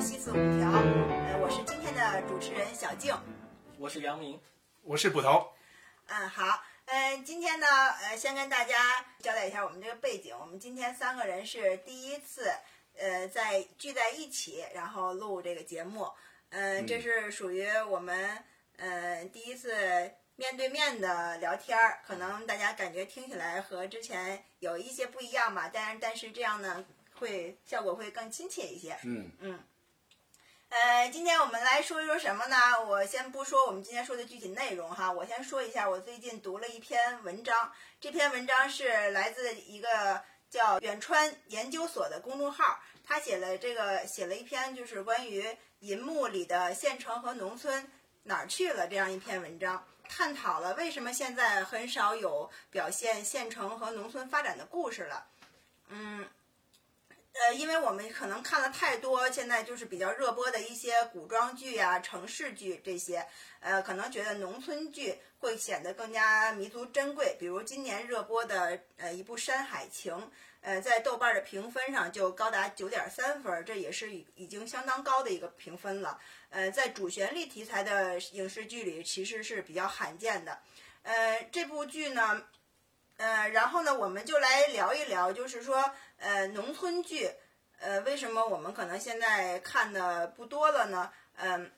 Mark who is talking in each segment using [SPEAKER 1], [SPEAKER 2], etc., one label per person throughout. [SPEAKER 1] 纸条。呃，我是今天的主持人小静。
[SPEAKER 2] 我是杨明，
[SPEAKER 3] 我是捕头，
[SPEAKER 1] 嗯，好，嗯，今天呢，呃，先跟大家交代一下我们这个背景。我们今天三个人是第一次，呃，在聚在一起，然后录这个节目。嗯，这是属于我们，呃，第一次面对面的聊天儿。可能大家感觉听起来和之前有一些不一样吧，但是但是这样呢，会效果会更亲切一些。
[SPEAKER 4] 嗯
[SPEAKER 1] 呃，今天我们来说一说什么呢？我先不说我们今天说的具体内容哈，我先说一下我最近读了一篇文章。这篇文章是来自一个叫远川研究所的公众号，他写了这个写了一篇就是关于银幕里的县城和农村哪儿去了这样一篇文章，探讨了为什么现在很少有表现县城和农村发展的故事了。嗯，呃，因为我们可能看了太多现在就是比较热播的一些古装剧啊、城市剧这些，呃，可能觉得农村剧会显得更加弥足珍贵。比如今年热播的呃一部《山海情》，呃，在豆瓣的评分上就高达九点三分，这也是已已经相当高的一个评分了。呃，在主旋律题材的影视剧里，其实是比较罕见的。呃，这部剧呢，呃，然后呢，我们就来聊一聊，就是说，呃，农村剧，呃，为什么我们可能现在看的不多了呢？嗯、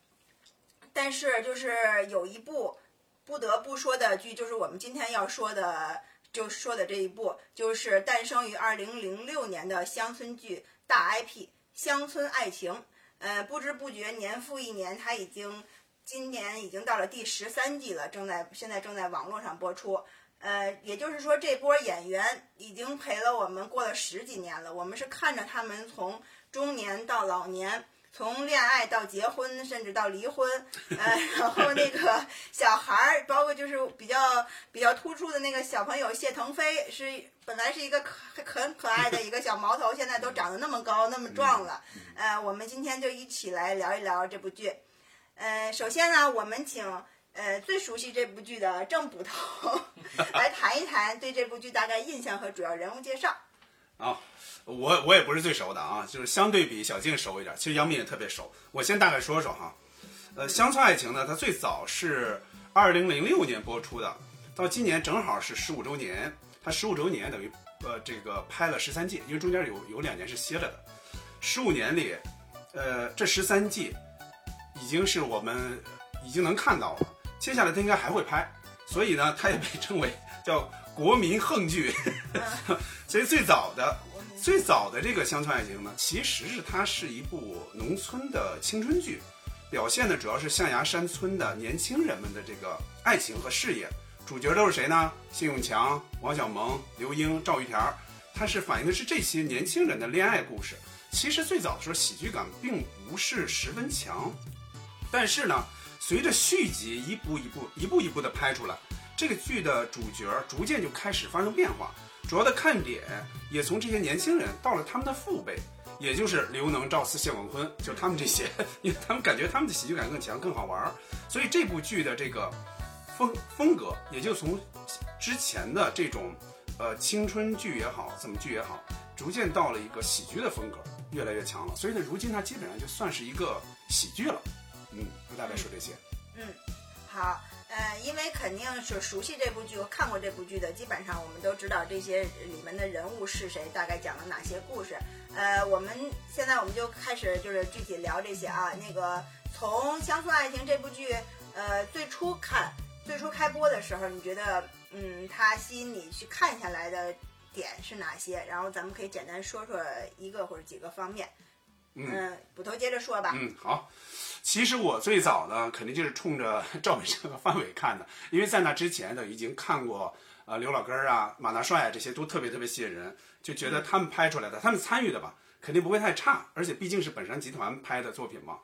[SPEAKER 1] 但是就是有一部不得不说的剧，就是我们今天要说的，就说的这一部，就是诞生于二零零六年的乡村剧大 IP《乡村爱情》。呃，不知不觉年复一年，它已经今年已经到了第十三季了，正在现在正在网络上播出。呃，也就是说，这波演员已经陪了我们过了十几年了。我们是看着他们从中年到老年，从恋爱到结婚，甚至到离婚，呃， 然后那个小孩儿，包括就是比较比较突出的那个小朋友谢腾飞，是本来是一个可很可爱的一个小毛头，现在都长得那么高那么壮了。呃，我们今天就一起来聊一聊这部剧。呃，首先呢，我们请呃最熟悉这部剧的郑捕头 来谈一谈对这部剧大概印象和主要人物介绍。
[SPEAKER 4] 啊，我我也不是最熟的啊，就是相对比小静熟一点。其实杨幂也特别熟，我先大概说说哈。呃，《乡村爱情》呢，它最早是二零零六年播出的，到今年正好是十五周年。它十五周年等于呃这个拍了十三季，因为中间有有两年是歇了的。十五年里，呃，这十三季已经是我们已经能看到了，接下来它应该还会拍，所以呢，它也被称为叫国民横剧。 所以最早的最早的这个乡村爱情呢，其实是它是一部农村的青春剧，表现的主要是象牙山村的年轻人们的这个爱情和事业。主角都是谁呢？谢永强、王小蒙、刘英、赵玉田儿，它是反映的是这些年轻人的恋爱故事。其实最早的时候，喜剧感并不是十分强，但是呢，随着续集一步一步、一步一步的拍出来，这个剧的主角逐渐就开始发生变化，主要的看点也从这些年轻人到了他们的父辈，也就是刘能、赵四、谢广坤，就是他们这些，因为他们感觉他们的喜剧感更强、更好玩儿，所以这部剧的这个风风格也就从之前的这种呃青春剧也好，怎么剧也好，逐渐到了一个喜剧的风格，越来越强了。所以呢，如今它基本上就算是一个喜剧了。嗯，就大概说这些。
[SPEAKER 1] 好，呃，因为肯定是熟悉这部剧、看过这部剧的，基本上我们都知道这些里面的人物是谁，大概讲了哪些故事。呃，我们现在我们就开始就是具体聊这些啊。那个从《乡村爱情》这部剧，呃，最初看、最初开播的时候，你觉得，嗯，它吸引你去看下来的点是哪些？然后咱们可以简单说说一个或者几个方面。
[SPEAKER 4] 嗯
[SPEAKER 1] 嗯，捕头接着说吧。
[SPEAKER 4] 嗯，好。其实我最早呢，肯定就是冲着 赵本山和范伟看的，因为在那之前呢，已经看过呃刘老根儿啊、马大帅啊这些都特别特别吸引人，就觉得他们拍出来的、他们参与的吧，肯定不会太差，而且毕竟是本山集团拍的作品嘛。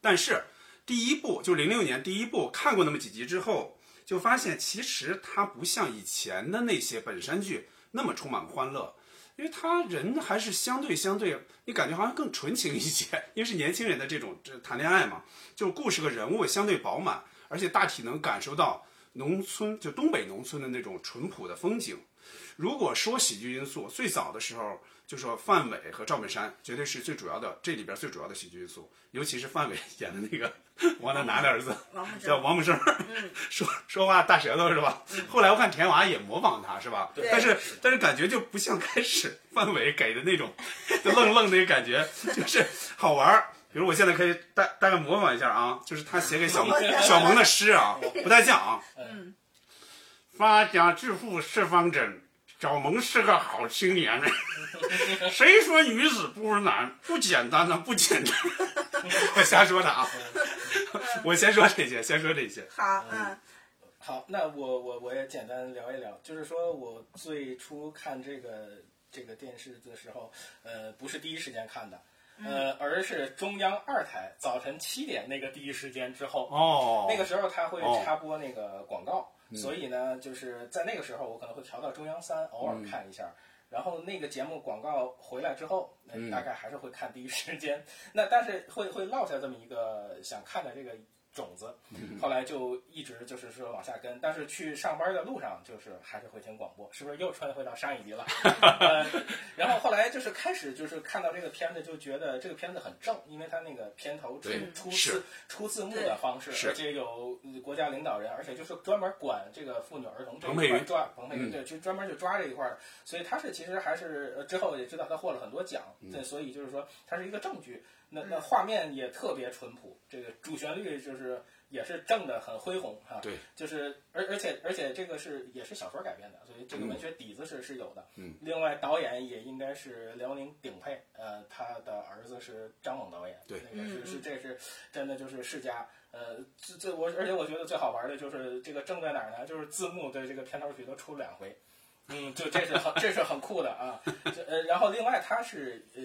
[SPEAKER 4] 但是第一部就零六年第一部看过那么几集之后，就发现其实它不像以前的那些本山剧那么充满欢乐，因为他人还是相对相对，你感觉好像更纯情一些，因为是年轻人的这种这谈恋爱嘛，就是故事和人物相对饱满，而且大体能感受到农村就东北农村的那种淳朴的风景。如果说喜剧因素，最早的时候就说范伟和赵本山绝对是最主要的，这里边最主要的喜剧因素，尤其是范伟 演的那个王大拿的儿子
[SPEAKER 1] 王木
[SPEAKER 4] 叫
[SPEAKER 1] 正，
[SPEAKER 4] 王木生，
[SPEAKER 1] 嗯，
[SPEAKER 4] 说 说话大舌头是吧？后来我看田娃也模仿他是吧？
[SPEAKER 1] 对
[SPEAKER 4] 但是但是感觉就不像开始范伟给的那种 就愣愣那个感觉， 就是好玩儿。比如我现在可以大大概模仿一下啊，就是他写 给小萌小萌的诗啊，不太像啊。
[SPEAKER 1] 嗯，
[SPEAKER 4] 发家致富是方针，小萌是个好青年。 谁说女子不难？不简单呢，不简单。 我瞎说的啊，
[SPEAKER 1] 嗯
[SPEAKER 4] 我先说这些，先说这些。
[SPEAKER 1] 好，嗯
[SPEAKER 2] 好，那我我我也简单聊一聊，就是说我最初看这个这个电视的时候，呃，不是第一时间看的，呃，而是中央二台早晨七点那个第一时间之后，
[SPEAKER 4] 哦，
[SPEAKER 2] 那个时候他会
[SPEAKER 4] 哦
[SPEAKER 2] 插播那个广告，所以呢，就是在那个时候我可能会调到中央
[SPEAKER 4] 嗯
[SPEAKER 2] 三，偶尔看一下。然后那个节目广告回来之后，呃
[SPEAKER 4] 嗯
[SPEAKER 2] 大概还是会看第一时间。 那但是会会落下这么一个想看的这个种子，
[SPEAKER 4] 嗯
[SPEAKER 2] 后来就一直就是说往下跟。但是去上班的路上，就是还是会听广播，是不是又穿回到上一集 了？呃然后后来就是开始就是看到这个片子，就觉得这个片子很正，因为它那个片头出
[SPEAKER 4] 对
[SPEAKER 2] 出
[SPEAKER 4] 是
[SPEAKER 2] 字出字幕的方式，
[SPEAKER 4] 是
[SPEAKER 2] 而且有呃国家领导人，而且就是专门管这个妇女儿童这
[SPEAKER 4] 彭佩
[SPEAKER 2] 一块
[SPEAKER 4] 云
[SPEAKER 2] 抓彭佩云，
[SPEAKER 4] 嗯
[SPEAKER 2] 对，就专门就抓这一块儿。所以他是其实还是呃之后也知道他获了很多奖，
[SPEAKER 4] 嗯
[SPEAKER 2] 对，所以就是说它是一个正剧。那那画面也特别淳朴，这个主旋律就是也是正的很恢宏哈。
[SPEAKER 4] 对，
[SPEAKER 2] 就是而而且而且这个是也是小说改编的，所以这个文学底子是、是有的。
[SPEAKER 4] 嗯，
[SPEAKER 2] 另外导演也应该是辽宁鼎配，呃，他的儿子是张猛导演，
[SPEAKER 4] 对
[SPEAKER 2] 那个
[SPEAKER 1] 嗯
[SPEAKER 2] 是是这是真的就是世家。呃，这这我而且我觉得最好玩的就是这个正在哪儿呢？就是字幕对这个片头曲都出了两回。嗯，就这是很这是很酷的啊，这呃，然后另外它是呃，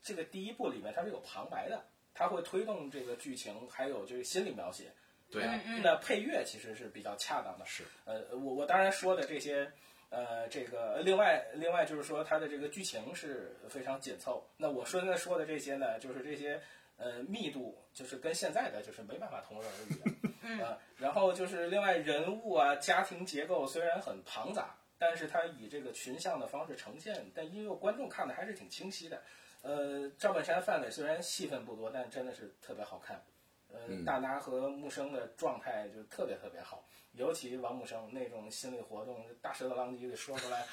[SPEAKER 2] 这个第一部里面它是有旁白的，它会推动这个剧情，还有就是心理描写，
[SPEAKER 4] 对
[SPEAKER 2] 啊
[SPEAKER 1] 嗯嗯
[SPEAKER 2] 那配乐其实是比较恰当的。
[SPEAKER 4] 是，
[SPEAKER 2] 呃，我我当然说的这些，呃，这个另外另外就是说它的这个剧情是非常紧凑。那我说的说的这些呢，就是这些呃密度，就是跟现在的就是没办法同日而语的。
[SPEAKER 1] 嗯
[SPEAKER 2] 啊，然后就是另外人物啊，家庭结构虽然很庞杂，但是它以这个群像的方式呈现，但因为观众看的还是挺清晰的。呃，赵本山、范伟虽然戏份不多，但真的是特别好看。呃，
[SPEAKER 4] 嗯
[SPEAKER 2] 大拿和木生的状态就特别特别好，尤其王木生那种心理活动，大舌头浪叽给说出来，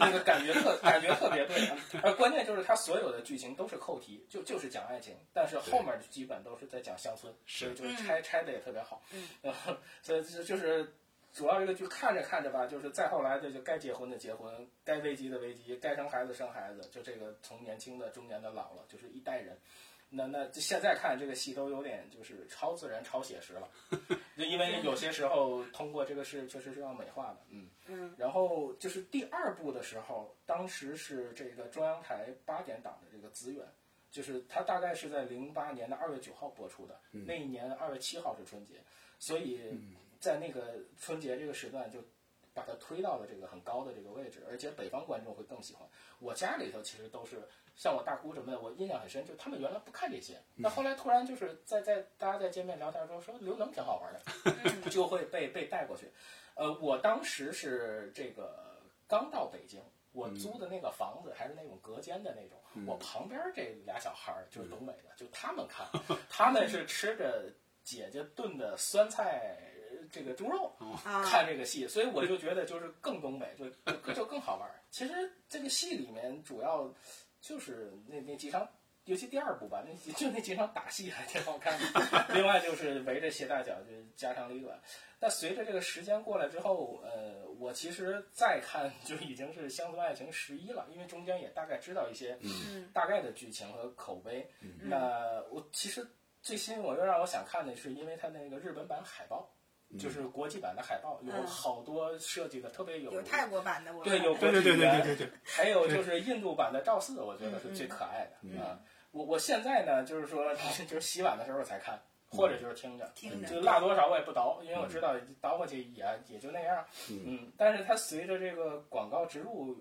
[SPEAKER 2] 那个感觉特感觉特别对。而关键就是他所有的剧情都是扣题，就就是讲爱情，但是后面基本都是在讲乡村，所以就是拆拆的也特别好。然后 所以就就是主要这个剧看着看着吧，就是再后来的就该结婚的结婚，该危机的危机，该生孩子生孩子，就这个从年轻的、中年的、老了，就是一代人。那那就现在看这个戏都有点就是超自然、超写实了，就因为有些时候通过这个是确实是要美化的，嗯。
[SPEAKER 1] 嗯
[SPEAKER 2] 然后就是第二部的时候，当时是这个中央台八点档的这个资源，就是它大概是在零八年的二月九号播出的，那一年二月七号是春节，所以在那个春节这个时段就把它推到了这个很高的这个位置，而且北方观众会更喜欢。我家里头其实都是像我大姑什么的，我印象很深，就他们原来不看这些，那后来突然就是在在大家在见面聊天的时候说刘能挺好玩的，就会被被带过去。呃，我当时是这个刚到北京，我租的那个房子还是那种隔间的那种，我旁边这俩小孩儿就是东北的，就他们看，他们是吃着姐姐炖的酸菜呃这个猪肉。
[SPEAKER 1] 啊，
[SPEAKER 2] 看这个戏，所以我就觉得就是更东北，就就就更好玩儿。其实这个戏里面主要就是那那几场，尤其第二部吧，那几就那几场打戏还挺好看的。另外就是围着斜大脚就家长里短。但随着这个时间过来之后，呃，我其实再看就已经是《乡村爱情十一》了，因为中间也大概知道一些
[SPEAKER 1] 嗯
[SPEAKER 2] 大概的剧情和口碑。那我其实最吸引我又让我想看的是，因为它那个日本版海报，就是国际版的海报，有
[SPEAKER 1] 嗯
[SPEAKER 2] 好多设计的特别有
[SPEAKER 1] 有泰国版的我看
[SPEAKER 2] 对有
[SPEAKER 4] 对对对对对对对，
[SPEAKER 2] 还有就是印度版的赵四，我觉得是最可爱的、啊。我我现在呢，就是说， 就是洗碗的时候才看，或者就是听着，
[SPEAKER 1] 听着
[SPEAKER 2] 就辣多少我也不倒，因为我知道倒过去也也就那样。嗯，但是它随着这个广告植入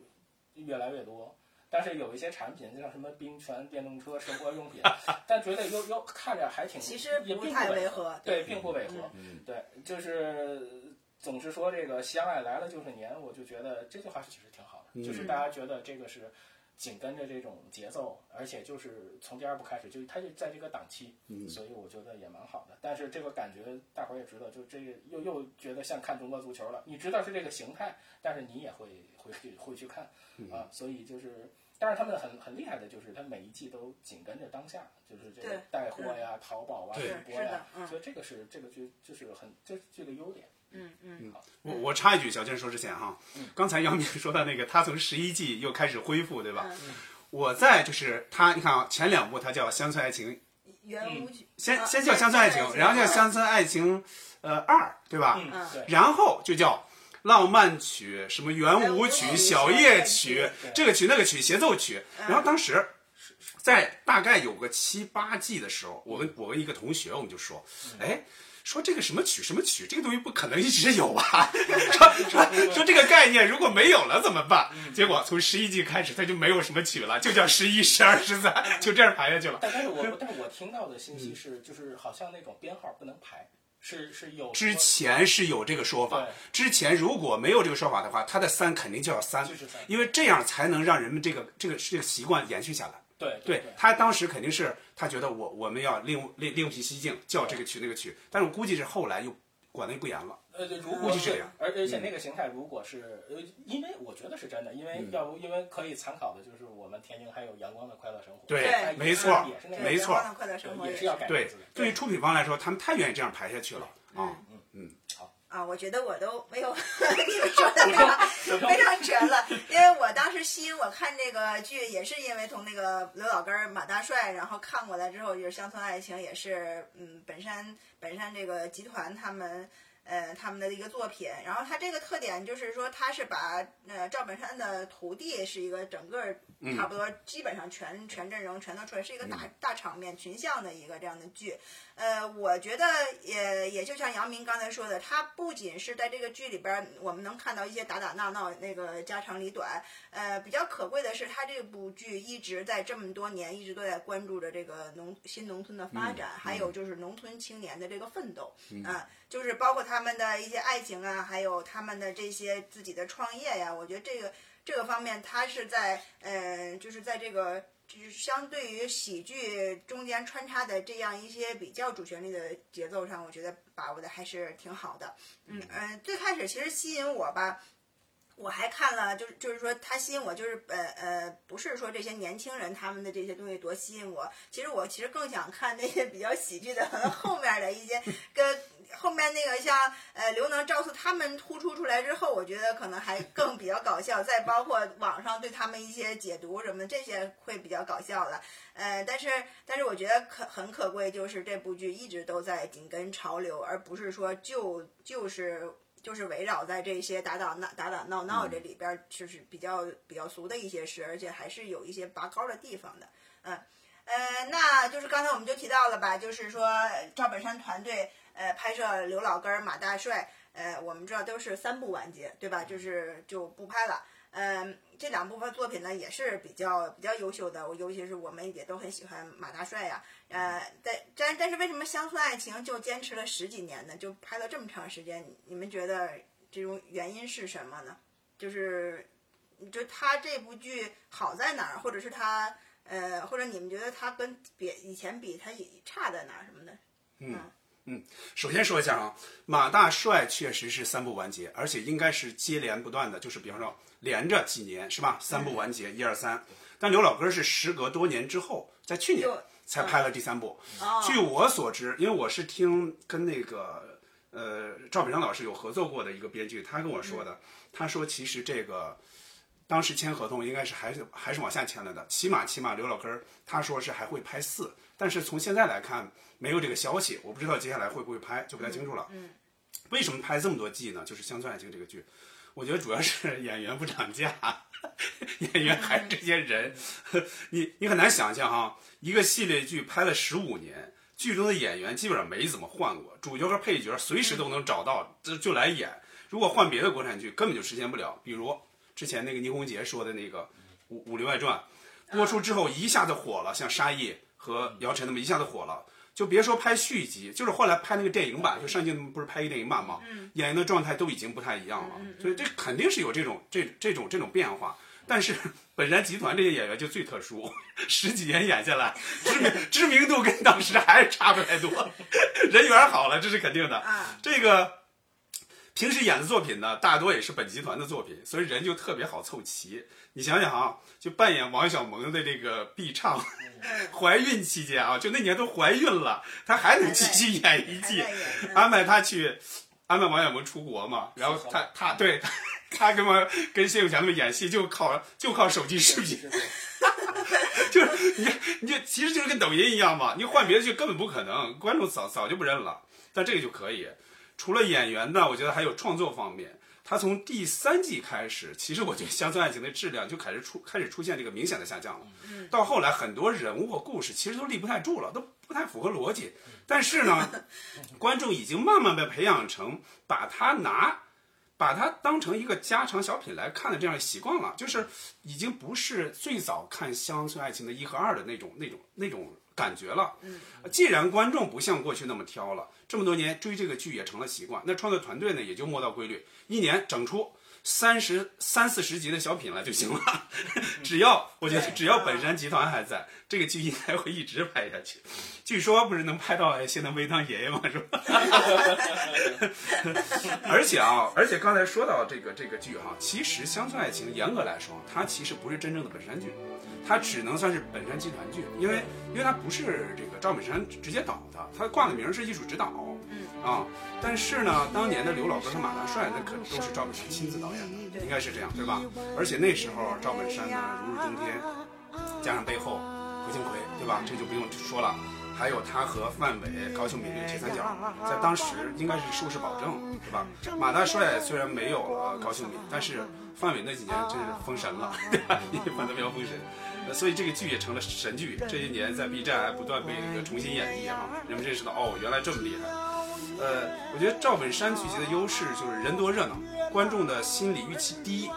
[SPEAKER 2] 越来越多，但是有一些产品，就像什么冰泉、电动车、生活用品，但觉得又又看着还挺，
[SPEAKER 1] 其实
[SPEAKER 2] 也
[SPEAKER 1] 不
[SPEAKER 2] 并
[SPEAKER 1] 太
[SPEAKER 2] 违
[SPEAKER 1] 违
[SPEAKER 2] 和
[SPEAKER 1] 和，
[SPEAKER 2] 对，并不违和。
[SPEAKER 4] 嗯
[SPEAKER 2] 对，就是总是说这个相爱来了就是年，我就觉得这句话是其实挺好的，就是大家觉得这个是紧跟着这种节奏，而且就是从第二部开始就它就在这个档期，所以我觉得也蛮好的。但是这个感觉大伙儿也知道，就这个又又觉得像看中国足球了。你知道是这个形态，但是你也会会去会去看啊，所以就是。但是他们很很厉害的，就是他每一季都紧跟着当下，就是这个
[SPEAKER 1] 对
[SPEAKER 2] 带货呀、淘宝啊、
[SPEAKER 4] 对
[SPEAKER 2] 直播呀，
[SPEAKER 1] 是的嗯
[SPEAKER 2] 所以这个是这个就就是很这是这个优点。
[SPEAKER 1] 嗯嗯，
[SPEAKER 4] 我我插一句，小健说之前哈，刚才姚明说到那个，他从十一季又开始恢复，对吧？我在就是他，你看啊，前两部他叫《乡村爱情》，
[SPEAKER 2] 嗯
[SPEAKER 1] 圆嗯舞曲，
[SPEAKER 4] 先
[SPEAKER 1] 啊
[SPEAKER 4] 先叫《乡村爱情》，然后叫《乡村爱情》呃二，对吧？
[SPEAKER 2] 嗯，对。
[SPEAKER 4] 然后就叫浪漫曲、什么圆舞
[SPEAKER 1] 圆舞
[SPEAKER 4] 曲、
[SPEAKER 1] 曲
[SPEAKER 4] 小夜曲嗯
[SPEAKER 2] 对，
[SPEAKER 4] 这个曲那个曲协奏曲。然后当时在大概有个七八季的时候，我跟我跟一个同学我们就说，哎。说这个什么曲什么曲，这个东西不可能一直有 吧？说说说这个概念如果没有了怎么办？结果从十一季开始，它就没有什么曲了，就叫十一、十二、十三，就这样排下去了。
[SPEAKER 2] 但但是 我但是我听到的信
[SPEAKER 4] 嗯
[SPEAKER 2] 息是，就是好像那种编号不能排，是是有
[SPEAKER 4] 之
[SPEAKER 2] 说
[SPEAKER 4] 前是有这个说法
[SPEAKER 2] 对，
[SPEAKER 4] 之前如果没有这个说法的话，它的三肯定就要三
[SPEAKER 2] 就是三，
[SPEAKER 4] 因为这样才能让人们这个这个这个习惯延续下来。
[SPEAKER 2] 对
[SPEAKER 4] 对
[SPEAKER 2] 对
[SPEAKER 4] 他当时肯定是他觉得我我们要另另另辟蹊径，叫这个曲那个曲，但是我估计是后来又管得又不严了。
[SPEAKER 2] 呃，对如
[SPEAKER 4] 估
[SPEAKER 2] 果
[SPEAKER 4] 计是
[SPEAKER 2] 是
[SPEAKER 4] 这样嗯
[SPEAKER 2] 而而且那个形态如果是呃，因为我觉得是真的，因为
[SPEAKER 4] 嗯
[SPEAKER 2] 要不因为可以参考的就是我们天津还有阳光的快乐生活，
[SPEAKER 4] 对
[SPEAKER 2] 它也
[SPEAKER 4] 没错
[SPEAKER 2] 也是那
[SPEAKER 1] 对
[SPEAKER 2] 个
[SPEAKER 4] 没错
[SPEAKER 1] 阳光的快乐生活
[SPEAKER 2] 也
[SPEAKER 1] 也
[SPEAKER 2] 是要改名
[SPEAKER 4] 对
[SPEAKER 2] 字的，
[SPEAKER 4] 对于出品方来说，他们太愿意这样排下去了啊。
[SPEAKER 2] 嗯
[SPEAKER 1] 啊，我觉得我都没有 你们说的非常 非常全了，因为我当时吸引我看这个剧，也是因为从那个刘老根儿、马大帅，然后看过来之后，就是《乡村爱情》，也是嗯本山本山这个集团他们。呃，他们的一个作品，然后它这个特点就是说，它是把呃赵本山的徒弟是一个整个差不多基本上全全阵容全都出来，是一个大大场面群像的一个这样的剧。呃，我觉得也也就像杨明刚才说的，他不仅是在这个剧里边儿，我们能看到一些打打闹闹、那个家长里短，呃，比较可贵的是，他这部剧一直在这么多年一直都在关注着这个农新农村的发展，还有就是农村青年的这个奋斗，嗯、就是包括他们的一些爱情啊，还有他们的这些自己的创业呀、我觉得这个这个方面，他是在嗯、呃就是在这个。就是相对于喜剧中间穿插的这样一些比较主旋律的节奏上，我觉得把握的还是挺好的。嗯嗯、呃最开始其实吸引我吧，我还看了，就是就是说它吸引我，就是呃呃，不是说这些年轻人他们的这些东西多吸引我，其实我其实更想看那些比较喜剧的， 可能后面的一些跟后面那个像呃刘能、赵四他们突出出来之后，我觉得可能还更比较搞笑，再包括网上对他们一些解读什么的，这些会比较搞笑了。呃，但是但是我觉得可很可贵，就是这部剧一直都在紧跟潮流，而不是说就就是。就是围绕在这些打打闹打打闹闹这里边儿，就是比较比较俗的一些事，而且还是有一些拔高的地方的。呃，那就是刚才我们就提到了吧，就是说呃赵本山团队呃拍摄刘老根儿、马大帅，呃，我们知道都是三部完结，对吧？就是就不拍了。嗯，这两部分作品呢也是比较比较优秀的，我尤其是我们也都很喜欢马大帅呀、呃，但但但是为什么《乡村爱情》就坚持了十几年呢？就拍了这么长时间，你们觉得这种原因是什么呢？就是你觉得他这部剧好在哪儿，或者是他呃，或者你们觉得他跟别以前比，他也差在哪儿什么的？嗯
[SPEAKER 4] 首先说一下啊，马大帅确实是三部完结，而且应该是接连不断的，就是比方说连着几年是吧？三部完结，一二三。但刘老根儿是时隔多年之后，在去年
[SPEAKER 1] 又
[SPEAKER 4] 才拍了第三部。
[SPEAKER 1] 哦
[SPEAKER 4] 据我所知，因为我是听跟那个呃赵本山老师有合作过的一个编剧，他跟我说的，他说其实这个当时签合同应该是还是还是往下签了的，起码起码刘老根儿他说是还会拍四，但是从现在来看没有这个消息，我不知道接下来会不会拍，就不太清楚了。
[SPEAKER 1] 嗯
[SPEAKER 4] 为什么拍这么多季呢？就是《乡村爱情》这个剧，我觉得主要是 演员不涨价，演员还是这些人， 你你很难想象哈、一个系列剧拍了十五年，剧中的演员基本上没怎么换过，主角和配角随时都能找到，就就来演。如果换别的国产剧，根本就实现不了。比如之前那个倪虹洁说的那个《武武林外传》，播出之后一下子火了，像沙溢和姚晨他们一下子火了。就别说拍续集，就是后来拍那个电影版，就上镜不是拍一个电影版吗？演员的状态都已经不太一样了，所以这肯定是有这种这这种这种变化。但是 本山集团这些演员就最特殊，十几年演下来，知名知名度跟当时还是差不太多。 人缘好了，这是肯定的。
[SPEAKER 1] 啊，
[SPEAKER 4] 这个平时演的作品呢，大多也是本集团的作品，所以人就特别好凑齐。你想想啊，就扮演王小蒙的这个毕畅，
[SPEAKER 1] 嗯
[SPEAKER 4] 怀孕期间啊，就那年都怀孕了，她还能继续演一
[SPEAKER 1] 还
[SPEAKER 4] 季
[SPEAKER 1] 在，演嗯 呢
[SPEAKER 4] 安排她去，安排王小蒙出国嘛，然后她她对她她跟王跟谢永强他们演戏就靠就靠手机视频，
[SPEAKER 2] 是不是
[SPEAKER 4] 就是你你就其实就是跟抖音一样嘛，你换别的剧根本不可能，观众早早就不认了。但这个就可以。除了演员呢，我觉得还有创作方面，他从第三季开始，其实我觉得《乡村爱情》的质量就开始出开始出现这个明显的下降了。到后来很多人物和故事其实都立不太住了，都不太符合逻辑。但是呢，观众已经慢慢被培养成把它拿。把它当成一个家常小品来看的这样的习惯了，就是已经不是最早看《乡村爱情》的一和二的那种那种那种感觉了。嗯，既然观众不像过去那么挑了，这么多年追这个剧也成了习惯，那创作团队呢也就摸到规律，一年整出三十三四十集的小品了就行了。 只要我觉得
[SPEAKER 1] 对
[SPEAKER 4] 只要本山集团还在，这个剧应该会一直拍下去。据说不是能拍到哎谢腾飞当爷爷吗？是吧？ 而且啊，而且刚才说到这个这个剧哈、其实《乡村爱情》严格来说，它其实不是真正的本山剧，它只能算是本山集团剧，因为因为它不是这个赵本山直接导的，它挂的名儿是艺术指导。
[SPEAKER 1] 嗯
[SPEAKER 4] 啊，但是呢，当年的刘老根和马大帅那可都是赵本山亲自导演的，应该是这样对吧？而且那时候赵本山呢如日中天，加上背后胡金奎对吧？这就不用说了。还有他和范伟、高秀敏这铁三角，在当时应该是收视保证，对吧？马大帅虽然没有了高秀敏，但是范伟那几年真是封神了， 对吧？因为范德彪封神，呃所以这个剧也成了神剧。这些年在 B 站还不断被这个重新演绎啊，人们认识到哦，原来这么厉害。呃，我觉得赵本山剧集的优势就是人多热闹，观众的心理预期低，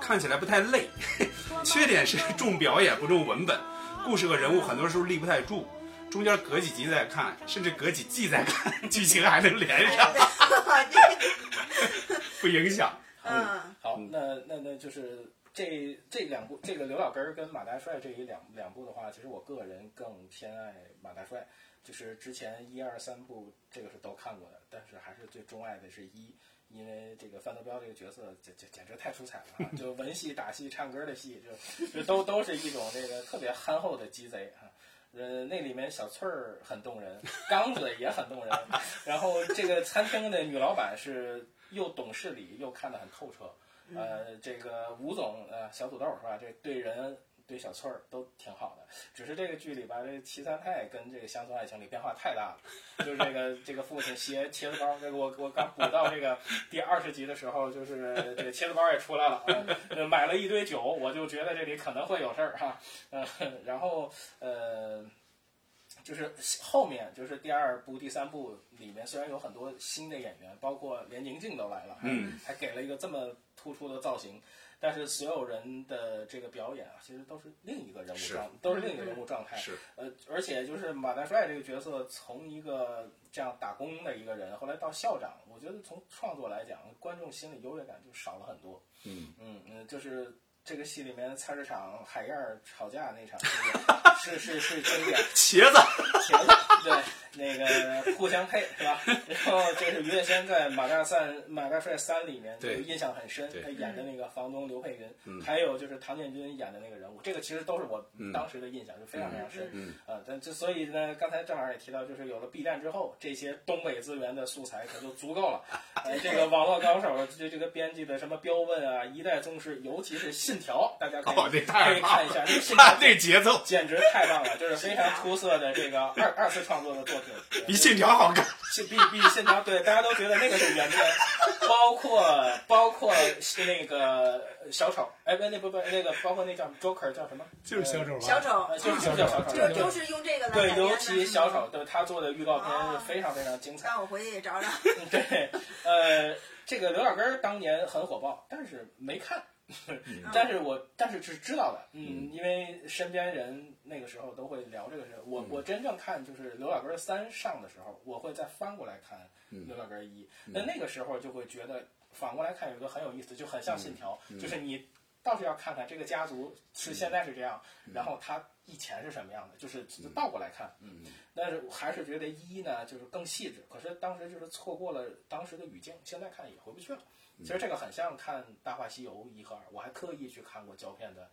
[SPEAKER 4] 看起来不太累。 缺点是重表演不重文本，故事和人物很多时候立不太住，中间隔几集再看，甚至隔几季再看， 剧情还能连
[SPEAKER 2] 哎
[SPEAKER 4] 上，不影响。
[SPEAKER 1] 嗯，
[SPEAKER 2] 好，那那那就是这这两部，这个刘老根儿跟马大帅这一两两部的话，其实我个人更偏爱马大帅，就是之前一二三部这个是都看过的，但是还是最钟爱的是一。因为这个范德彪这个角色简简简直太出彩了、啊，就文戏、打戏、唱歌的戏，就就都都是一种这个特别憨厚的鸡贼啊。呃，那里面小翠儿很动人，刚子也很动人， 然后这个餐厅的女老板是又懂事理，又看得很透彻。呃，这个吴总，呃，小土豆是吧？这对人对小翠儿都挺好的，只是这个剧里边儿这齐三太跟这个乡村爱情里变化太大了，就是这个这个父亲切茄子包，这个我我刚补到这个第二十集的时候，就是这个茄子包也出来了，
[SPEAKER 4] 嗯
[SPEAKER 2] 呃买了一堆酒，我就觉得这里可能会有事儿哈、嗯，然后呃，就是后面就是第二部、第三部里面，虽然有很多新的演员，包括连宁静都来了，还
[SPEAKER 4] 嗯，
[SPEAKER 2] 还给了一个这么突出的造型，但是所有人的这个表演啊，其实都是另一个人物
[SPEAKER 4] 是
[SPEAKER 2] 状，都是另一个人物状态。
[SPEAKER 4] 是，
[SPEAKER 2] 呃，而且就是马大帅这个角色，从一个这样打工的一个人，后来到校长，我觉得从创作来讲，观众心里优越感就少了很多。
[SPEAKER 4] 嗯
[SPEAKER 2] 嗯嗯，就是这个戏里面菜市场海燕儿吵架那场，是 是是是经典，
[SPEAKER 4] 茄子，
[SPEAKER 2] 茄子对那个互相配是吧？然后这是于月仙在《马大三》《马大帅三》里面就
[SPEAKER 4] 对
[SPEAKER 2] 印象很深，
[SPEAKER 4] 对
[SPEAKER 2] 他演的那个房东刘佩云，
[SPEAKER 4] 嗯
[SPEAKER 2] 还有就是唐建军演的那个人物，这个其实都是我
[SPEAKER 4] 嗯
[SPEAKER 2] 当时的印象，就非常非常深。
[SPEAKER 4] 嗯嗯
[SPEAKER 2] 呃，但之所以呢，刚才正好也提到，就是有了 B 站之后，这些东北资源的素材可就足够 了。呃，这个网络高手，这这个编辑的什么标问啊，一代宗师，尤其是信条，大家可以、
[SPEAKER 4] 哦这太
[SPEAKER 2] 可以看一下，这 个信条
[SPEAKER 4] 看这节奏
[SPEAKER 2] 简直太棒了，就是非常出色的这个二二次创作的作品，
[SPEAKER 4] 比信条好看。
[SPEAKER 2] 信比比信条对，大家都觉得那个是原片，包括包括是那个小丑，哎不那不不那个包括那叫 Joker 叫什么？
[SPEAKER 4] 就是小丑
[SPEAKER 1] 小
[SPEAKER 4] 吧，
[SPEAKER 1] 丑
[SPEAKER 2] 呃，就是就是叫小
[SPEAKER 1] 就
[SPEAKER 2] 丑，
[SPEAKER 1] 就
[SPEAKER 2] 就是
[SPEAKER 1] 用这个来
[SPEAKER 2] 对
[SPEAKER 1] 改，编的
[SPEAKER 2] 尤其
[SPEAKER 1] 是吗
[SPEAKER 2] 小丑，对他做的预告片是非常非常精彩。
[SPEAKER 1] 让我回去也找 找。
[SPEAKER 2] 对，呃，这个刘老根儿当年很火爆，但是没看， 但是我但是是知道的，嗯，因为身边人那个时候都会聊这个事。我、我真正看就是刘老根儿三上的时候，我会再翻过来看刘老根儿一，那、那个时候就会觉得反过来看有一个很有意思，就很像信条，就是你倒是要看看这个家族是现在是这样，然后他以前是什么样的，就是倒过来看。
[SPEAKER 4] 嗯，
[SPEAKER 2] 但是我还是觉得一呢，就是更细致。可是当时就是错过了当时的语境，现在看也回不去了。其实这个很像看《大话西游》一和二，我还特意去看过胶片的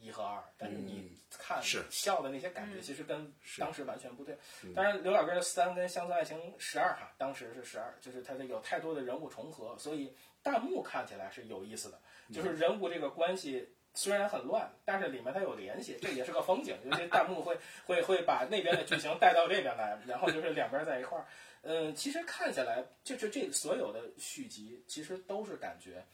[SPEAKER 2] 一和二，但是你看
[SPEAKER 4] 嗯是
[SPEAKER 2] 笑的那些感觉，
[SPEAKER 1] 嗯
[SPEAKER 2] 其实跟
[SPEAKER 4] 是嗯
[SPEAKER 2] 当时完全不对。当然，刘老根三跟《乡村爱情十二》哈，当时是十二，就是它这有太多的人物重合，所以弹幕看起来是有意思的，
[SPEAKER 4] 嗯
[SPEAKER 2] 就是人物这个关系。虽然很乱，但是里面它有联系，这也是个风景。就是弹幕会会会把那边的剧情带到这边来，然后就是两边在一块儿。嗯，其实看起来，这这这所有的续集，其实都是感觉，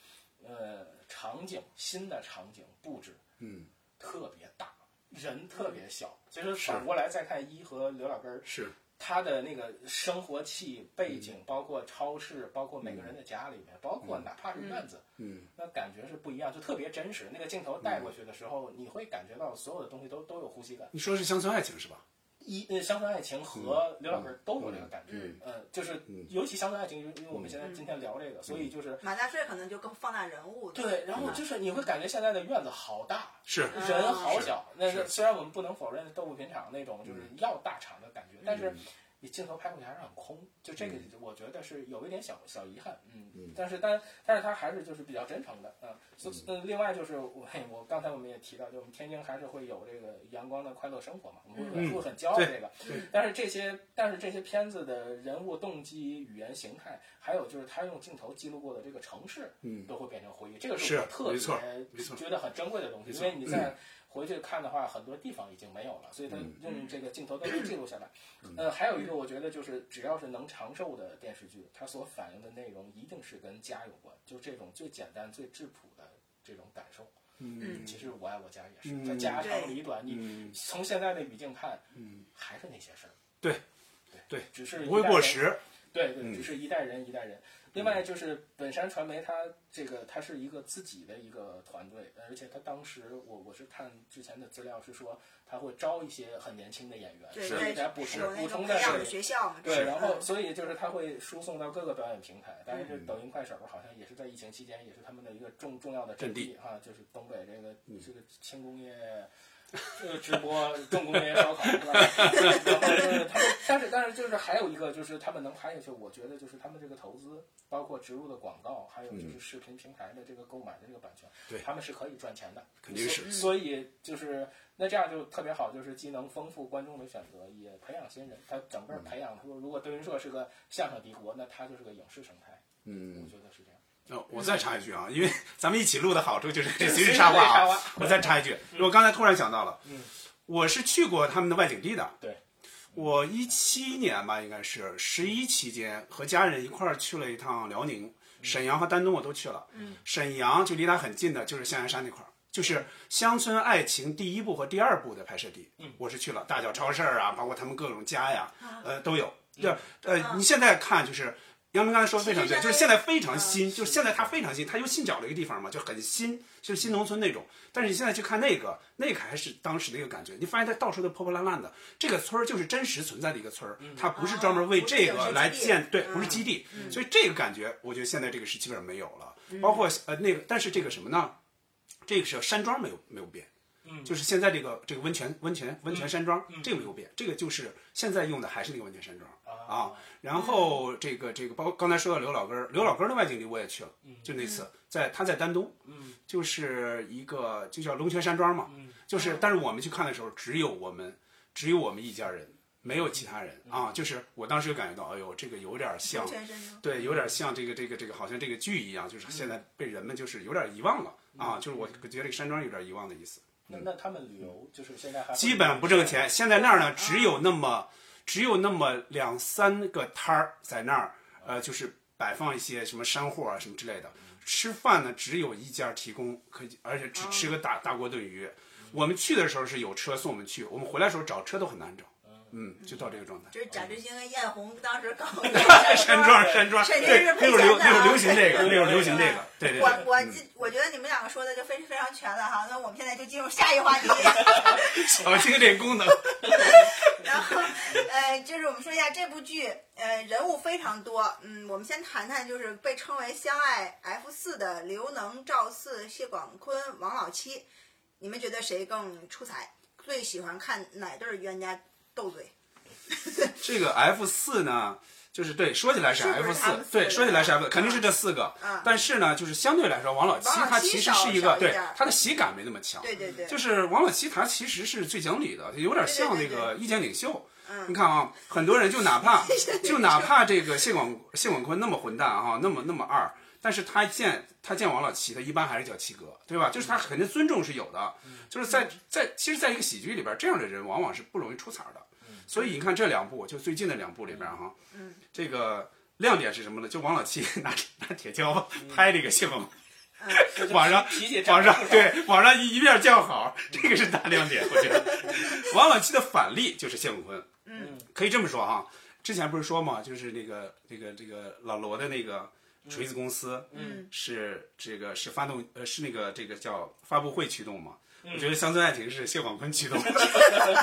[SPEAKER 2] 呃，场景新的场景布置，
[SPEAKER 4] 嗯，
[SPEAKER 2] 特别大，人特别小。其实反过来再看一和刘老根儿，
[SPEAKER 4] 是
[SPEAKER 2] 他的那个生活气背景，包括超市，包括每个人的家里面，包括哪怕是院子，
[SPEAKER 4] 嗯，
[SPEAKER 2] 那感觉是不一样，就特别真实。那个镜头带过去的时候，你会感觉到所有的东西都都有呼吸感。
[SPEAKER 4] 你说是乡村爱情是吧？
[SPEAKER 2] 一呃，乡村爱情和刘老根儿都有这个感觉，
[SPEAKER 1] 嗯嗯
[SPEAKER 2] 呃，就是尤其乡村爱情，因为我们现在今天聊这个，所以就是
[SPEAKER 1] 马大帅可能就更放大人物，
[SPEAKER 2] 对，然后就是你会感觉现在的院子好大，
[SPEAKER 4] 是
[SPEAKER 1] 嗯
[SPEAKER 2] 人好小。那
[SPEAKER 4] 是嗯
[SPEAKER 2] 虽然我们不能否认豆腐品厂那种就是要大厂的感觉，但是你镜头拍过去还是很空，就这
[SPEAKER 4] 嗯
[SPEAKER 2] 个我觉得是有一点小小遗憾，嗯，但是但但是它还是就是比较真诚的，嗯，所嗯，另外就是我我刚才我们也提到，就我们天津还是会有这个阳光的快乐生活嘛，我们会
[SPEAKER 4] 嗯
[SPEAKER 2] 会很骄傲
[SPEAKER 4] 对
[SPEAKER 2] 这个
[SPEAKER 4] 对，
[SPEAKER 2] 但是这些但是这些片子的人物动机、语言形态，还有就是他用镜头记录过的这个城市，
[SPEAKER 4] 嗯，
[SPEAKER 2] 都会变成回忆，这个
[SPEAKER 4] 是
[SPEAKER 2] 我特
[SPEAKER 4] 没错没
[SPEAKER 2] 别
[SPEAKER 4] 错
[SPEAKER 2] 觉得很珍贵的东西，
[SPEAKER 4] 没
[SPEAKER 2] 因
[SPEAKER 4] 错嗯
[SPEAKER 2] 为你再回去看的话，很多地方已经没有了，所以他用这个镜头都能记录下来。
[SPEAKER 4] 嗯
[SPEAKER 2] 呃，还有一个我觉得就是，只要是能长寿的电视剧，它所反映的内容一定是跟家有关，就这种最简单、最质朴的这种感受。
[SPEAKER 1] 嗯
[SPEAKER 2] 其实我爱我家也
[SPEAKER 4] 嗯
[SPEAKER 2] 是，它家长里短，
[SPEAKER 4] 嗯
[SPEAKER 2] 你从现在的语境看，
[SPEAKER 4] 嗯，
[SPEAKER 2] 还是那些事儿。
[SPEAKER 4] 对，对
[SPEAKER 2] 对，只是
[SPEAKER 4] 不会
[SPEAKER 2] 一代
[SPEAKER 4] 过
[SPEAKER 2] 人
[SPEAKER 4] 时，
[SPEAKER 2] 对
[SPEAKER 4] 嗯
[SPEAKER 2] 对，只是一代人一代人。另外就是本山传媒，它这个它是一个自己的一个团队，而且它当时我我是看之前的资料是说，它会招一些很年轻的演员，
[SPEAKER 1] 对，
[SPEAKER 2] 所以给大家补
[SPEAKER 1] 在有
[SPEAKER 2] 充
[SPEAKER 1] 那种
[SPEAKER 2] 补充
[SPEAKER 1] 培
[SPEAKER 2] 在
[SPEAKER 1] 养
[SPEAKER 2] 这
[SPEAKER 1] 的
[SPEAKER 2] 里。
[SPEAKER 1] 学校嘛，
[SPEAKER 2] 对，
[SPEAKER 1] 是
[SPEAKER 2] 然后
[SPEAKER 1] 嗯
[SPEAKER 2] 所以就是它会输送到各个表演平台，但是抖音、快手好像也是在疫情期间也是他们的一个重重要的阵
[SPEAKER 4] 阵
[SPEAKER 2] 地啊，就是东北这个这个轻工业。呃，直播重工业烧烤是吧？ 然后就是他们，但是但是就是还有一个就是他们能拍下去，我觉得就是他们这个投资，包括植入的广告，还有就是视频平台的这个购买的这个版权，
[SPEAKER 4] 嗯对
[SPEAKER 2] 他们是可以赚钱的，
[SPEAKER 4] 肯定是
[SPEAKER 2] 所所以就是那这样就特别好，就是既能丰富观众的选择，也培养新人。他整个培养，他
[SPEAKER 4] 嗯
[SPEAKER 2] 说如果德云社是个相声帝国，那他就是个影视生态，我
[SPEAKER 4] 嗯，
[SPEAKER 2] 觉得是这样。
[SPEAKER 4] 呃，我再插一句啊，因 为咱们一起录的好处就是这随时
[SPEAKER 2] 插
[SPEAKER 4] 插话啊。嗯
[SPEAKER 2] 话，
[SPEAKER 4] 我再插一句，我刚才突然想到了，
[SPEAKER 2] 嗯
[SPEAKER 4] 我是去过他们的外景地的。
[SPEAKER 2] 对，
[SPEAKER 4] 我一七年吧，应该是十一期间和家人一块儿去了一趟辽宁、沈阳和丹东，我都去了。
[SPEAKER 1] 嗯，
[SPEAKER 4] 沈阳就离它很近的，就是象牙山那块儿。就是《乡村爱情》第一部和第二部的拍摄地，
[SPEAKER 2] 嗯
[SPEAKER 4] 我是去了大脚超市啊，包括他们各种家呀，呃，都有。对，
[SPEAKER 1] 啊
[SPEAKER 4] 呃，你现在看就是杨明刚才说的非常对，就是现在非常新，
[SPEAKER 1] 嗯
[SPEAKER 4] 就是现在它非常新，它又信脚的一个地方嘛，就很新，就是新农村那种。但是你现在去看那个，那个还是当时那个感觉，你发现它到处都破破烂烂的，这个村儿就是真实存在的一个村儿，它嗯哦不是专门为这个来建，对，不是基嗯地，所以这个感觉，我觉得现在这个是基本上没有了。包括呃那个，但是这个什么呢？这个是山庄没有没有变，
[SPEAKER 2] 嗯
[SPEAKER 4] 就是现在这个这个温泉温泉温泉山庄、这个没有变，这个就是现在用的还是那个温泉山庄啊。然后这个这个包刚才说到刘老根儿，刘老根儿的外景地我也去了，就那次在他在丹东，
[SPEAKER 2] 嗯
[SPEAKER 4] 就是一个就叫龙泉山庄嘛，
[SPEAKER 2] 嗯
[SPEAKER 4] 就是但是我们去看的时候，只有我们只有我们一家人，没有其他人
[SPEAKER 2] 嗯
[SPEAKER 4] 啊。就是我当时就感觉到，哎呦，这个有点像
[SPEAKER 1] 全身都
[SPEAKER 4] 对，有点像这个这个这个，好像这个剧一样，
[SPEAKER 2] 嗯
[SPEAKER 4] 就是现在被人们就是有点遗忘了、啊，就是我觉得这个山庄有点遗忘的意思，
[SPEAKER 2] 那那他们旅游就是现在还会
[SPEAKER 4] 嗯基本不挣钱。现在那儿呢，只有那么只有那么两三个摊儿在那儿，呃，就是摆放一些什么山货啊什么之类的。吃饭呢，只有一家提供，可以，而且只吃个
[SPEAKER 1] 哦
[SPEAKER 4] 大大锅炖鱼。我们去的时候是有车送我们去，我们回来的时候找车都很难找。嗯，就到这个状态。
[SPEAKER 1] 就是贾志新跟艳红当时搞
[SPEAKER 4] 山庄，山庄，
[SPEAKER 1] 沈凌
[SPEAKER 4] 对
[SPEAKER 1] 是，
[SPEAKER 4] 那会儿流
[SPEAKER 1] 陪嫁
[SPEAKER 4] 那
[SPEAKER 1] 的啊
[SPEAKER 4] 会儿流行这 个，那会儿流行这个，对对对。
[SPEAKER 1] 我我记我觉得你们两个说的就非非常全了哈，那我们现在就进入下一话题。
[SPEAKER 4] 小心这功能。
[SPEAKER 1] 然 然后呃，就是我们说一下这部剧，呃，人物非常多。嗯，我们先谈谈就是被称为“相爱 F 四”的刘能、赵四、谢广坤、王老七，你们觉得谁更出彩？最喜欢看哪对儿冤家斗嘴？
[SPEAKER 4] 这个 F 四呢，就是对，说起来是
[SPEAKER 1] 是不是
[SPEAKER 4] F
[SPEAKER 1] 他们
[SPEAKER 4] 四
[SPEAKER 1] 四，
[SPEAKER 4] 对，
[SPEAKER 1] 个
[SPEAKER 4] 说起来是 F，肯定是这四个。
[SPEAKER 1] 嗯
[SPEAKER 4] 但是呢，就是相对来说，王老七
[SPEAKER 1] 王老
[SPEAKER 4] 他
[SPEAKER 1] 七
[SPEAKER 4] 其实
[SPEAKER 1] 少
[SPEAKER 4] 是
[SPEAKER 1] 少
[SPEAKER 4] 个
[SPEAKER 1] 一
[SPEAKER 4] 对
[SPEAKER 1] 点儿
[SPEAKER 4] 他的喜感没那么强。
[SPEAKER 1] 对对对，
[SPEAKER 4] 就是王老七他其实是最讲理的，有点像那
[SPEAKER 1] 对对对
[SPEAKER 4] 个意见领袖。
[SPEAKER 1] 嗯
[SPEAKER 4] 你看啊，很多人就 哪怕
[SPEAKER 1] 见领袖
[SPEAKER 4] 就哪怕这个谢广谢广坤那么混蛋啊，那么那么二，但是他见他见王老七，他一般还是叫七哥，对
[SPEAKER 1] 嗯
[SPEAKER 4] 吧？就是他肯定尊重是有的，就是在在其实，在一个喜剧里边，这样的人往往是不容易出彩的。所以你看这两部，就最近的两部里边哈，
[SPEAKER 1] 嗯
[SPEAKER 4] 这个亮点是什么呢？就王老七 拿拿铁锹
[SPEAKER 1] 嗯
[SPEAKER 4] 拍这个谢广坤。
[SPEAKER 2] 这就
[SPEAKER 4] 网上
[SPEAKER 2] 脾气
[SPEAKER 4] 网
[SPEAKER 2] 站不
[SPEAKER 4] 上
[SPEAKER 2] 住了，
[SPEAKER 4] 对网上一一面叫好，这个是大亮点，我觉得。 王老七的反例就是谢广坤，
[SPEAKER 1] 嗯
[SPEAKER 4] 可以这么说啊。之前不是说嘛，就是那个那个这个老罗的那个锤子公司
[SPEAKER 1] 嗯
[SPEAKER 4] 是这个是发动呃是那个这个叫发布会驱动嘛？
[SPEAKER 2] 嗯
[SPEAKER 4] 我觉得《乡村爱情》是谢广坤驱动，
[SPEAKER 2] 对对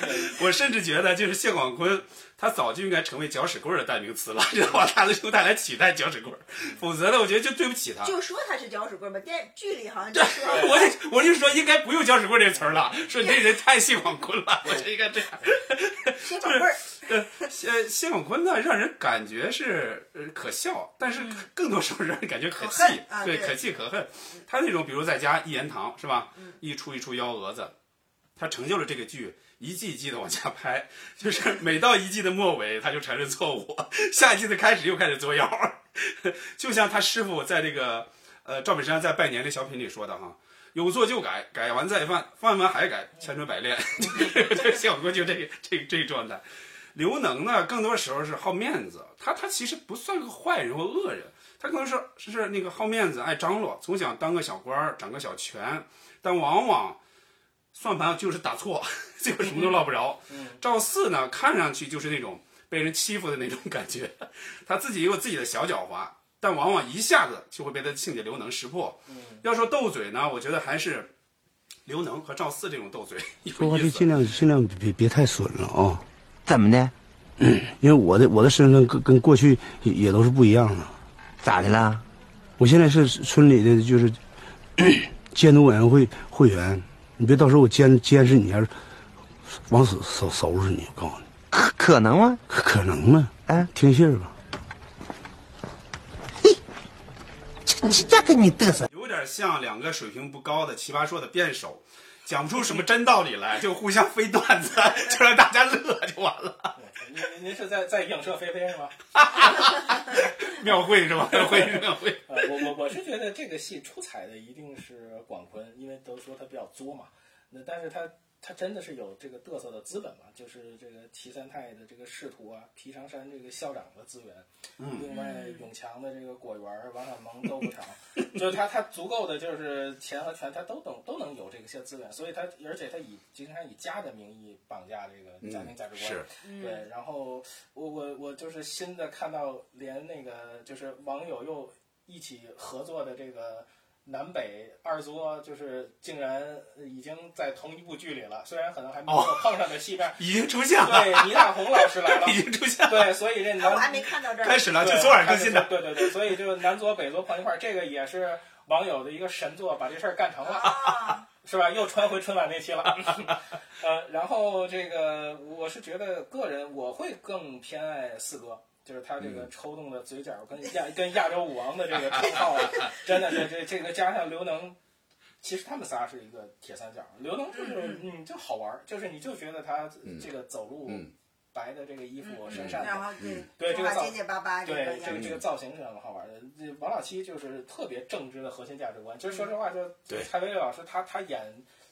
[SPEAKER 2] 对
[SPEAKER 4] 我甚至觉得就是谢广坤他早就应该成为搅屎棍儿的代名词了， 知道吧？他的用他来取代搅屎棍儿，否则呢，我觉得就对不起他。
[SPEAKER 1] 嗯就说他是搅屎棍儿吧，电剧里好像就说了
[SPEAKER 4] 我就我就说应该不用“搅屎棍”这词儿了，说你这人太谢广坤了，我就应该这样。
[SPEAKER 1] 谢广棍儿，
[SPEAKER 4] 谢呃谢广坤呢，让人感觉是呃可笑，但是更多时候让人感觉可气
[SPEAKER 1] 可恨，啊
[SPEAKER 4] 对，
[SPEAKER 1] 对
[SPEAKER 4] 可气可恨。他那种比如在家一言堂是吧，一出一出幺蛾子，他成就了这个剧。一季一季的往下拍，就是每到一季的末尾，他就承认错误，下一季的开始又开始作妖， 就像他师傅在这个呃赵本山在拜年这小品里说的哈，有做就改，改完再犯，犯完还改，千锤百炼。 这小郭就这个这个这个状态。刘能呢，更多时候是好面子，他他其实不算个坏人或恶人，他可能是是那个好面子、爱张罗，总想当个小官儿、掌个小权，但往往算盘就是打错， 最后什么都落不着。
[SPEAKER 2] 嗯
[SPEAKER 4] 赵四呢，看上去就是那种被人欺负的那种感觉，他自己也有自己的小狡猾，但往往一下子就会被他的亲家刘能识破。
[SPEAKER 2] 嗯
[SPEAKER 4] 要说斗嘴呢，我觉得还是刘能和赵四这种斗嘴有
[SPEAKER 3] 说话
[SPEAKER 4] 意
[SPEAKER 3] 就
[SPEAKER 4] 思
[SPEAKER 3] 尽。量尽量别别太损了啊，
[SPEAKER 5] 怎么的？
[SPEAKER 3] 因为我的我的身份跟跟过去也也都是不一样的。
[SPEAKER 5] 咋的了？
[SPEAKER 3] 我现在是村里的就是 监督委员会会员，你别到时候我监监视你还是往死收收拾你，我告诉你，
[SPEAKER 5] 可可能吗？
[SPEAKER 3] 可可能吗？
[SPEAKER 5] 啊，
[SPEAKER 3] 听信儿吧。
[SPEAKER 5] 这这这跟你嘚瑟。
[SPEAKER 4] 有点像两个水平不高的奇葩说的辩手，讲不出什么真道理来，就互相飞段子，就让大家乐就完了。
[SPEAKER 2] 您您您是在在影射菲菲是吗？
[SPEAKER 4] 庙会是吧？庙会是庙会。
[SPEAKER 2] 呃，我我我是觉得这个戏出彩的一定是广坤，因为都说他比较作嘛。那但是他他真的是有这个嘚瑟的资本嘛，就是这个齐三太的这个仕途啊，皮长山这个校长的资源，嗯，另外永强的这个果园儿，王小蒙豆腐厂， 就是他他足够的就是钱和权，他都能都能有这些资源，所以他而且他以经常以家的名义绑架这个家庭价值观，
[SPEAKER 4] 是
[SPEAKER 2] 对，然后我我我就是新的看到，连那个就是网友又一起合作的这个南北二作，就是竟然已经在同一部剧里了，虽然可能还没有
[SPEAKER 4] 哦
[SPEAKER 2] 碰上的戏面。
[SPEAKER 4] 已经出现了，，
[SPEAKER 2] 对，倪大红老师来了
[SPEAKER 4] 已经出现了，
[SPEAKER 2] 对，所以这
[SPEAKER 1] 啊我还
[SPEAKER 2] 南
[SPEAKER 1] 没看到这儿。
[SPEAKER 4] 开始了，就
[SPEAKER 2] 对
[SPEAKER 4] 昨晚更新的。
[SPEAKER 2] 对对对，所以就南左北左碰一块儿，这个也是网友的一个神作，把这事儿干 成了。
[SPEAKER 1] 啊，
[SPEAKER 2] 是吧？又穿回春晚那期了。 呃，然后这个我是觉得个人我会更偏爱四哥，就是他这
[SPEAKER 4] 嗯
[SPEAKER 2] 个抽动的嘴角跟亚、跟亚洲舞王的这个称号啊，真的是这这个加上刘能。其实他们仨是一个铁三角，刘能就是嗯就好玩儿，就是你就觉得他这个走路
[SPEAKER 4] 嗯
[SPEAKER 2] 白的这个衣服
[SPEAKER 1] 嗯
[SPEAKER 2] 身上
[SPEAKER 1] 然后对，
[SPEAKER 2] 对这
[SPEAKER 1] 中
[SPEAKER 2] 个
[SPEAKER 1] 华
[SPEAKER 2] 造
[SPEAKER 1] 结结巴巴啊这个
[SPEAKER 2] 对，这
[SPEAKER 1] 样
[SPEAKER 2] 个这
[SPEAKER 1] 子，
[SPEAKER 2] 个造型是很好玩的。这王老七就是特别正直的核心价值观。就是说实话，就是
[SPEAKER 4] 嗯对
[SPEAKER 2] 蔡薇薇老师她她演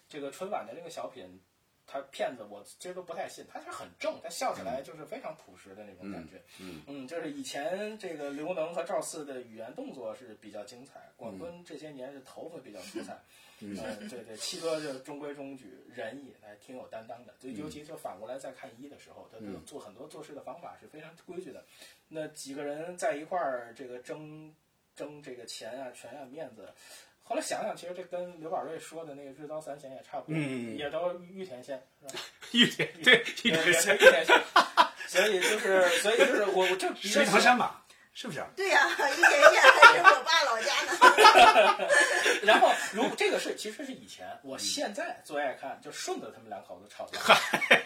[SPEAKER 2] 这个春晚的这个小品，她骗子我其实都不太信，她是很正，她笑起来就是非常朴实的那种感觉。
[SPEAKER 4] 嗯
[SPEAKER 2] 嗯，就是以前这个刘能和赵四的语言动作是比较精彩，
[SPEAKER 4] 嗯
[SPEAKER 2] 广坤这些年是头发比较出彩。嗯，对对，七哥就中规中矩，仁义，还挺有担当的。就尤其就反过来再看一的时候，他就做很多做事的方法是非常规矩的。那几个人在一块儿，这个争争这个钱啊、权啊、面子，后后来想想，其实这跟刘宝瑞说的那个日高三弦也差不多，
[SPEAKER 4] 嗯
[SPEAKER 2] 也都是玉田县，是吧？
[SPEAKER 4] 玉田对玉
[SPEAKER 2] 也
[SPEAKER 4] 田
[SPEAKER 2] 也是
[SPEAKER 4] 县
[SPEAKER 2] 玉田县。所以就是，所以就是我我这
[SPEAKER 4] 是唐山吧？是不是？
[SPEAKER 1] 对呀、一田县还是我爸老家呢。
[SPEAKER 2] 然后，如果这个是其实是以前，
[SPEAKER 4] 嗯
[SPEAKER 2] 我现在最爱看就顺子他们两口子吵架，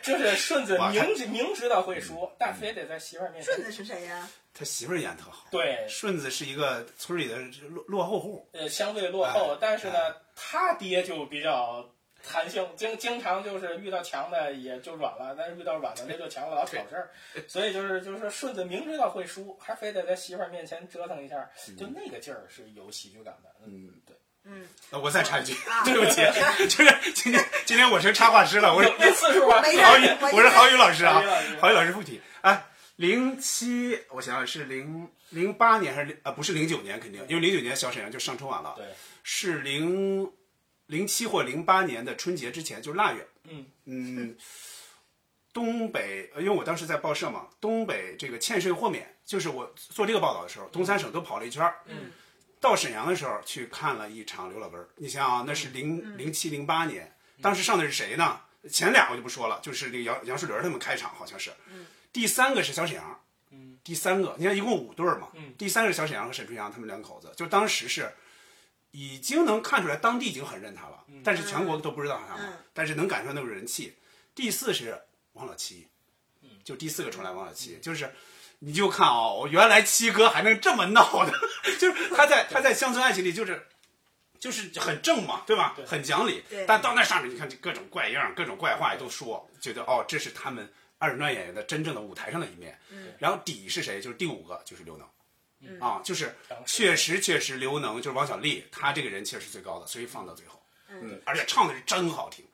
[SPEAKER 2] 就是顺子
[SPEAKER 4] 哇嗯
[SPEAKER 2] 明知明知道会输，但非得在媳妇儿面前
[SPEAKER 1] 顺子是谁呀、
[SPEAKER 4] 他媳妇儿演特好。
[SPEAKER 2] 对，
[SPEAKER 4] 顺子是一个村里的落落后户，
[SPEAKER 2] 呃，相对落后
[SPEAKER 4] 哎，
[SPEAKER 2] 但是呢，他爹就比较弹性，经经常就是遇到强的也就软了，但是遇到软的那就强了，老挑事儿，所以就是就是顺子明知道会输，还非得在媳妇儿面前折腾一下，
[SPEAKER 4] 嗯
[SPEAKER 2] 就那个劲儿是有喜剧感的，嗯，对。
[SPEAKER 1] 嗯，
[SPEAKER 4] 呃我再插一句，
[SPEAKER 1] 啊
[SPEAKER 4] 对不起，就是今天今天我成插画师了，我是
[SPEAKER 2] 嗯有有次数吧，
[SPEAKER 1] 没事
[SPEAKER 4] 郝宇，我是郝宇老师啊
[SPEAKER 2] 郝宇老师，
[SPEAKER 4] 郝宇老师附体。哎，零七，我想想是零零八年还是零啊？不是零九年，肯定，因为零九年小沈阳就上春晚了，
[SPEAKER 2] 对，
[SPEAKER 4] 是零零七或零八年的春节之前，就是腊月。
[SPEAKER 2] 嗯
[SPEAKER 4] 嗯，东北，呃因为我当时在报社嘛，东北这个欠税豁免，就是我做这个报道的时候，东三省都跑了一圈儿。
[SPEAKER 2] 嗯，
[SPEAKER 4] 到沈阳的时候去看了一场刘老根儿。你想想、啊，那是零零七零八年，当时上的是谁呢？前俩我就不说了，就是那个杨杨树林儿他们开场好像是，第三个是小沈阳，
[SPEAKER 2] 嗯，
[SPEAKER 4] 第三个你看一共五对儿嘛，
[SPEAKER 2] 嗯
[SPEAKER 4] 第三个是小沈阳和沈春阳他们两口子，就当时是已经能看出来当地已经很认他了，
[SPEAKER 2] 嗯
[SPEAKER 4] 但是全国都不知道他嘛，
[SPEAKER 1] 嗯
[SPEAKER 4] 但是能感受那种人气。第四是王老七，
[SPEAKER 2] 嗯
[SPEAKER 4] 就第四个出来王老七，就是你就看哦，原来七哥还能这么闹的， 就是他在他在乡村爱情里就是。就是很正嘛，对吧？
[SPEAKER 2] 对
[SPEAKER 4] 很讲理
[SPEAKER 1] 对。
[SPEAKER 4] 但到那上面，你看这各种怪样儿、各种怪话也都说，觉得哦，这是他们二人转演员的真正的舞台上的一面。然后底是谁？就是第五个，就是刘能。啊，就是确实确实，刘能就是王小利，他这个人气儿是最高的，所以放到最后。嗯，而且唱的是真好听，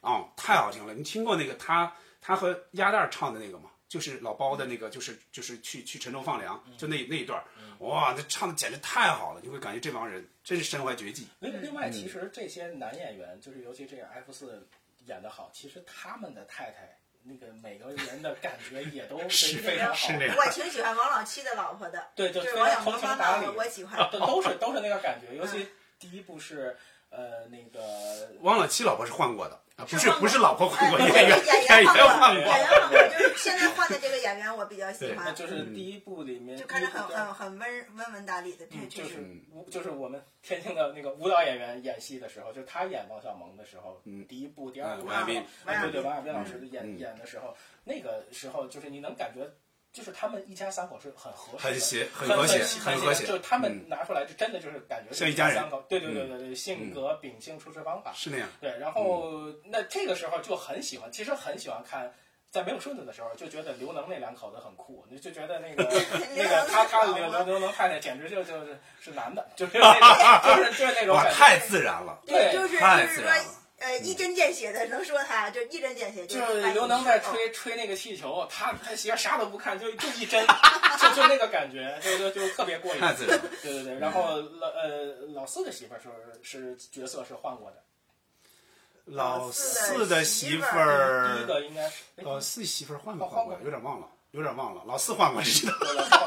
[SPEAKER 4] 啊、太好听了！你听过那个他他和鸭蛋儿唱的那个吗？就是老包的那个，就是就是去去陈州放粮，
[SPEAKER 2] 嗯
[SPEAKER 4] 就那那一段儿，哇，那唱的简直太好了！你会感觉这帮人真是身怀绝技。
[SPEAKER 2] 另另外，其实这些男演员，就是尤其这个 F 四演的好，其实他们的太太那个每个人的感觉 也都
[SPEAKER 4] 是
[SPEAKER 2] 非常好，
[SPEAKER 4] 是这样
[SPEAKER 1] 我挺喜欢王老七的老婆的，
[SPEAKER 2] 对，就
[SPEAKER 1] 就
[SPEAKER 2] 非
[SPEAKER 1] 是王小波妈
[SPEAKER 2] 常通情达
[SPEAKER 1] 妈
[SPEAKER 2] 理啊
[SPEAKER 1] 嘛，，我嗯喜 欢。
[SPEAKER 2] 都都是都是那个感觉。尤其第一部是呃那个
[SPEAKER 4] 汪老七老婆是换过的，啊不是
[SPEAKER 1] 换过
[SPEAKER 4] 不是老婆 换过，
[SPEAKER 1] 哎
[SPEAKER 4] 演
[SPEAKER 1] 演
[SPEAKER 4] 员演
[SPEAKER 1] 员
[SPEAKER 4] 员
[SPEAKER 1] 换
[SPEAKER 4] 换
[SPEAKER 1] 过，
[SPEAKER 4] 过
[SPEAKER 1] 演。员换过， 就是现在换的这个演员，我比较喜
[SPEAKER 2] 那
[SPEAKER 1] 欢，
[SPEAKER 2] 就是第一部里面
[SPEAKER 1] 就看着很
[SPEAKER 2] 第一部叫
[SPEAKER 1] 很很温温文打理的，这
[SPEAKER 2] 就
[SPEAKER 1] 这
[SPEAKER 2] 是舞，就是我们天津的那个舞蹈演员演戏的时候，就是他演王小蒙的时候，第一部、第二部，
[SPEAKER 4] 嗯王亚
[SPEAKER 2] 啊
[SPEAKER 4] 斌嗯
[SPEAKER 2] 对对，王亚斌老师演演的时候，那个时候就是你能感觉，就是他们一家三口是很和谐的，很
[SPEAKER 4] 很协很和谐
[SPEAKER 2] 很
[SPEAKER 4] 很和谐嗯
[SPEAKER 2] 就是他们拿出来就真的就是感觉是
[SPEAKER 4] 像一家人嗯
[SPEAKER 2] 三口，对对对对对，性格、秉性、处事方法
[SPEAKER 4] 是那样，
[SPEAKER 2] 对，然后
[SPEAKER 4] 嗯
[SPEAKER 2] 那这个时候就很喜欢，其实很喜欢看。在没有顺子的时候，就觉得刘能那两口子很酷，你就觉得那个那个他他刘刘刘能太太简直就就是是男的， 就是那种就是就是那种
[SPEAKER 4] 哇，
[SPEAKER 2] 感觉
[SPEAKER 4] 太自然了。
[SPEAKER 1] 对，
[SPEAKER 2] 对
[SPEAKER 1] 就是就
[SPEAKER 4] 太
[SPEAKER 1] 是
[SPEAKER 4] 自
[SPEAKER 1] 说
[SPEAKER 4] 然了，
[SPEAKER 1] 呃，一针见血的能说他，就一针见血，
[SPEAKER 2] 就是是刘能在吹吹那个气球，他他媳妇儿啥都不看，就就一针，就就那个感觉，就就就特别过瘾，
[SPEAKER 4] 太自然了嗯
[SPEAKER 2] 对对对，然后老呃老四的媳妇儿是是角色是换过的，
[SPEAKER 4] 老
[SPEAKER 1] 四
[SPEAKER 4] 四
[SPEAKER 1] 的
[SPEAKER 4] 的
[SPEAKER 1] 媳
[SPEAKER 4] 媳
[SPEAKER 1] 妇
[SPEAKER 4] 妇
[SPEAKER 1] 儿
[SPEAKER 2] 第一
[SPEAKER 4] 儿，
[SPEAKER 2] 个应该是哎
[SPEAKER 4] 老四媳妇儿换没
[SPEAKER 2] 哦
[SPEAKER 4] 换
[SPEAKER 2] 换
[SPEAKER 4] 过
[SPEAKER 2] 过？
[SPEAKER 4] 有点忘了，有点忘了。老四换过，知 道。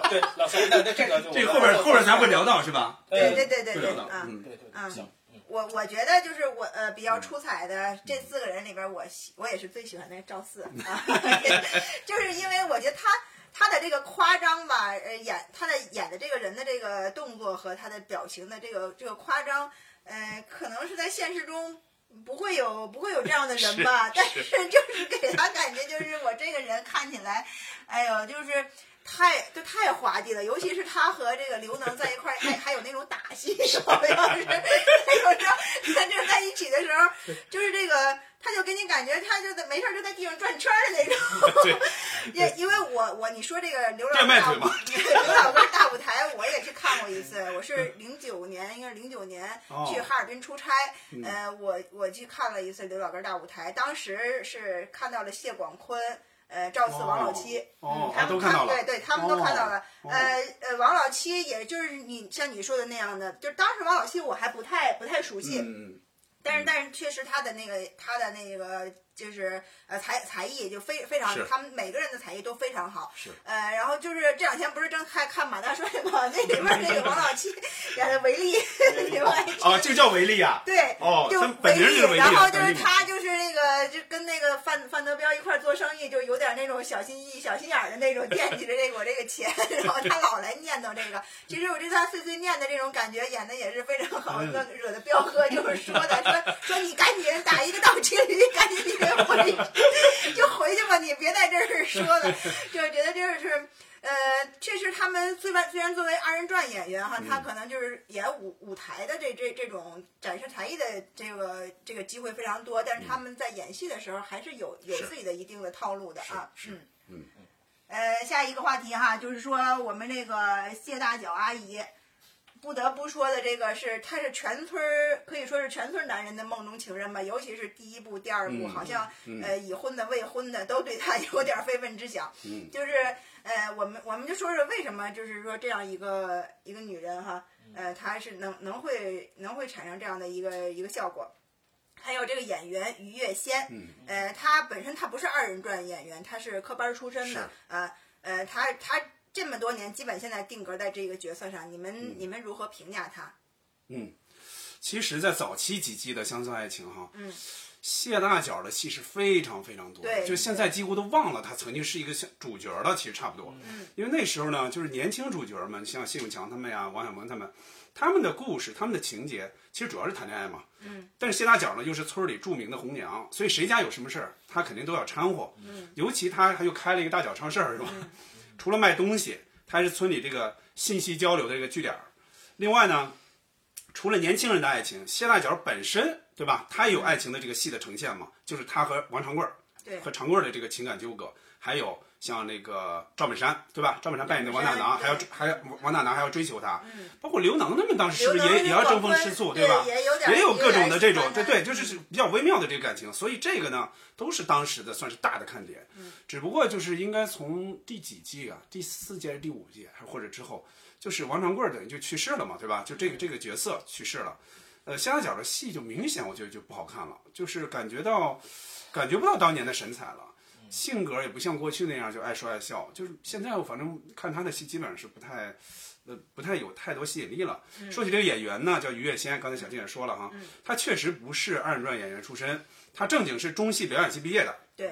[SPEAKER 2] 哎对老四对老四，那那这个就
[SPEAKER 4] 这个后边后边咱会聊到是吧？
[SPEAKER 1] 对
[SPEAKER 2] 对
[SPEAKER 1] 对对对
[SPEAKER 4] 会
[SPEAKER 1] 对
[SPEAKER 4] 聊到，
[SPEAKER 1] 啊。
[SPEAKER 4] 嗯，
[SPEAKER 2] 对对
[SPEAKER 1] 嗯
[SPEAKER 2] 对，行，嗯，
[SPEAKER 1] 我我觉得就是我呃比较出彩的这四个人里边，我喜我也是最喜欢那个赵四啊， 就是因为我觉得他他的这个夸张吧，呃演他的演的这个人的这个动作和他的表情的这个这个夸张，呃可能是在现实中。不会有不会有这样的人吧？ 但是就是给他感觉就是我这个人看起来，哎呦，就是太就太滑稽了，尤其是他和这个刘能在一块儿，还还有那种打戏手，要是有时候他就在一起的时候，就是这个，他就给你感觉他就在没事儿就在地上转圈儿的那种。 也因为我我你说这个刘老啊
[SPEAKER 4] 电
[SPEAKER 1] 根
[SPEAKER 4] 麦
[SPEAKER 1] 大
[SPEAKER 4] 腿
[SPEAKER 1] 舞
[SPEAKER 4] 吗
[SPEAKER 1] 刘老根大舞台，我也去看过一 次，我是零九年，应该是零九年
[SPEAKER 4] 哦嗯
[SPEAKER 1] 去哈尔滨出差，呃，我我去看了一次刘老根大舞台，当时是看到了谢广坤。呃，赵四、王老七，嗯，
[SPEAKER 4] 哦
[SPEAKER 1] 他
[SPEAKER 4] 啊
[SPEAKER 1] 们
[SPEAKER 4] 都看到了
[SPEAKER 1] 对对，他们都看到了。
[SPEAKER 4] 哦
[SPEAKER 1] 呃呃，王老七，也就是你像你说的那样的，就是当时王老七我还不太不太熟悉，
[SPEAKER 4] 嗯，
[SPEAKER 1] 但是但是确实他的那个他的那个就是呃才才艺就非非常
[SPEAKER 4] 是，
[SPEAKER 1] 他们每个人的才艺都非常好。
[SPEAKER 4] 是
[SPEAKER 1] 呃，然后就是这两天不是正看看《马大帅》吗？ 那里面那个王老 七演的维利， 另外
[SPEAKER 4] 哦，这个叫维利啊，
[SPEAKER 1] 对，
[SPEAKER 4] 哦
[SPEAKER 1] 就
[SPEAKER 4] 他本名就是维利啊
[SPEAKER 1] 然后就
[SPEAKER 4] 本
[SPEAKER 1] 是
[SPEAKER 4] 利
[SPEAKER 1] 他就是那个就跟那个范范德彪一块儿做生意，就有点那种小心翼翼、小心眼儿的那种，惦记着这个我这个钱，然后他老来念叨这个。其实我对他碎碎念的这种感觉演的也是非常
[SPEAKER 4] 哎
[SPEAKER 1] 好，惹惹得彪哥就是说的说说你赶紧打一个倒骑驴，赶紧你给回去，就回去吧，你别在这儿说了， 就觉得就是。呃，确实，他们虽然虽然作为二人转演员哈，
[SPEAKER 4] 嗯
[SPEAKER 1] 他可能就是演舞舞台的这这这种展示才艺的这个这个机会非常多，但是他们在演戏的时候还是有有
[SPEAKER 4] 嗯是
[SPEAKER 1] 自己的一定的套路的啊。
[SPEAKER 4] 是
[SPEAKER 1] 嗯呃，下一个话题哈，就是说我们这个谢大脚阿姨，不得不说的这个是，她是全村儿可以说是全村男人的梦中情人吧，尤其是第一部、第二部，
[SPEAKER 4] 嗯
[SPEAKER 1] 好像、
[SPEAKER 4] 嗯
[SPEAKER 1] 呃已婚的、未婚的都对她 有点儿非分之想。
[SPEAKER 4] 嗯
[SPEAKER 1] 就是呃，我们我们就说说为什么，就是说这样一个一个女人哈，
[SPEAKER 4] 嗯
[SPEAKER 1] 呃，她是能能会能会产生这样的一个一个效果。还有这个演员于月仙，
[SPEAKER 4] 嗯
[SPEAKER 1] 呃，她本身她不是二人转演员，她是科班出身
[SPEAKER 4] 是
[SPEAKER 1] 的，呃呃，她她这么多年基本现在定格在这个角色上，你们、你们如何评价她？
[SPEAKER 4] 嗯。其实，在早期几季的《乡村爱情》哈，
[SPEAKER 1] 嗯，
[SPEAKER 4] 谢大脚的戏是非常非常多的，
[SPEAKER 1] 对
[SPEAKER 4] 就现在几乎都忘了他曾经是一个像主角了，其实差不多。
[SPEAKER 1] 嗯，
[SPEAKER 4] 因为那时候呢，就是年轻主角们，像谢永强他们呀、王小蒙他们，他们的故事、他们的情节，其实主要是谈恋爱嘛。
[SPEAKER 1] 嗯，
[SPEAKER 4] 但是谢大脚呢，又是村里著名的红娘，所以谁家有什么事儿，他肯定都要掺和。
[SPEAKER 1] 嗯，
[SPEAKER 4] 尤其他还又开了一个大脚超市，是吧？ 除了卖东西，他还是村里这个信息交流的这个据点儿。另外呢，除了年轻人的爱情，谢大脚本身对吧？他也有爱情的这个戏的呈现嘛，就是他和王长贵儿
[SPEAKER 1] 对
[SPEAKER 4] 和长贵儿的这个情感纠葛，还有像那个赵本山对吧？赵本山扮演的王大
[SPEAKER 1] 赵
[SPEAKER 4] 拿，
[SPEAKER 1] 本
[SPEAKER 4] 还要
[SPEAKER 1] 山
[SPEAKER 4] 追还要王大拿还要追求他，
[SPEAKER 1] 嗯
[SPEAKER 4] 包括刘能他们当时是
[SPEAKER 1] 刘
[SPEAKER 4] 不是
[SPEAKER 1] 能
[SPEAKER 4] 也也要
[SPEAKER 1] 跟
[SPEAKER 4] 争风
[SPEAKER 1] 广
[SPEAKER 4] 吃
[SPEAKER 1] 坤
[SPEAKER 4] 醋
[SPEAKER 1] 对
[SPEAKER 4] 吧？
[SPEAKER 1] 也有点
[SPEAKER 4] 也有各种的这种
[SPEAKER 1] 有，
[SPEAKER 4] 对
[SPEAKER 1] 点
[SPEAKER 4] 对，就是是比较微妙的这个感情，所以这个呢，都是当时的算是大的看点。只不过就是应该从第几季啊，第四季还是第五季，还或者之后，就是王长贵儿等于就去世了嘛，对吧？就这个这个角色去世了，呃，香大脚的戏就明显我觉得就不好看了，就是感觉到感觉不到当年的神采了。性格也不像过去那样就爱说爱笑，就是现在我反正看他的戏基本上是不太，呃，不太有太多吸引力了。
[SPEAKER 1] 嗯
[SPEAKER 4] 说起这个演员呢，叫于月仙，刚才小静也说了哈，他确实不是二人转演员出身，他正经是中戏表演系毕业的，
[SPEAKER 1] 对，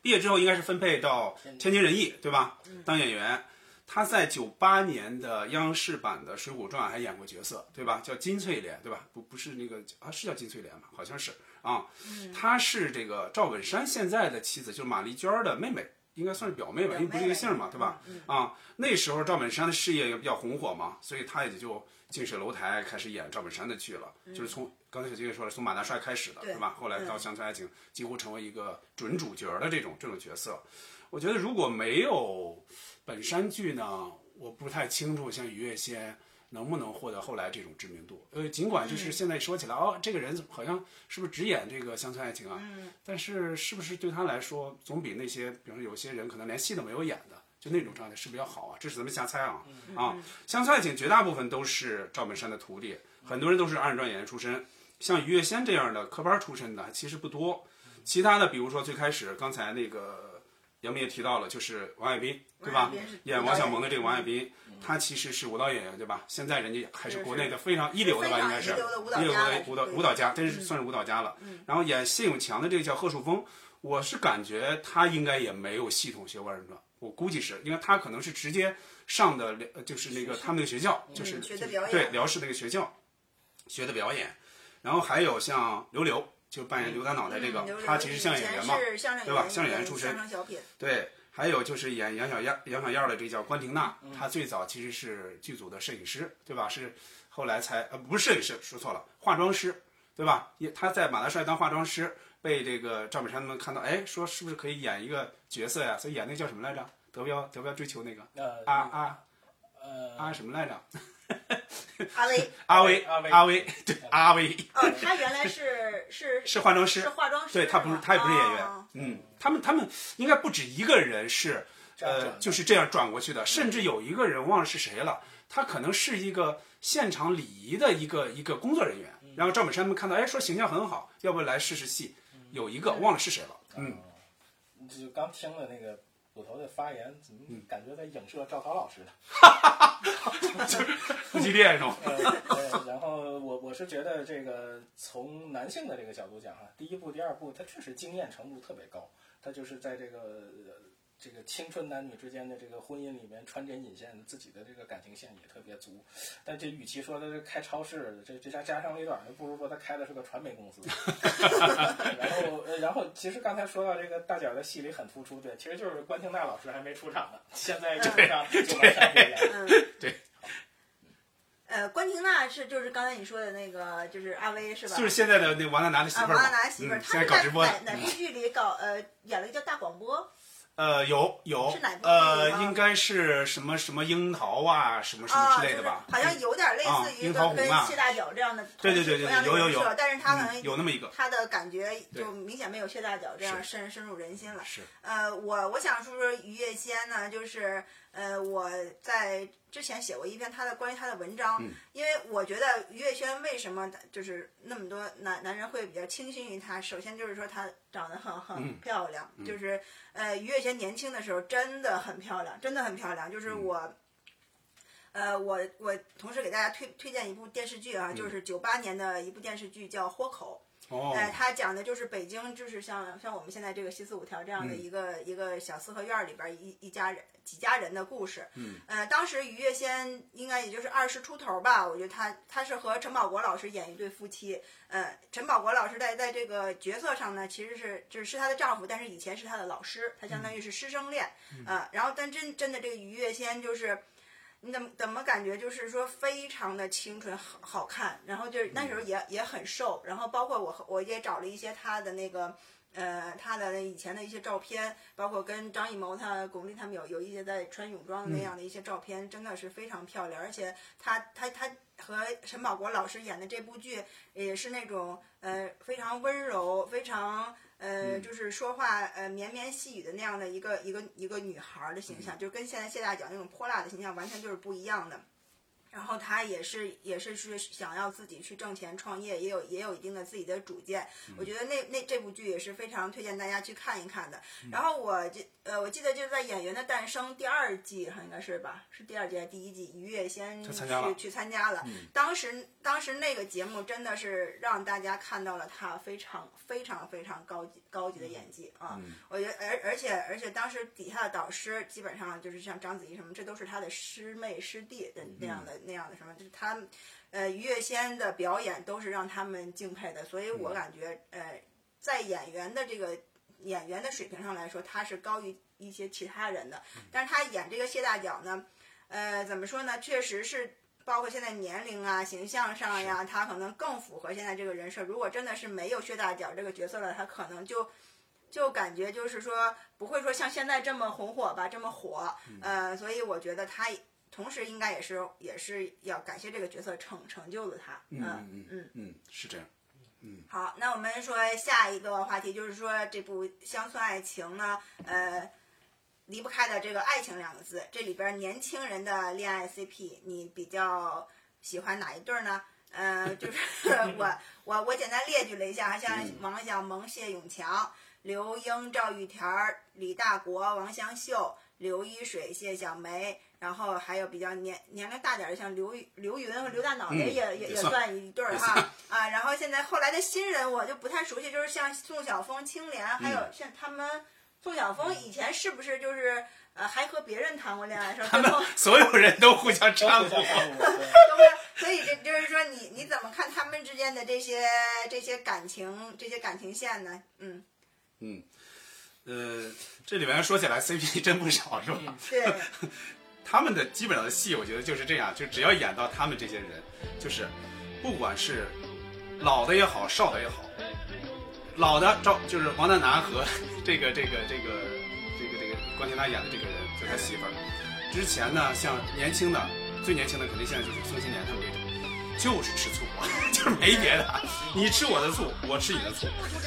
[SPEAKER 4] 毕业之后应该是分配到天津人艺，对吧？
[SPEAKER 1] 嗯
[SPEAKER 4] 当演员，他在九八年的央视版的《水浒传》还演过角色，对吧？叫金翠莲，对吧？不不是那个啊，是叫金翠莲吗？好像是啊。
[SPEAKER 1] 嗯
[SPEAKER 4] 她是这个赵本山现在的妻子，就是马丽娟儿的妹妹，应该算是表妹吧，
[SPEAKER 1] 表
[SPEAKER 4] 因为不是一
[SPEAKER 1] 妹嗯
[SPEAKER 4] 个姓儿嘛，对吧？啊，那时候赵本山的事业也比较红火嘛，所以他也就近水楼台开始演赵本山的剧了，就是从刚才小金也说了，从马大帅开始的，
[SPEAKER 1] 嗯对
[SPEAKER 4] 对吧？后来到
[SPEAKER 1] 嗯
[SPEAKER 4] 《乡村爱情》，几乎成为一个准主角的这种这种角色。我觉得如果没有本山剧呢，我不太清楚像于月仙能不能获得后来这种知名度。呃，尽管就是
[SPEAKER 1] 嗯
[SPEAKER 4] 现在说起来，哦，这个人好像是不是只演这个乡村爱情啊？
[SPEAKER 1] 嗯
[SPEAKER 4] 但是是不是对他来说，总比那些，比如说有些人可能连戏都没有演的，就那种状态是不是要好啊？这是咱们瞎猜啊
[SPEAKER 1] 嗯
[SPEAKER 4] 啊！乡村爱情绝大部分都是赵本山的徒弟，很多人都是二人转演员出身，像于月仙这样的科班出身的其实不多。其他的，比如说最开始刚才那个杨明也提到了，就是王爱斌，对吧
[SPEAKER 1] 王爱斌是？嗯
[SPEAKER 4] 演王小蒙的这个王爱斌，他其实是舞蹈演员，对吧？现在人家还是国内的非常一流的吧，应该是
[SPEAKER 1] 非常一流的舞蹈家
[SPEAKER 4] 一流
[SPEAKER 1] 了
[SPEAKER 4] 的舞蹈
[SPEAKER 1] 对
[SPEAKER 4] 舞蹈家，真
[SPEAKER 1] 嗯
[SPEAKER 4] 是算是舞蹈家了。然后演谢永强的这个叫贺树峰，我是感觉他应该也没有系统学二人转，我估计是因为他可能是直接上的了，呃就是那个他们那个学校，就是
[SPEAKER 1] 嗯学的表演
[SPEAKER 4] 对辽视那个学校学的表演。然后还有像刘刘，就扮演刘大脑袋这个，
[SPEAKER 1] 嗯
[SPEAKER 4] 他其实像演员嘛
[SPEAKER 1] 以前，是相声
[SPEAKER 4] 对吧相声演员出身
[SPEAKER 1] 相声小品，
[SPEAKER 4] 对，还有就是演杨小燕、杨小燕儿的这叫关婷
[SPEAKER 1] 嗯
[SPEAKER 4] 娜，她最早其实是剧组的摄影师，对吧？是后来才呃不是摄影师，说错了，化妆师，对吧？也她在马大帅当化妆师，被这个赵本山他们看到，哎，说是不是可以演一个角色呀？所以演那叫什么来着？德彪德彪追求那个
[SPEAKER 1] 嗯
[SPEAKER 2] 呃
[SPEAKER 4] 啊啊
[SPEAKER 2] 呃
[SPEAKER 4] 啊什么来着？
[SPEAKER 1] 阿威嗯
[SPEAKER 4] 阿威
[SPEAKER 2] 阿威
[SPEAKER 4] 阿威对阿威
[SPEAKER 1] 啊哦，他原来是是
[SPEAKER 4] 是化妆师
[SPEAKER 1] 是，化妆师吗，
[SPEAKER 4] 对他不是他也不是演员
[SPEAKER 1] 哦，
[SPEAKER 4] 嗯，他们他们应该不止一个人是
[SPEAKER 2] 这样转
[SPEAKER 4] 呃
[SPEAKER 2] 的
[SPEAKER 4] 就是这样转过去的，甚至有一个人忘了是谁了，他可能是一个现场
[SPEAKER 1] 嗯嗯
[SPEAKER 4] 礼仪的一个一个工作人员。然后赵本山他们看到，哎，说形象很好，要不来试试戏。有一个忘了是谁了，嗯，
[SPEAKER 2] 就刚听了那个捕头的发言，怎么感觉在影射赵涛老师呢？
[SPEAKER 4] 夫妻恋是吗？
[SPEAKER 2] 呃对，然后我我是觉得这个从男性的这个角度讲哈，第一部、第二部，它确实经验程度特别高，它就是在这个呃这个青春男女之间的这个婚姻里面穿针引线，自己的这个感情线也特别足。但这与其说他是开超市，这这家家长里短的，不如说他开的是个传媒公司。 然后，呃然后其实刚才说到这个大脚的戏里很突出，对，其实就是关庆大老师还没出场呢，现在就上就马上演了。
[SPEAKER 1] 嗯 呃，关婷娜是就是刚才你说的那个，就是阿威是吧？
[SPEAKER 4] 就是现在的那王大拿的媳
[SPEAKER 1] 啊，
[SPEAKER 4] 妇
[SPEAKER 1] 王
[SPEAKER 4] 儿嘛
[SPEAKER 1] 大拿媳妇儿，
[SPEAKER 4] 嗯
[SPEAKER 1] 她
[SPEAKER 4] 现在
[SPEAKER 1] 是
[SPEAKER 4] 搞
[SPEAKER 1] 在
[SPEAKER 4] 直播的
[SPEAKER 1] 哪，哪部剧里搞呃演了一个叫大广播？
[SPEAKER 4] 呃，有有
[SPEAKER 1] 是哪，部
[SPEAKER 4] 呃
[SPEAKER 1] 剧，啊
[SPEAKER 4] 应该是什么什么樱桃啊，什么什么
[SPEAKER 1] 啊，
[SPEAKER 4] 之
[SPEAKER 1] 就
[SPEAKER 4] 类
[SPEAKER 1] 是
[SPEAKER 4] 的吧，
[SPEAKER 1] 好像有点类
[SPEAKER 4] 啊
[SPEAKER 1] 似于
[SPEAKER 4] 樱
[SPEAKER 1] 跟
[SPEAKER 4] 桃红
[SPEAKER 1] 跟
[SPEAKER 4] 啊
[SPEAKER 1] 谢大脚这样的同，
[SPEAKER 4] 对对对对
[SPEAKER 1] 同样的
[SPEAKER 4] 有有
[SPEAKER 1] 人设
[SPEAKER 4] 有
[SPEAKER 1] 但是他可
[SPEAKER 4] 嗯
[SPEAKER 1] 能
[SPEAKER 4] 有那么一个，
[SPEAKER 1] 他的感觉
[SPEAKER 4] 对
[SPEAKER 1] 就明显没有谢大脚这样
[SPEAKER 4] 是
[SPEAKER 1] 深深入人心了。
[SPEAKER 4] 是
[SPEAKER 1] 呃，我我想说说于月仙呢，就是呃，我在之前写过一篇他的关于他的文章，
[SPEAKER 4] 嗯
[SPEAKER 1] 因为我觉得于月轩为什么就是那么多男男人会比较倾心于她，首先就是说她长得很很
[SPEAKER 4] 嗯
[SPEAKER 1] 漂亮，就是呃，于月轩年轻的时候真的很漂亮，真的很漂亮，就是
[SPEAKER 4] 嗯
[SPEAKER 1] 我。呃，我我同时给大家推推荐一部电视剧
[SPEAKER 4] 嗯
[SPEAKER 1] 啊，就是九八年的一部电视剧叫《豁口》，
[SPEAKER 4] 哦，
[SPEAKER 1] 呃，它讲的就是北京，就是像像我们现在这个西四五条这
[SPEAKER 4] 嗯
[SPEAKER 1] 样的一个、一个小四合院儿里边儿一一家人几家人的故事。
[SPEAKER 4] 嗯，
[SPEAKER 1] 呃，当时于月仙应该也就是二十出头吧，我觉得她她是和陈宝国老师演一对夫妻。呃，陈宝国老师在在这个角色上呢，其实是就是是她的丈夫，但是以前是她的老师，她相当于
[SPEAKER 4] 嗯
[SPEAKER 1] 是师生恋。呃，然后但真真的这个于月仙就是。你怎么怎么感觉就是说非常的清纯好好看，然后就是那时候也、也很瘦，然后包括我和我也找了一些她的那个呃她的以前的一些照片，包括跟张艺谋他巩俐他们有有一些在穿泳装的那样的一些照片，真的是非常漂亮，而且她她她和陈宝国老师演的这部剧也是那种呃非常温柔，非常。呃，就是说话呃绵绵细语的那样的一个一个一个女孩儿的形象，就跟现在谢大脚那种泼辣的形象完全就是不一样的。然后她也是也是是想要自己去挣钱创业，也有也有一定的自己的主见。我觉得那那这部剧也是非常推荐大家去看一看的。
[SPEAKER 4] 嗯
[SPEAKER 1] 然后我记呃我记得就在《演员的诞生》第二季好像应该是吧，是第二季还是第一季？于月仙
[SPEAKER 4] 她参加了嗯
[SPEAKER 1] 去去参加了。当时当时那个节目真的是让大家看到了她非常非常非常高级高级的演技
[SPEAKER 4] 嗯
[SPEAKER 1] 啊！我觉得而而且而且当时底下的导师基本上就是像章子怡什么，这都是她的师妹师弟的那样的、那样的什么，就是他们呃于月仙的表演都是让他们敬佩的，所以我感觉、呃在演员的这个演员的水平上来说，她是高于一些其他人的，但是她演这个谢大脚呢，呃怎么说呢，确实是。包括现在年龄啊、形象上呀，她可能更符合现在这个人设。如果真的是没有薛大脚这个角色了，她可能就就感觉就是说不会说像现在这么红火吧，这么火，呃，所以我觉得他同时应该也是也是要感谢这个角色成成就了他，
[SPEAKER 4] 嗯
[SPEAKER 1] 嗯
[SPEAKER 4] 嗯
[SPEAKER 1] 嗯
[SPEAKER 4] 嗯嗯，是这样，嗯
[SPEAKER 1] 好，那我们说下一个话题，就是说这部《乡村爱情》呢，呃，离不开的这个“爱情”两个字，这里边年轻人的恋爱 CP，你比较喜欢哪一对儿呢？ 呃，就是我我我简单列举了一下，像
[SPEAKER 4] 嗯
[SPEAKER 1] 王小蒙、谢永强、刘英、赵玉田儿、李大国、王湘秀、刘一水、谢小梅，然后还有比较年年龄大点儿的，像刘刘云和刘大脑袋
[SPEAKER 4] 嗯
[SPEAKER 1] 也、也
[SPEAKER 4] 也
[SPEAKER 1] 也
[SPEAKER 4] 算
[SPEAKER 1] 算一对儿哈啊。然后现在后来的新人我就不太熟悉，就是像宋晓峰、青莲，还有像他们。宋晓峰以前是不是就是呃还和别人谈过恋爱，是吧？
[SPEAKER 4] 他
[SPEAKER 1] 最
[SPEAKER 4] 们
[SPEAKER 1] 后
[SPEAKER 4] 所有人都互相
[SPEAKER 2] 张
[SPEAKER 4] 搀
[SPEAKER 2] 子怡
[SPEAKER 4] 扶，
[SPEAKER 2] 对
[SPEAKER 1] 都是，所以这就是说你你怎么看他们之间的这些这些感情这些感情线呢？嗯，
[SPEAKER 4] 嗯，呃，这里面说起来 CP 真不少是吧？
[SPEAKER 1] 对，
[SPEAKER 4] 他们的基本上的戏，我觉得就是这样，就只要演到他们这些人，就是不管是老的也好，少的也好，老的赵就是王大拿和这个这个这个这个这个关锦娜演的这个人，就他媳妇儿。之前呢，像年轻的最年轻的肯定现在就是宋新年他们这种，就是吃醋，啊 就是没别的，你吃我的醋，我吃你的醋，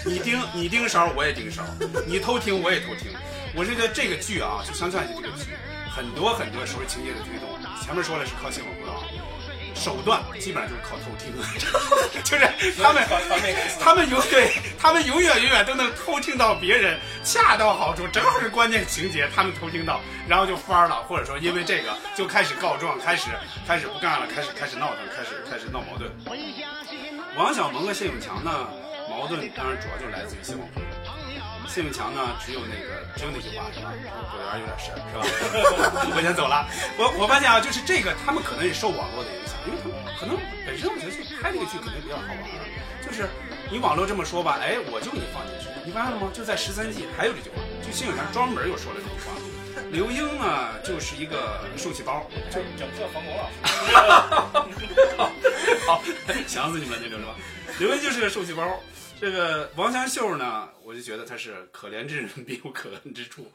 [SPEAKER 4] 你盯你盯梢，我也盯梢，你偷听我也偷听。我是觉得这个剧啊，就《乡村爱情》这个剧，很多很多时候情节的推动，前面说了是靠性格舞蹈，手段基本上就是靠偷听， 就是他们
[SPEAKER 2] 传传媒公司
[SPEAKER 4] 他们永对他们永远永远都能偷听到别人恰到好处，正好是关键情节，他们偷听到，然后就翻儿了，或者说因为这个就开始告状，开始开始不干了，开始开始闹腾，开始开始闹矛盾。王小蒙和谢永强呢，矛盾当然主要就来自于谢永强。谢永强呢，只有那个只有那句话是吧？果园有点事儿是吧？ 我先走了。我我发现啊，就是这个，他们可能也受网络的影响，因为他们可能本身我觉得拍这个剧肯定比较好玩儿，就是你网络这么说吧，哎，我就给你放进去，你发现了吗？就在十三季还有这句话，就谢永强专门又说了这句话。刘英呢，就是一个受气包，
[SPEAKER 2] 就整个冯巩老师。
[SPEAKER 4] 好，想死你们这刘是吧？刘文就是个受气包。这个王香秀呢，我就觉得她是可怜之人必有可恨之处。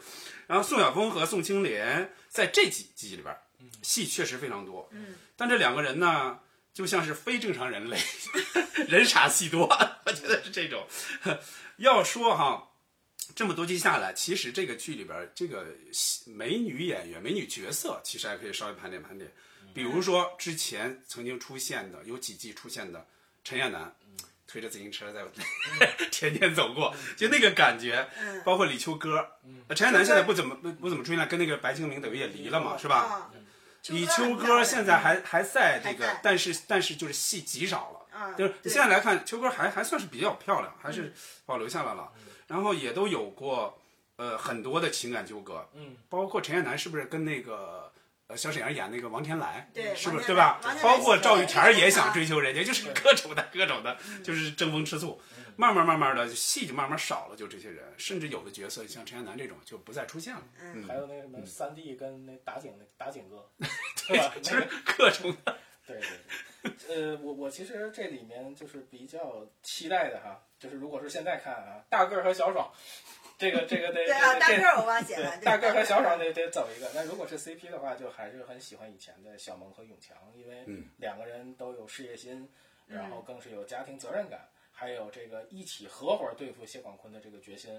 [SPEAKER 4] 然后宋晓峰和宋青莲在这几季里边，戏确实非常多。嗯，但这两个人呢，就像是非正常人类， 人傻戏多，我觉得是这种。 要说哈，这么多季下来，其实这个剧里边儿这个美女演员、美女角色，其实还可以稍微盘点盘点。比如说之前曾经出现的有几季出现的陈亚楠，推着自行车在田间走过，就那个感觉。
[SPEAKER 1] 嗯
[SPEAKER 4] 包括李秋歌，呃陈亚楠现在不怎么不不怎么出现了，跟那个白敬明等于也离了嘛，是吧？
[SPEAKER 1] 啊，
[SPEAKER 4] 李
[SPEAKER 1] 秋
[SPEAKER 4] 秋
[SPEAKER 1] 歌
[SPEAKER 4] 歌
[SPEAKER 1] 很
[SPEAKER 4] 现
[SPEAKER 1] 漂亮
[SPEAKER 4] 在还还在这
[SPEAKER 1] 还
[SPEAKER 4] 个
[SPEAKER 1] 在，
[SPEAKER 4] 但是但是就是戏极少了。
[SPEAKER 1] 啊，
[SPEAKER 4] 就是
[SPEAKER 1] 对
[SPEAKER 4] 现在来看，秋歌还还算是比较漂亮，还是保留下来了，然后也都有过呃很多的情感纠葛，
[SPEAKER 2] 嗯，
[SPEAKER 4] 包括陈亚楠是不是跟那个呃小沈阳演那个王天来，嗯
[SPEAKER 1] 对
[SPEAKER 4] 是不
[SPEAKER 1] 王天
[SPEAKER 4] 是对吧
[SPEAKER 1] 来王？天来
[SPEAKER 4] 包括
[SPEAKER 1] 是
[SPEAKER 4] 赵
[SPEAKER 1] 我
[SPEAKER 4] 玉
[SPEAKER 1] 的
[SPEAKER 4] 田儿
[SPEAKER 1] 偶
[SPEAKER 4] 也
[SPEAKER 1] 像
[SPEAKER 4] 想
[SPEAKER 1] 啊
[SPEAKER 4] 追求人家，就是各种的各种的，就是争风吃醋，慢慢慢慢的戏就慢慢少了，就这些人，甚至有的角色像陈亚楠这种就不再出现了，嗯
[SPEAKER 2] 还有那个什么三弟跟那打井那打井 哥，对吧？
[SPEAKER 4] 就是各种的，
[SPEAKER 2] 对对对，呃，我我其实这里面就是比较期待的哈，就是如果是现在看啊，大个儿和小爽，这个这个得
[SPEAKER 1] 对啊，
[SPEAKER 2] 这
[SPEAKER 1] 大个
[SPEAKER 2] 这
[SPEAKER 1] 儿我忘写了，
[SPEAKER 2] 对大个儿和小
[SPEAKER 1] 少
[SPEAKER 2] 爽得得走一个。那如果是 CP 的话，就还是很喜欢以前的小萌和永强，因为两个人都有事业心，然后更是有家庭责任感。还有这个一起合伙对付谢广坤的这个决 心，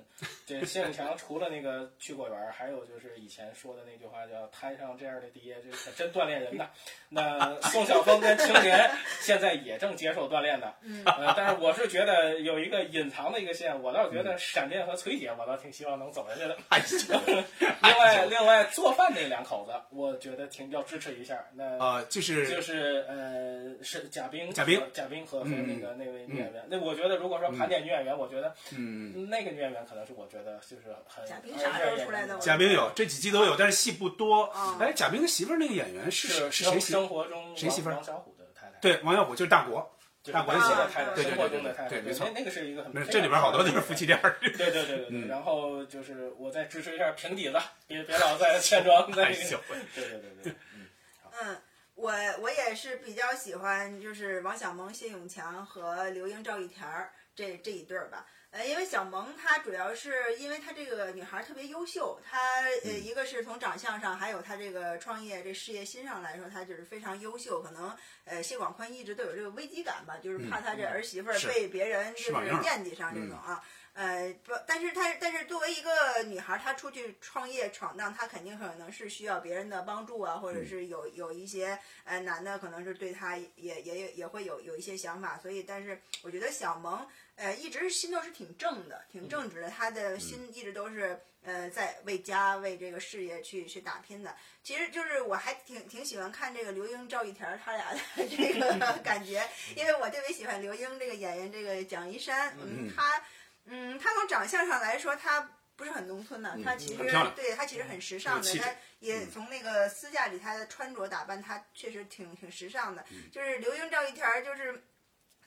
[SPEAKER 2] 这谢永强除了那个去果园儿，还有就是以前说的那句话叫“摊上这样的爹，这可真锻炼人 呐”。那宋晓峰跟青莲 现在也正接受锻炼呢。嗯，呃，但是我是觉得有一个隐藏的一个线，我倒觉得闪电和崔姐，我倒挺希望能走人家的。
[SPEAKER 4] 哎呦
[SPEAKER 2] 另外，另外做饭那两口子，我觉得挺要支持一下。那
[SPEAKER 4] 啊，就是
[SPEAKER 2] 就是呃，是贾冰，
[SPEAKER 4] 贾冰
[SPEAKER 2] 和，贾冰和和
[SPEAKER 4] 嗯
[SPEAKER 2] 那个那位女演员。那我觉得，如果说盘点女演员，我觉得
[SPEAKER 4] 嗯。
[SPEAKER 2] 那个女演员可能是我觉得就是很
[SPEAKER 1] 贾冰啥时候出来的我
[SPEAKER 4] 贾冰有这几季都有，但是戏不多
[SPEAKER 1] 啊。
[SPEAKER 4] 哎，贾冰的媳妇儿那个演员是
[SPEAKER 2] 是
[SPEAKER 4] 谁是谁
[SPEAKER 2] 生
[SPEAKER 4] 媳
[SPEAKER 2] 生活中
[SPEAKER 4] 谁媳妇儿
[SPEAKER 2] 王王小虎的太太，
[SPEAKER 4] 对，王耀虎就是大国，
[SPEAKER 2] 就是
[SPEAKER 4] 大国
[SPEAKER 2] 的
[SPEAKER 4] 的媳妇
[SPEAKER 1] 啊
[SPEAKER 4] 儿。
[SPEAKER 2] 太太，
[SPEAKER 1] 对
[SPEAKER 4] 对
[SPEAKER 2] 生活中的太太，
[SPEAKER 4] 对对对没错
[SPEAKER 2] 那那个是一
[SPEAKER 1] 嗯
[SPEAKER 2] 个很
[SPEAKER 4] 没事，这里边好多都是夫 妻。恋儿。
[SPEAKER 2] 对对对对对，
[SPEAKER 4] 嗯
[SPEAKER 2] 然后就是我再支持一下平底子，别别老在欠装在
[SPEAKER 4] 哎
[SPEAKER 2] 那
[SPEAKER 4] 呦
[SPEAKER 2] 个，对对对对，
[SPEAKER 1] 嗯，我我也是比较喜欢，就是王小蒙、谢永强和刘英、赵玉田儿这这一对儿吧。呃，因为小蒙她主要是因为她这个女孩儿特别优秀，她呃
[SPEAKER 4] 嗯
[SPEAKER 1] 一个是从长相上，还有她这个创业这事业心上来说，她就是非常优秀。可能呃谢广坤一直都有这个危机感吧，就是怕他这儿媳妇儿
[SPEAKER 4] 嗯是
[SPEAKER 1] 被别人就是
[SPEAKER 4] 是榜样儿
[SPEAKER 1] 惦记上这种啊。呃，不，但是她，但是作为一个女孩儿，她出去创业闯荡，她肯定可能是需要别人的帮助啊，或者是有有一些呃男的可能是对她也也也也会有有一些想法，所以，但是我觉得小萌呃一直心都是挺正的，挺正直的，她
[SPEAKER 4] 嗯
[SPEAKER 1] 的心一直都是呃在为家为这个事业去去打拼的。其实就是我还挺挺喜欢看这个刘英、赵玉田儿他俩的 这 个感觉，因为我特别喜欢刘英这个演员，这个蒋一山，嗯，他。嗯，她从长相上来说，她不是很农村的，她其实
[SPEAKER 4] 嗯很漂亮嗯
[SPEAKER 1] 对她其实很时尚
[SPEAKER 4] 有
[SPEAKER 1] 的，
[SPEAKER 4] 气质嗯
[SPEAKER 1] 她也从那个私下里她的穿着打扮，她确实挺挺时尚的。
[SPEAKER 4] 嗯
[SPEAKER 1] 就是刘英赵一田儿，就是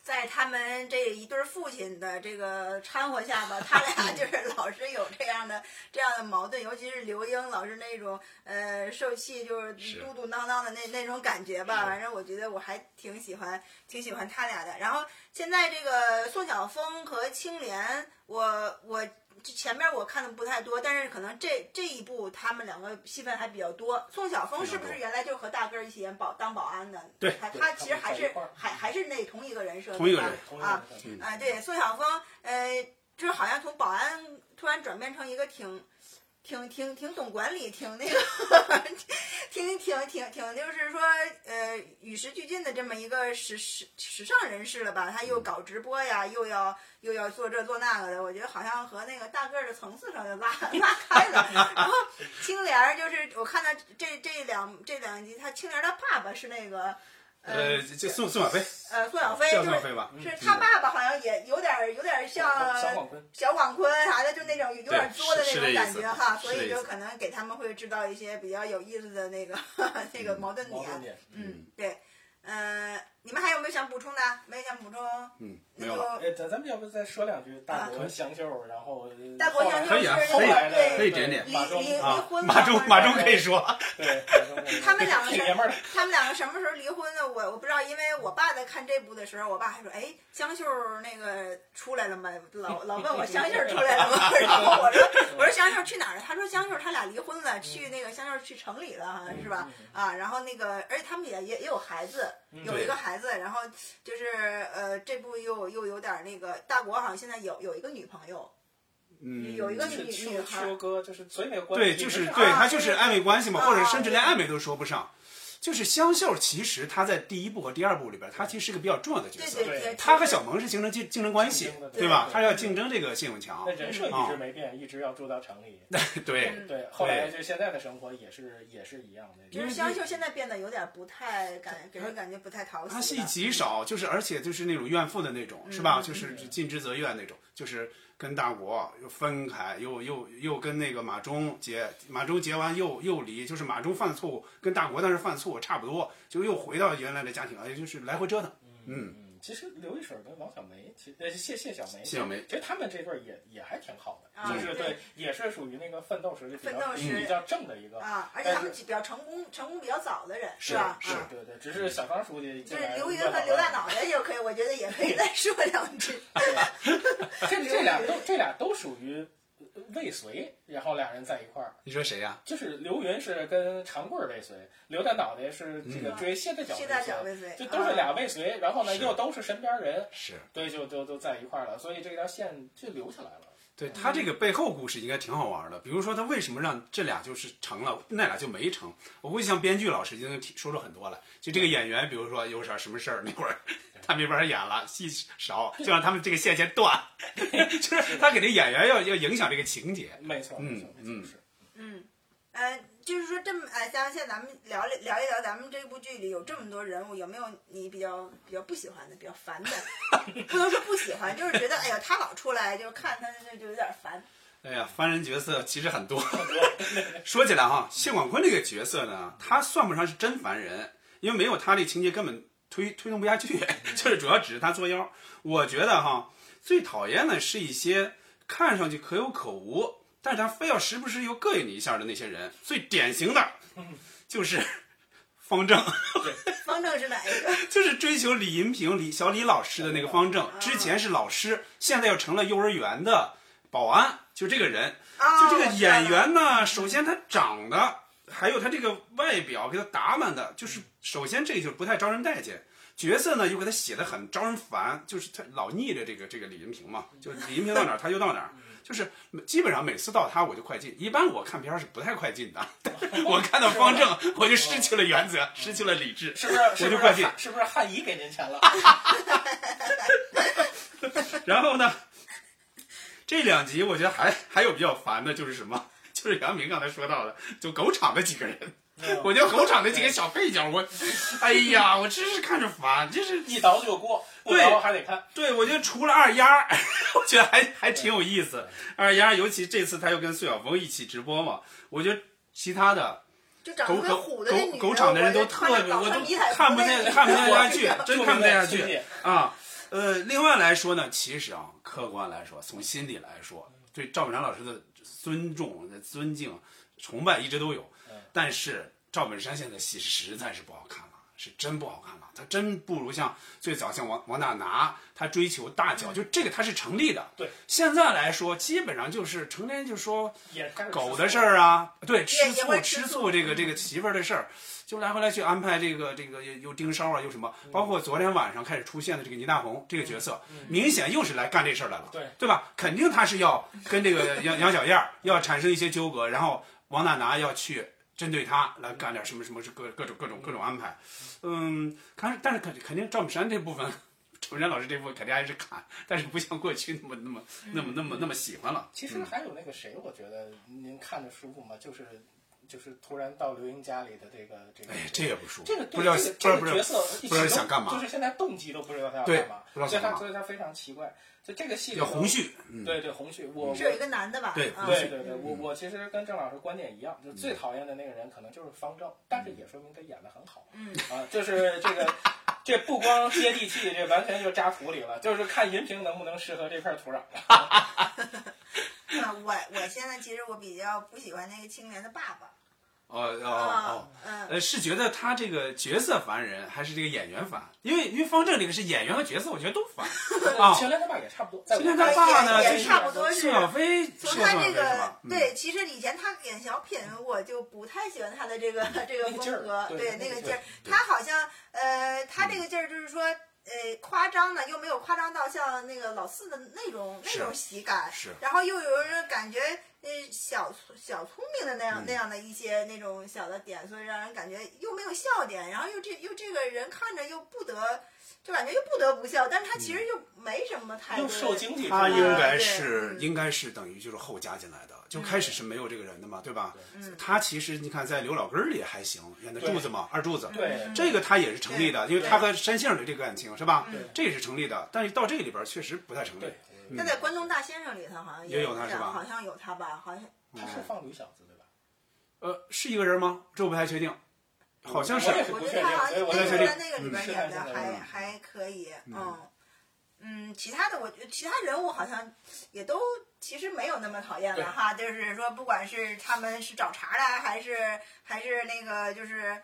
[SPEAKER 1] 在他们这一对儿父亲的这个掺和下吧，他 俩就是老是有这样的这样的矛盾，尤其是刘英老是那种呃受气就是
[SPEAKER 4] 是
[SPEAKER 1] 嘟嘟囔囔的那那种感觉吧，反正我觉得我还挺喜欢挺喜欢他俩的。然后现在这个宋晓峰和青莲，我我这前面我看的不太多，但是可能这这一部他们两个戏份还比较多。宋晓峰是不是原来就和大个儿一起演保当保安的？
[SPEAKER 4] 对
[SPEAKER 1] 他
[SPEAKER 2] 对
[SPEAKER 1] 他其实还
[SPEAKER 2] 他们在一
[SPEAKER 1] 是
[SPEAKER 2] 块儿
[SPEAKER 1] 还还是那同一个人设，
[SPEAKER 4] 同一个
[SPEAKER 1] 对吧
[SPEAKER 4] 人
[SPEAKER 2] 同意
[SPEAKER 1] 啊
[SPEAKER 2] 同意
[SPEAKER 1] 啊，对，宋晓峰，呃，就是好像从保安突然 转变成一个挺。挺挺挺懂管理，挺那个，挺挺呃，挺挺就是说，呃，与时俱进的这么一个时时时尚人士了吧？他
[SPEAKER 4] 嗯
[SPEAKER 1] 又搞直播呀，又要又要做这做那个的，我觉得好像和那个大个儿的层次上就拉拉开了。 然后青莲儿就是我看到这这两这两集，他青莲儿的爸爸是那个。
[SPEAKER 4] 呃，这宋宋小飞，
[SPEAKER 1] 呃，宋小飞
[SPEAKER 4] 叫
[SPEAKER 1] 就
[SPEAKER 4] 宋
[SPEAKER 1] 是
[SPEAKER 4] 小飞吧，嗯
[SPEAKER 1] 是他爸爸好像也有点儿有点儿像
[SPEAKER 2] 小广坤，
[SPEAKER 1] 小广坤啥的，就那种有点儿作的那种感
[SPEAKER 4] 是是这意
[SPEAKER 1] 觉
[SPEAKER 4] 思
[SPEAKER 1] 哈，所
[SPEAKER 4] 是这
[SPEAKER 1] 以
[SPEAKER 4] 意思
[SPEAKER 1] 就可能给他们会制造一些比较有意思的那个 那个矛盾
[SPEAKER 2] 矛
[SPEAKER 1] 点。
[SPEAKER 2] 盾点。
[SPEAKER 1] 嗯，对，嗯，你们还有没有想补充的？没有想补充，
[SPEAKER 4] 嗯，
[SPEAKER 1] 那
[SPEAKER 4] 没有了。
[SPEAKER 1] 就
[SPEAKER 2] 哎，咱咱们要不再说两句大国香秀，然后
[SPEAKER 1] 啊大国香秀
[SPEAKER 4] 可以啊
[SPEAKER 1] 是
[SPEAKER 2] 后
[SPEAKER 1] 那
[SPEAKER 2] 来
[SPEAKER 1] 个
[SPEAKER 2] 的
[SPEAKER 1] 对
[SPEAKER 4] 可以点点
[SPEAKER 1] 离
[SPEAKER 2] 马忠
[SPEAKER 1] 离离
[SPEAKER 4] 啊
[SPEAKER 1] 婚，
[SPEAKER 4] 马忠马忠
[SPEAKER 1] 可以。
[SPEAKER 4] 可以说，
[SPEAKER 2] 对，
[SPEAKER 1] 他们两个
[SPEAKER 2] 挺
[SPEAKER 1] 是
[SPEAKER 2] 爷们儿的，
[SPEAKER 1] 他们两个什么时候离婚的？我我不知道，因为我爸在看这部的时候，我爸还说：“哎，香秀儿那个出来了吗？”老老问我香秀儿出来了吗？ 然后我说：“我说香秀儿去哪儿了？”他说：“香秀儿他俩离婚了，去那个香秀儿去城里了，好像是
[SPEAKER 4] 嗯
[SPEAKER 1] 吧？啊，然后那个，而且他们也也也有孩子，有一个孩子，然后就是呃，这部又又有点那个，大国好像现在有有一个女朋友，
[SPEAKER 4] 嗯，
[SPEAKER 1] 有一个
[SPEAKER 2] 是
[SPEAKER 1] 女
[SPEAKER 2] 秋
[SPEAKER 1] 女孩儿
[SPEAKER 2] 秋哥，就是所以那个关
[SPEAKER 4] 对，
[SPEAKER 2] 系
[SPEAKER 4] 就是
[SPEAKER 2] 啊
[SPEAKER 4] 对
[SPEAKER 1] 啊
[SPEAKER 4] 他就是暧昧关系嘛，
[SPEAKER 1] 啊
[SPEAKER 4] 或者甚至连暧昧都说不上。就是香秀，其实她在第一部和第二部里边，她其实是个比较重要的角
[SPEAKER 1] 对
[SPEAKER 4] 色。
[SPEAKER 1] 对对，
[SPEAKER 2] 对
[SPEAKER 4] 她和小萌是形成竞竞争关系
[SPEAKER 2] 竞争的，对
[SPEAKER 4] 对吧？
[SPEAKER 2] 对
[SPEAKER 4] 她要竞争这个信永强
[SPEAKER 2] 那，人设一直没变，一直要住到城里。
[SPEAKER 1] 嗯
[SPEAKER 4] 对，
[SPEAKER 2] 对，后来就现在的生活也是也是一样的，
[SPEAKER 1] 就是
[SPEAKER 4] 嗯
[SPEAKER 1] 香秀现在变得有点不太感，给人感觉不太讨喜了。
[SPEAKER 4] 她戏极少，就是而且就是那种怨妇的那种，是吧？就是尽职责怨那种，就是跟大国又分开，又又又跟那个马忠结，马忠结完又又离，就是马忠犯错误，跟大国但是犯错误差不多，就又回到原来的家庭，哎，就是来回折腾。嗯，
[SPEAKER 2] 嗯，其实刘一水跟王小梅，其实呃谢谢小梅，
[SPEAKER 4] 谢小梅
[SPEAKER 2] 其实他们这对儿也也还挺好的，
[SPEAKER 1] 啊
[SPEAKER 2] 就
[SPEAKER 1] 对
[SPEAKER 2] 是对，也是属于那个奋斗时就比
[SPEAKER 1] 奋斗
[SPEAKER 2] 较
[SPEAKER 1] 时
[SPEAKER 2] 比较正的一个，
[SPEAKER 1] 啊，而且他们比较成功，成功比较早的人，
[SPEAKER 4] 是
[SPEAKER 1] 吧？
[SPEAKER 4] 是
[SPEAKER 1] 啊，
[SPEAKER 2] 对对，只是小张书记
[SPEAKER 1] 就
[SPEAKER 2] 进
[SPEAKER 1] 是
[SPEAKER 2] 来
[SPEAKER 1] 刘云
[SPEAKER 2] 问
[SPEAKER 1] 和
[SPEAKER 2] 了
[SPEAKER 1] 刘大脑袋就可以，我觉得也可以 再说两句。
[SPEAKER 2] 这这俩都这俩都属于呃未遂，然后俩人在一块儿，
[SPEAKER 4] 你说谁呀、
[SPEAKER 2] 就是刘云是跟长贵儿未遂，刘大脑袋是这个追谢大脚
[SPEAKER 1] 谢大脚未遂啊
[SPEAKER 2] 就都是俩未遂，然后呢
[SPEAKER 4] 嗯是
[SPEAKER 2] 又都是身边人，
[SPEAKER 4] 是
[SPEAKER 2] 对，就都都在一块儿了，所以这条线就留下来了。
[SPEAKER 4] 对他这个背后故事应该挺好玩的，比如说他为什么让这俩就是成了，那俩就没成。我估计像编剧老师已经提说出很多了，就这个演员，比如说有啥什么事儿，那会儿他没法演了，戏少，就让他们这个线先断， 就是他给这演员要要影响这个情节。
[SPEAKER 2] 没错，没错，
[SPEAKER 4] 嗯
[SPEAKER 2] 没错，是。
[SPEAKER 1] 嗯，呃，就是说这么，哎，咱们现在咱们聊聊一聊咱们这部剧里有这么多人物，有没有你比较比较不喜欢的、比较烦 的？不能说不喜欢，就是觉得哎呀，他老出来，就是看他就就有点烦。
[SPEAKER 4] 哎呀，凡人角色其实很多。说起来哈，谢广坤这个角色呢，他算不上是真凡人，因为没有他这情节根本推推动不下去，就是主要只是他作妖。我觉得哈，最讨厌的是一些看上去可有可无，但是他非要时不时又膈应你一下的那些人。最典型的就是方正。
[SPEAKER 1] 方正是哪一个？
[SPEAKER 4] 就是追求李银平、李小李老师的那个方正，之前是老师，现在又成了幼儿园的保安，就这个人，
[SPEAKER 1] 哦
[SPEAKER 4] 就这个演员呢，首先他长得，还有他这个外表给他打扮的，就是首先这就不太招人待见。角色呢又给他写的很招人烦，就是他老腻着这个这个李银平嘛，就是李银平到哪儿他就到哪儿，就是基本上每次到他我就快进，一般我看片儿是不太快进的，我看到方正我就失去了原则，失去了理智，
[SPEAKER 2] 是不是？
[SPEAKER 4] 我
[SPEAKER 2] 是不
[SPEAKER 4] 就是快进，
[SPEAKER 2] 是不是汉仪给您钱 了？
[SPEAKER 4] 然后呢，这两集我觉得还还有比较烦的就是什么？就是杨明刚才说到的，就狗场的几个人，我觉得狗场的几个小配角，我，哎呀，我真是看着烦，就是
[SPEAKER 2] 一刀就过，不
[SPEAKER 4] 对
[SPEAKER 2] 刀还得看。
[SPEAKER 4] 对，我觉得除了二丫儿， 我觉得还还挺有意思。二丫儿，尤其这次她又跟苏晓峰一起直播嘛，我觉得其他的
[SPEAKER 1] 就长得
[SPEAKER 4] 狗
[SPEAKER 1] 特别
[SPEAKER 4] 狗
[SPEAKER 1] 虎的那女
[SPEAKER 4] 狗狗场的人都特别，我都看不
[SPEAKER 1] 见，
[SPEAKER 4] 太看不太 下去真看不太下
[SPEAKER 2] 就那
[SPEAKER 4] 去
[SPEAKER 2] 个
[SPEAKER 4] 啊。呃，另外来说呢，其实啊，客观来说，从心里来说，对赵本山老师的尊重、呃尊敬、崇拜一直都有，但是赵本山现在戏实在是不好看了。是真不好看了，他真不如像最早像王王大拿，他追求大脚，就这个他是成立的。
[SPEAKER 2] 对，
[SPEAKER 4] 现在来说，基本上就是成天就说
[SPEAKER 2] 也开始
[SPEAKER 4] 狗的事儿啊，对，吃
[SPEAKER 1] 也
[SPEAKER 4] 醋
[SPEAKER 1] 会
[SPEAKER 4] 吃
[SPEAKER 1] 吃
[SPEAKER 4] 醋这个这个媳妇儿的事儿，就来回来去安排这个这个又盯梢啊，又什么，包括昨天晚上开始出现的这个倪大红这个角色，明显又是来干这事儿来了，
[SPEAKER 2] 对
[SPEAKER 4] 对吧？肯 定他是要跟这个杨杨小燕儿要产生一些纠葛，然后王大拿要去针对他来干点什么什么各各种各种各种安排。嗯，看，但是肯肯定赵本山这部分， 赵本山老师这部分肯定还是看，但是不像过去那么那么那么那么那么喜欢了。
[SPEAKER 2] 其实还有那个谁，我觉得您看着舒服吗？就是就是突然到刘英家里的这个这个，
[SPEAKER 4] 哎，这也不说，
[SPEAKER 2] 这个
[SPEAKER 4] 不知道
[SPEAKER 2] 对
[SPEAKER 4] 不
[SPEAKER 2] 这
[SPEAKER 4] 知
[SPEAKER 2] 个
[SPEAKER 4] 道
[SPEAKER 2] 这个角色
[SPEAKER 4] 不知道不知道想干嘛，
[SPEAKER 2] 就是现在动机都不知道他要
[SPEAKER 4] 对
[SPEAKER 2] 干嘛，
[SPEAKER 4] 不知道
[SPEAKER 2] 所以
[SPEAKER 4] 想干
[SPEAKER 2] 他
[SPEAKER 4] 嘛
[SPEAKER 2] 所以他非常奇怪。就这个戏里
[SPEAKER 4] 叫
[SPEAKER 2] 头
[SPEAKER 4] 红，旭，嗯
[SPEAKER 2] 对对红旭，我
[SPEAKER 1] 是有一个男的吧？
[SPEAKER 4] 对
[SPEAKER 1] 啊
[SPEAKER 4] 胡
[SPEAKER 2] 对
[SPEAKER 4] 旭
[SPEAKER 2] 对对，我我其实跟郑老师观点一样，就
[SPEAKER 4] 嗯
[SPEAKER 2] 最讨厌的那个人可能就是方正，但是也说明他演的很好。嗯啊，就是这个，这不光接地气，这完全就扎土里了，就是看银屏能不能适合这片土壤。
[SPEAKER 1] 啊我我现在其实我比较不喜欢那个青莲的爸爸。
[SPEAKER 4] 哦哦哦
[SPEAKER 1] 啊，，嗯，
[SPEAKER 4] 呃，是觉得他这个角色烦人，还是这个演员烦？因为因为方正这个是演员和角色，我觉得都烦啊。
[SPEAKER 2] 秦岚他爸也差不多，在我
[SPEAKER 4] 秦岚他爸呢
[SPEAKER 1] 也
[SPEAKER 4] 就
[SPEAKER 1] 也
[SPEAKER 4] 是
[SPEAKER 1] 差不多
[SPEAKER 4] 宋
[SPEAKER 1] 是。
[SPEAKER 4] 小飞是
[SPEAKER 1] 从
[SPEAKER 4] 宋小
[SPEAKER 1] 他
[SPEAKER 4] 飞
[SPEAKER 1] 这
[SPEAKER 4] 是
[SPEAKER 1] 个
[SPEAKER 4] 吧？嗯
[SPEAKER 1] 对，其实以前他演小品，我就不太喜欢他的这个这个
[SPEAKER 2] 那个劲儿
[SPEAKER 1] 风格，
[SPEAKER 2] 对
[SPEAKER 1] 对
[SPEAKER 2] 那个
[SPEAKER 1] 个
[SPEAKER 2] 劲
[SPEAKER 1] 劲
[SPEAKER 2] 儿
[SPEAKER 1] 儿，他好像呃，他这个劲儿就是说。呃，夸张呢，又没有夸张到像那个老四的那种那
[SPEAKER 4] 是
[SPEAKER 1] 种喜感，
[SPEAKER 4] 嗯是
[SPEAKER 1] 然后又有人感觉呃小聪小聪明的那
[SPEAKER 4] 嗯
[SPEAKER 1] 样、那样的一些那种小的点，所以让人感觉又没有笑点，然后又这又这个人看着又不得，就感觉又不得不笑，但是他其
[SPEAKER 4] 嗯
[SPEAKER 1] 实又没什么太多
[SPEAKER 2] 又
[SPEAKER 1] 的
[SPEAKER 2] 受经济
[SPEAKER 4] 他
[SPEAKER 2] 制
[SPEAKER 4] 应
[SPEAKER 2] 约
[SPEAKER 4] 该
[SPEAKER 1] 对
[SPEAKER 4] 是
[SPEAKER 1] 嗯
[SPEAKER 4] 应该是等于就是后加进来的，就开始是没有这个人的嘛，对吧？
[SPEAKER 1] 嗯
[SPEAKER 4] 他其实你看在刘老根儿里还行，演的柱子嘛，二柱子，
[SPEAKER 2] 对
[SPEAKER 1] 嗯
[SPEAKER 4] 这个他也是成立的，因
[SPEAKER 1] 对
[SPEAKER 4] 为他和山杏儿的这个感情是吧
[SPEAKER 2] 对？
[SPEAKER 4] 这也是成立的，但是到这里边儿确实不太成立
[SPEAKER 2] 对。，嗯
[SPEAKER 1] 那在《关东大先生》里头好像
[SPEAKER 4] 也有他是吧
[SPEAKER 1] 好像有他吧？好像
[SPEAKER 2] 他
[SPEAKER 1] 嗯
[SPEAKER 2] 是放驴小子对吧？
[SPEAKER 4] 呃，是一个人吗？这我不太确定，好像是
[SPEAKER 2] 我。也是
[SPEAKER 1] 我
[SPEAKER 2] 不
[SPEAKER 1] 觉
[SPEAKER 2] 确
[SPEAKER 1] 得
[SPEAKER 2] 定
[SPEAKER 1] 他好，像
[SPEAKER 2] 所以我
[SPEAKER 1] 那
[SPEAKER 4] 也
[SPEAKER 2] 在
[SPEAKER 4] 是
[SPEAKER 1] 个
[SPEAKER 2] 这
[SPEAKER 1] 在
[SPEAKER 4] 不确
[SPEAKER 1] 那个里
[SPEAKER 2] 里。
[SPEAKER 1] 边
[SPEAKER 2] 嗯
[SPEAKER 1] 演的
[SPEAKER 2] 是
[SPEAKER 1] 还
[SPEAKER 2] 的
[SPEAKER 1] 还可以，嗯嗯，其他的我觉得其他人物好像也都其实没有那么讨厌
[SPEAKER 2] 对
[SPEAKER 1] 了哈，就是说不管是他们是找茬啦，还是还是那个就是。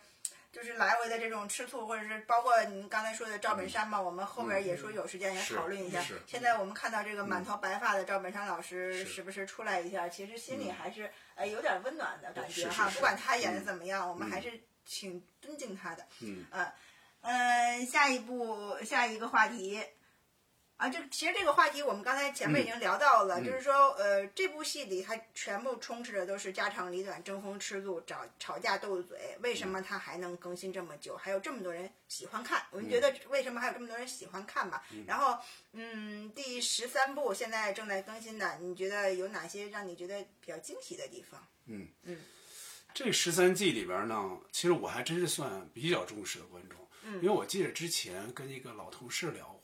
[SPEAKER 1] 就是来回的这种吃醋，或者是包括您刚才说的赵本山
[SPEAKER 2] 嗯
[SPEAKER 1] 嘛，我们后边也说有时间也
[SPEAKER 4] 是
[SPEAKER 1] 讨论一下
[SPEAKER 4] 是。
[SPEAKER 1] 现在我们看到这个
[SPEAKER 2] 嗯
[SPEAKER 1] 满头白发的赵本山老师
[SPEAKER 4] 是
[SPEAKER 1] 时不时出来一下，其实心
[SPEAKER 2] 嗯
[SPEAKER 1] 里还是呃有点温暖的感觉
[SPEAKER 4] 是
[SPEAKER 1] 哈。
[SPEAKER 4] 是嗯
[SPEAKER 1] 不管他演的怎么样，我们还是挺尊敬他的。呃，嗯，下一步下一个话题啊，这其实这个话题我们刚才前面已
[SPEAKER 4] 嗯
[SPEAKER 1] 经聊到了，就是说，呃，这部戏里它全部充斥着都是家长里短、争风吃醋、吵吵架、斗嘴，为什
[SPEAKER 4] 嗯
[SPEAKER 1] 么它还能更新这么久？还有这么多人喜欢看？
[SPEAKER 4] 嗯
[SPEAKER 1] 我们觉得为什么还有这么多人喜欢看吧？然后，嗯，第十三部现在正在更新的，你觉得有哪些让你觉得比较惊喜的地方？
[SPEAKER 4] 这十三季里边呢，其实我还真是算比较忠实的观众，
[SPEAKER 2] 嗯
[SPEAKER 4] 因为我记得之前跟一个老同事聊过，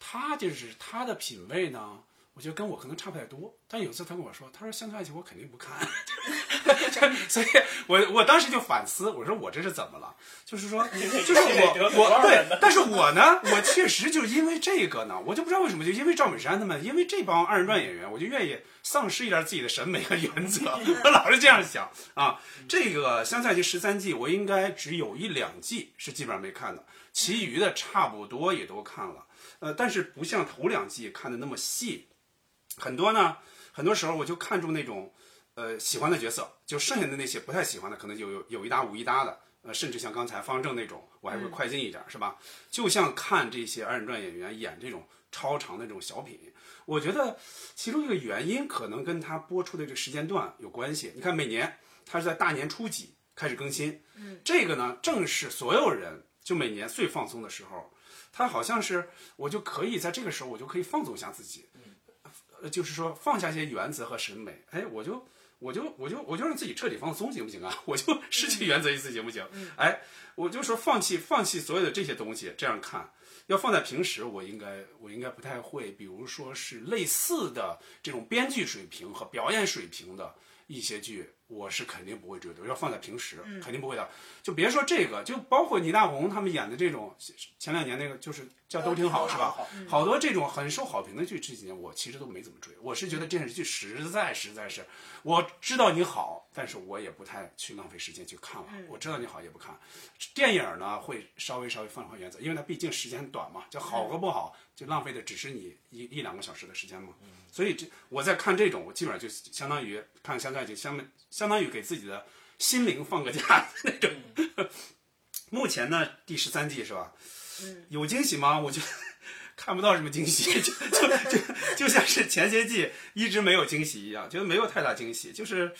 [SPEAKER 4] 他就是他的品味呢，我觉得跟我可能差不太多。但有一次他跟我说，他说《乡村爱情》我肯定不看， 所以我我当时就反思，我说我这是怎么了？就是说，就是我我对，但是我呢，我确实就因为这个呢，我就不知道为什么，就因为赵本山他们，因为这帮二人转演员，我就愿意丧失一点自己的审美和原则，我老是这样想啊。这个《乡村爱情》十三季，我应该只有一两季是基本上没看的，其余的差不多也都看了。呃，但是不像头两季看的那么细，很多呢，很多时候我就看中那种呃喜欢的角色，就剩下的那些不太喜欢的，可能就有有一搭无一搭的，呃，甚至像刚才方正那种，我还会快进一点，是吧？就像看这些二人转演员演这种超长的这种小品，我觉得其中一个原因可能跟他播出的这个时间段有关系。你看每年他是在大年初几开始更新，嗯，这个呢正是所有人就每年最放松的时候。他好像是，我就可以在这个时候，我就可以放纵一下自己，呃，就是说放下一些原则和审美，哎，我就我就我就我就让自己彻底放松，行不行啊？ 我就失去原则一次，行不行？哎，我就说放弃放弃所有的这些东西，这样看。要放在平时，我应该我应该不太会，比如说是类似的这种编剧水平和表演水平的一些剧，我是肯定不会追的。要放在平时，肯定不会的。就别说这个，就包括倪大红他们演的这种，前两年那个就是叫都哦挺好，是嗯吧？好多这种很受好评的剧，这几年我其实都没怎么追。我是觉得电视剧实在实在是，我知道你好，但是我也不太去浪费时间去看了。我知道你好也不看。电影呢会稍微稍微放宽原则，因为它毕竟时间短嘛，就好和不好就浪费的只是你一一两个小时的时间嘛。所以这我在看这种，我基本上就相当于看相当于相相当于给自己的心灵放个假那种。 目前呢，第十三季是吧？有惊喜吗？我觉得 看不到什么惊喜，就 就就就像是前些季一直没有惊喜一样，觉得没有太大惊喜，就是。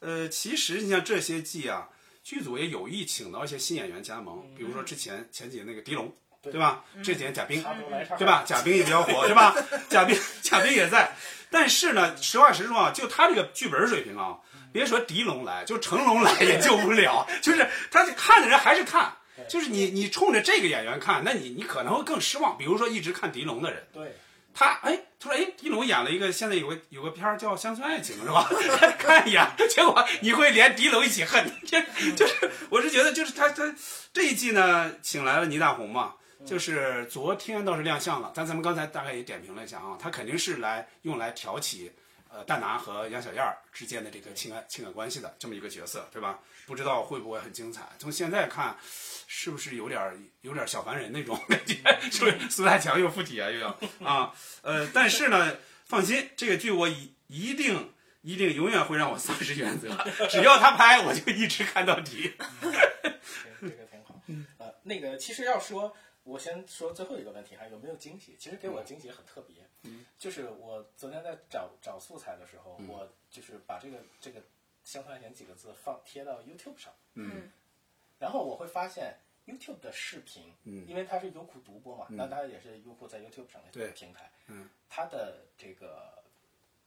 [SPEAKER 4] 呃，其实你像这些季啊，剧组也有意请到一些新演员加盟，比如说之前前几年那个狄龙，对吧？这几年贾冰，
[SPEAKER 2] 他都来唱，
[SPEAKER 4] 对吧？贾冰也比较火，是吧？贾冰，贾冰也在。但是呢，实话实说啊，就他这个剧本水平啊，别说狄龙来，就成龙来也救不了。就是他看的人还是看，就是你你冲着这个演员看，那你你可能会更失望。比如说一直看狄龙的人，
[SPEAKER 2] 对，
[SPEAKER 4] 他哎，突然哎，狄龙演了一个现在有个有个片儿叫《乡村爱情》是吧？ 看一眼，结果你会连狄龙一起恨， 这就是我是觉得就是他他这一季呢，请来了倪大红嘛，就是昨天倒是亮相了，但咱们刚才大概也点评了一下啊，他肯定是来用来挑起。呃，戴拿和杨小燕儿之间的这个情爱情感关系的这么一个角色，对吧？不知道会不会很精彩。从现在看，是不是有点儿有点儿小凡人那种感觉？ 是不是苏大强又附体啊？又要啊？呃，但是呢，放心，这个剧我一一定一定永远会让我丧失 原则，只要他拍，我就一直看到底。
[SPEAKER 2] 这个挺好。
[SPEAKER 4] 嗯
[SPEAKER 2] 呃，那个其实要说，我先说最后一个问题，还有没有惊喜？其实给
[SPEAKER 4] 嗯
[SPEAKER 2] 我惊喜很特别，就是我昨天在找找素材的时候，
[SPEAKER 4] 嗯
[SPEAKER 2] 我就是把这个这个“乡村爱情”几个字放贴到 YouTube 上，
[SPEAKER 1] 嗯，
[SPEAKER 2] 然后我会发现 YouTube 的视频，嗯，因为它是优酷独播嘛，那它也是优酷在 YouTube 上的
[SPEAKER 4] 嗯对
[SPEAKER 2] 平台，
[SPEAKER 4] 嗯，
[SPEAKER 2] 它的这个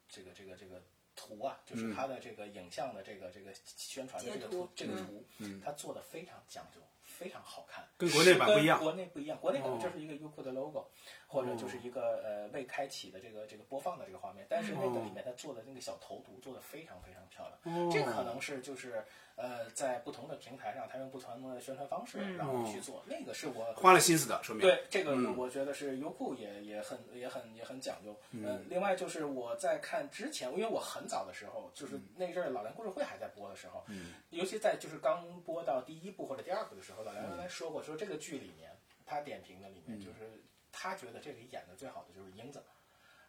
[SPEAKER 2] 这个这个这个图啊，
[SPEAKER 4] 嗯
[SPEAKER 2] 就是它的这个影像的这个这个宣传的这个
[SPEAKER 1] 截
[SPEAKER 2] 图
[SPEAKER 1] 图，
[SPEAKER 2] 这个图，它做的非常讲究，非常好看，
[SPEAKER 4] 嗯跟国内版不一样
[SPEAKER 2] 是跟国内不一样，国内可能
[SPEAKER 4] 哦
[SPEAKER 2] 就是一个优酷的 logo，或者就是一个呃未开启的这个这个播放的这个画面，但是那
[SPEAKER 4] 哦
[SPEAKER 2] 个里面它做的那个小头图做的非常非常漂亮，这可能是就是呃在不同的平台上，它用不同的宣传方式
[SPEAKER 4] 嗯
[SPEAKER 2] 然
[SPEAKER 4] 哦
[SPEAKER 2] 后去做，那个是我
[SPEAKER 4] 花了心思的，说明
[SPEAKER 2] 对这个，我觉得是优酷也也很也很也很讲究。嗯，另外就是我在看之前，因为我很早的时候，就是那阵儿《老梁故事会》还在播的时候，尤其在就是刚播到第一部或者第二部的时候，老梁刚才说过，说这个剧里面他点评的里面，就是他觉得这里演的最好的就是英子，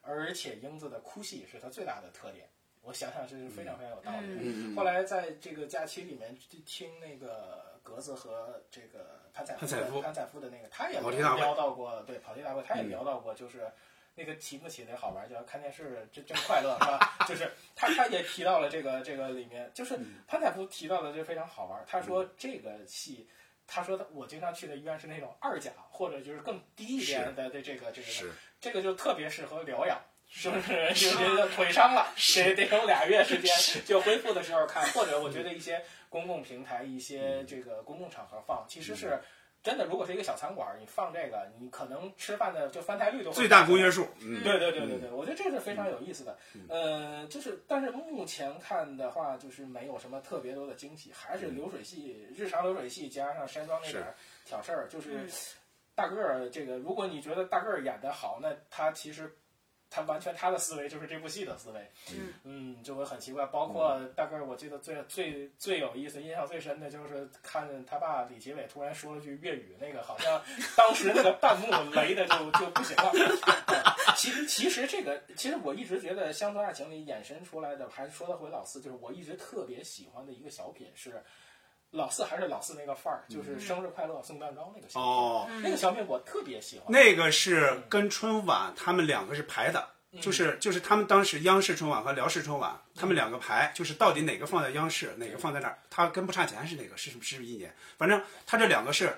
[SPEAKER 2] 而且英子的哭戏是他最大的特点。我想想，这是非常非常有道理
[SPEAKER 4] 嗯
[SPEAKER 2] 的。后来在这个假期里面听那个格子和这个潘采
[SPEAKER 4] 潘采
[SPEAKER 2] 夫
[SPEAKER 4] 夫
[SPEAKER 2] 的潘采夫的那个，他也
[SPEAKER 4] 跑题大会嗯
[SPEAKER 2] 聊到过，对跑题大会，他也聊到过，就是。那个题目起的好玩，叫看电视真真快乐，是 吧？就是他他也提到了这个这个里面，就是
[SPEAKER 4] 嗯
[SPEAKER 2] 潘采夫提到的就非常好玩。他说这个戏，他说他我经常去的医院是那种二甲或者就是更低一点的这这个这个
[SPEAKER 4] 是
[SPEAKER 2] 这个就特别适合疗养，是
[SPEAKER 4] 嗯
[SPEAKER 2] 不是？ 就是腿伤了，得得有俩月时间就恢复的时候 看，或者我觉得一些公共平台、一些
[SPEAKER 4] 嗯
[SPEAKER 2] 这个公共场合放，其实是真的。如果是一个小餐馆，你放这个，你可能吃饭的就翻台率都会
[SPEAKER 4] 最大公约数。嗯，
[SPEAKER 2] 对对对对对，我觉得这是非常有意思的。呃，就是但是目前看的话，就是没有什么特别多的惊喜，还
[SPEAKER 4] 嗯
[SPEAKER 2] 是流水戏，日常流水戏加上山庄那点儿挑事儿，就是大个儿这个，如果你觉得大个儿演的好，那他其实。他完全他的思维就是这部戏的思维，
[SPEAKER 1] 嗯
[SPEAKER 2] 嗯，就会很奇怪。包括大个儿，我记得最最最有意思、印象最深的就是看他爸李奇伟突然说了句粤语，那个好像当时那个弹幕雷的就 就不行了。其实其实这个，其实我一直觉得《乡村爱情》里衍生出来的，还是说到回老四，就是我一直特别喜欢的一个小品是。老四还是老四那个范儿，就是生日快乐送蛋糕那个小品，
[SPEAKER 4] 哦，
[SPEAKER 2] 那个小品我特别喜欢。
[SPEAKER 4] 那个是跟春晚他们两个是排的。
[SPEAKER 2] 嗯
[SPEAKER 4] 就是就是他们当时央视春晚和辽视春晚，他们两个排，就是到底哪个放在央视，哪个放在哪儿，他跟不差钱是哪个，是是不是一年？反正他这两个是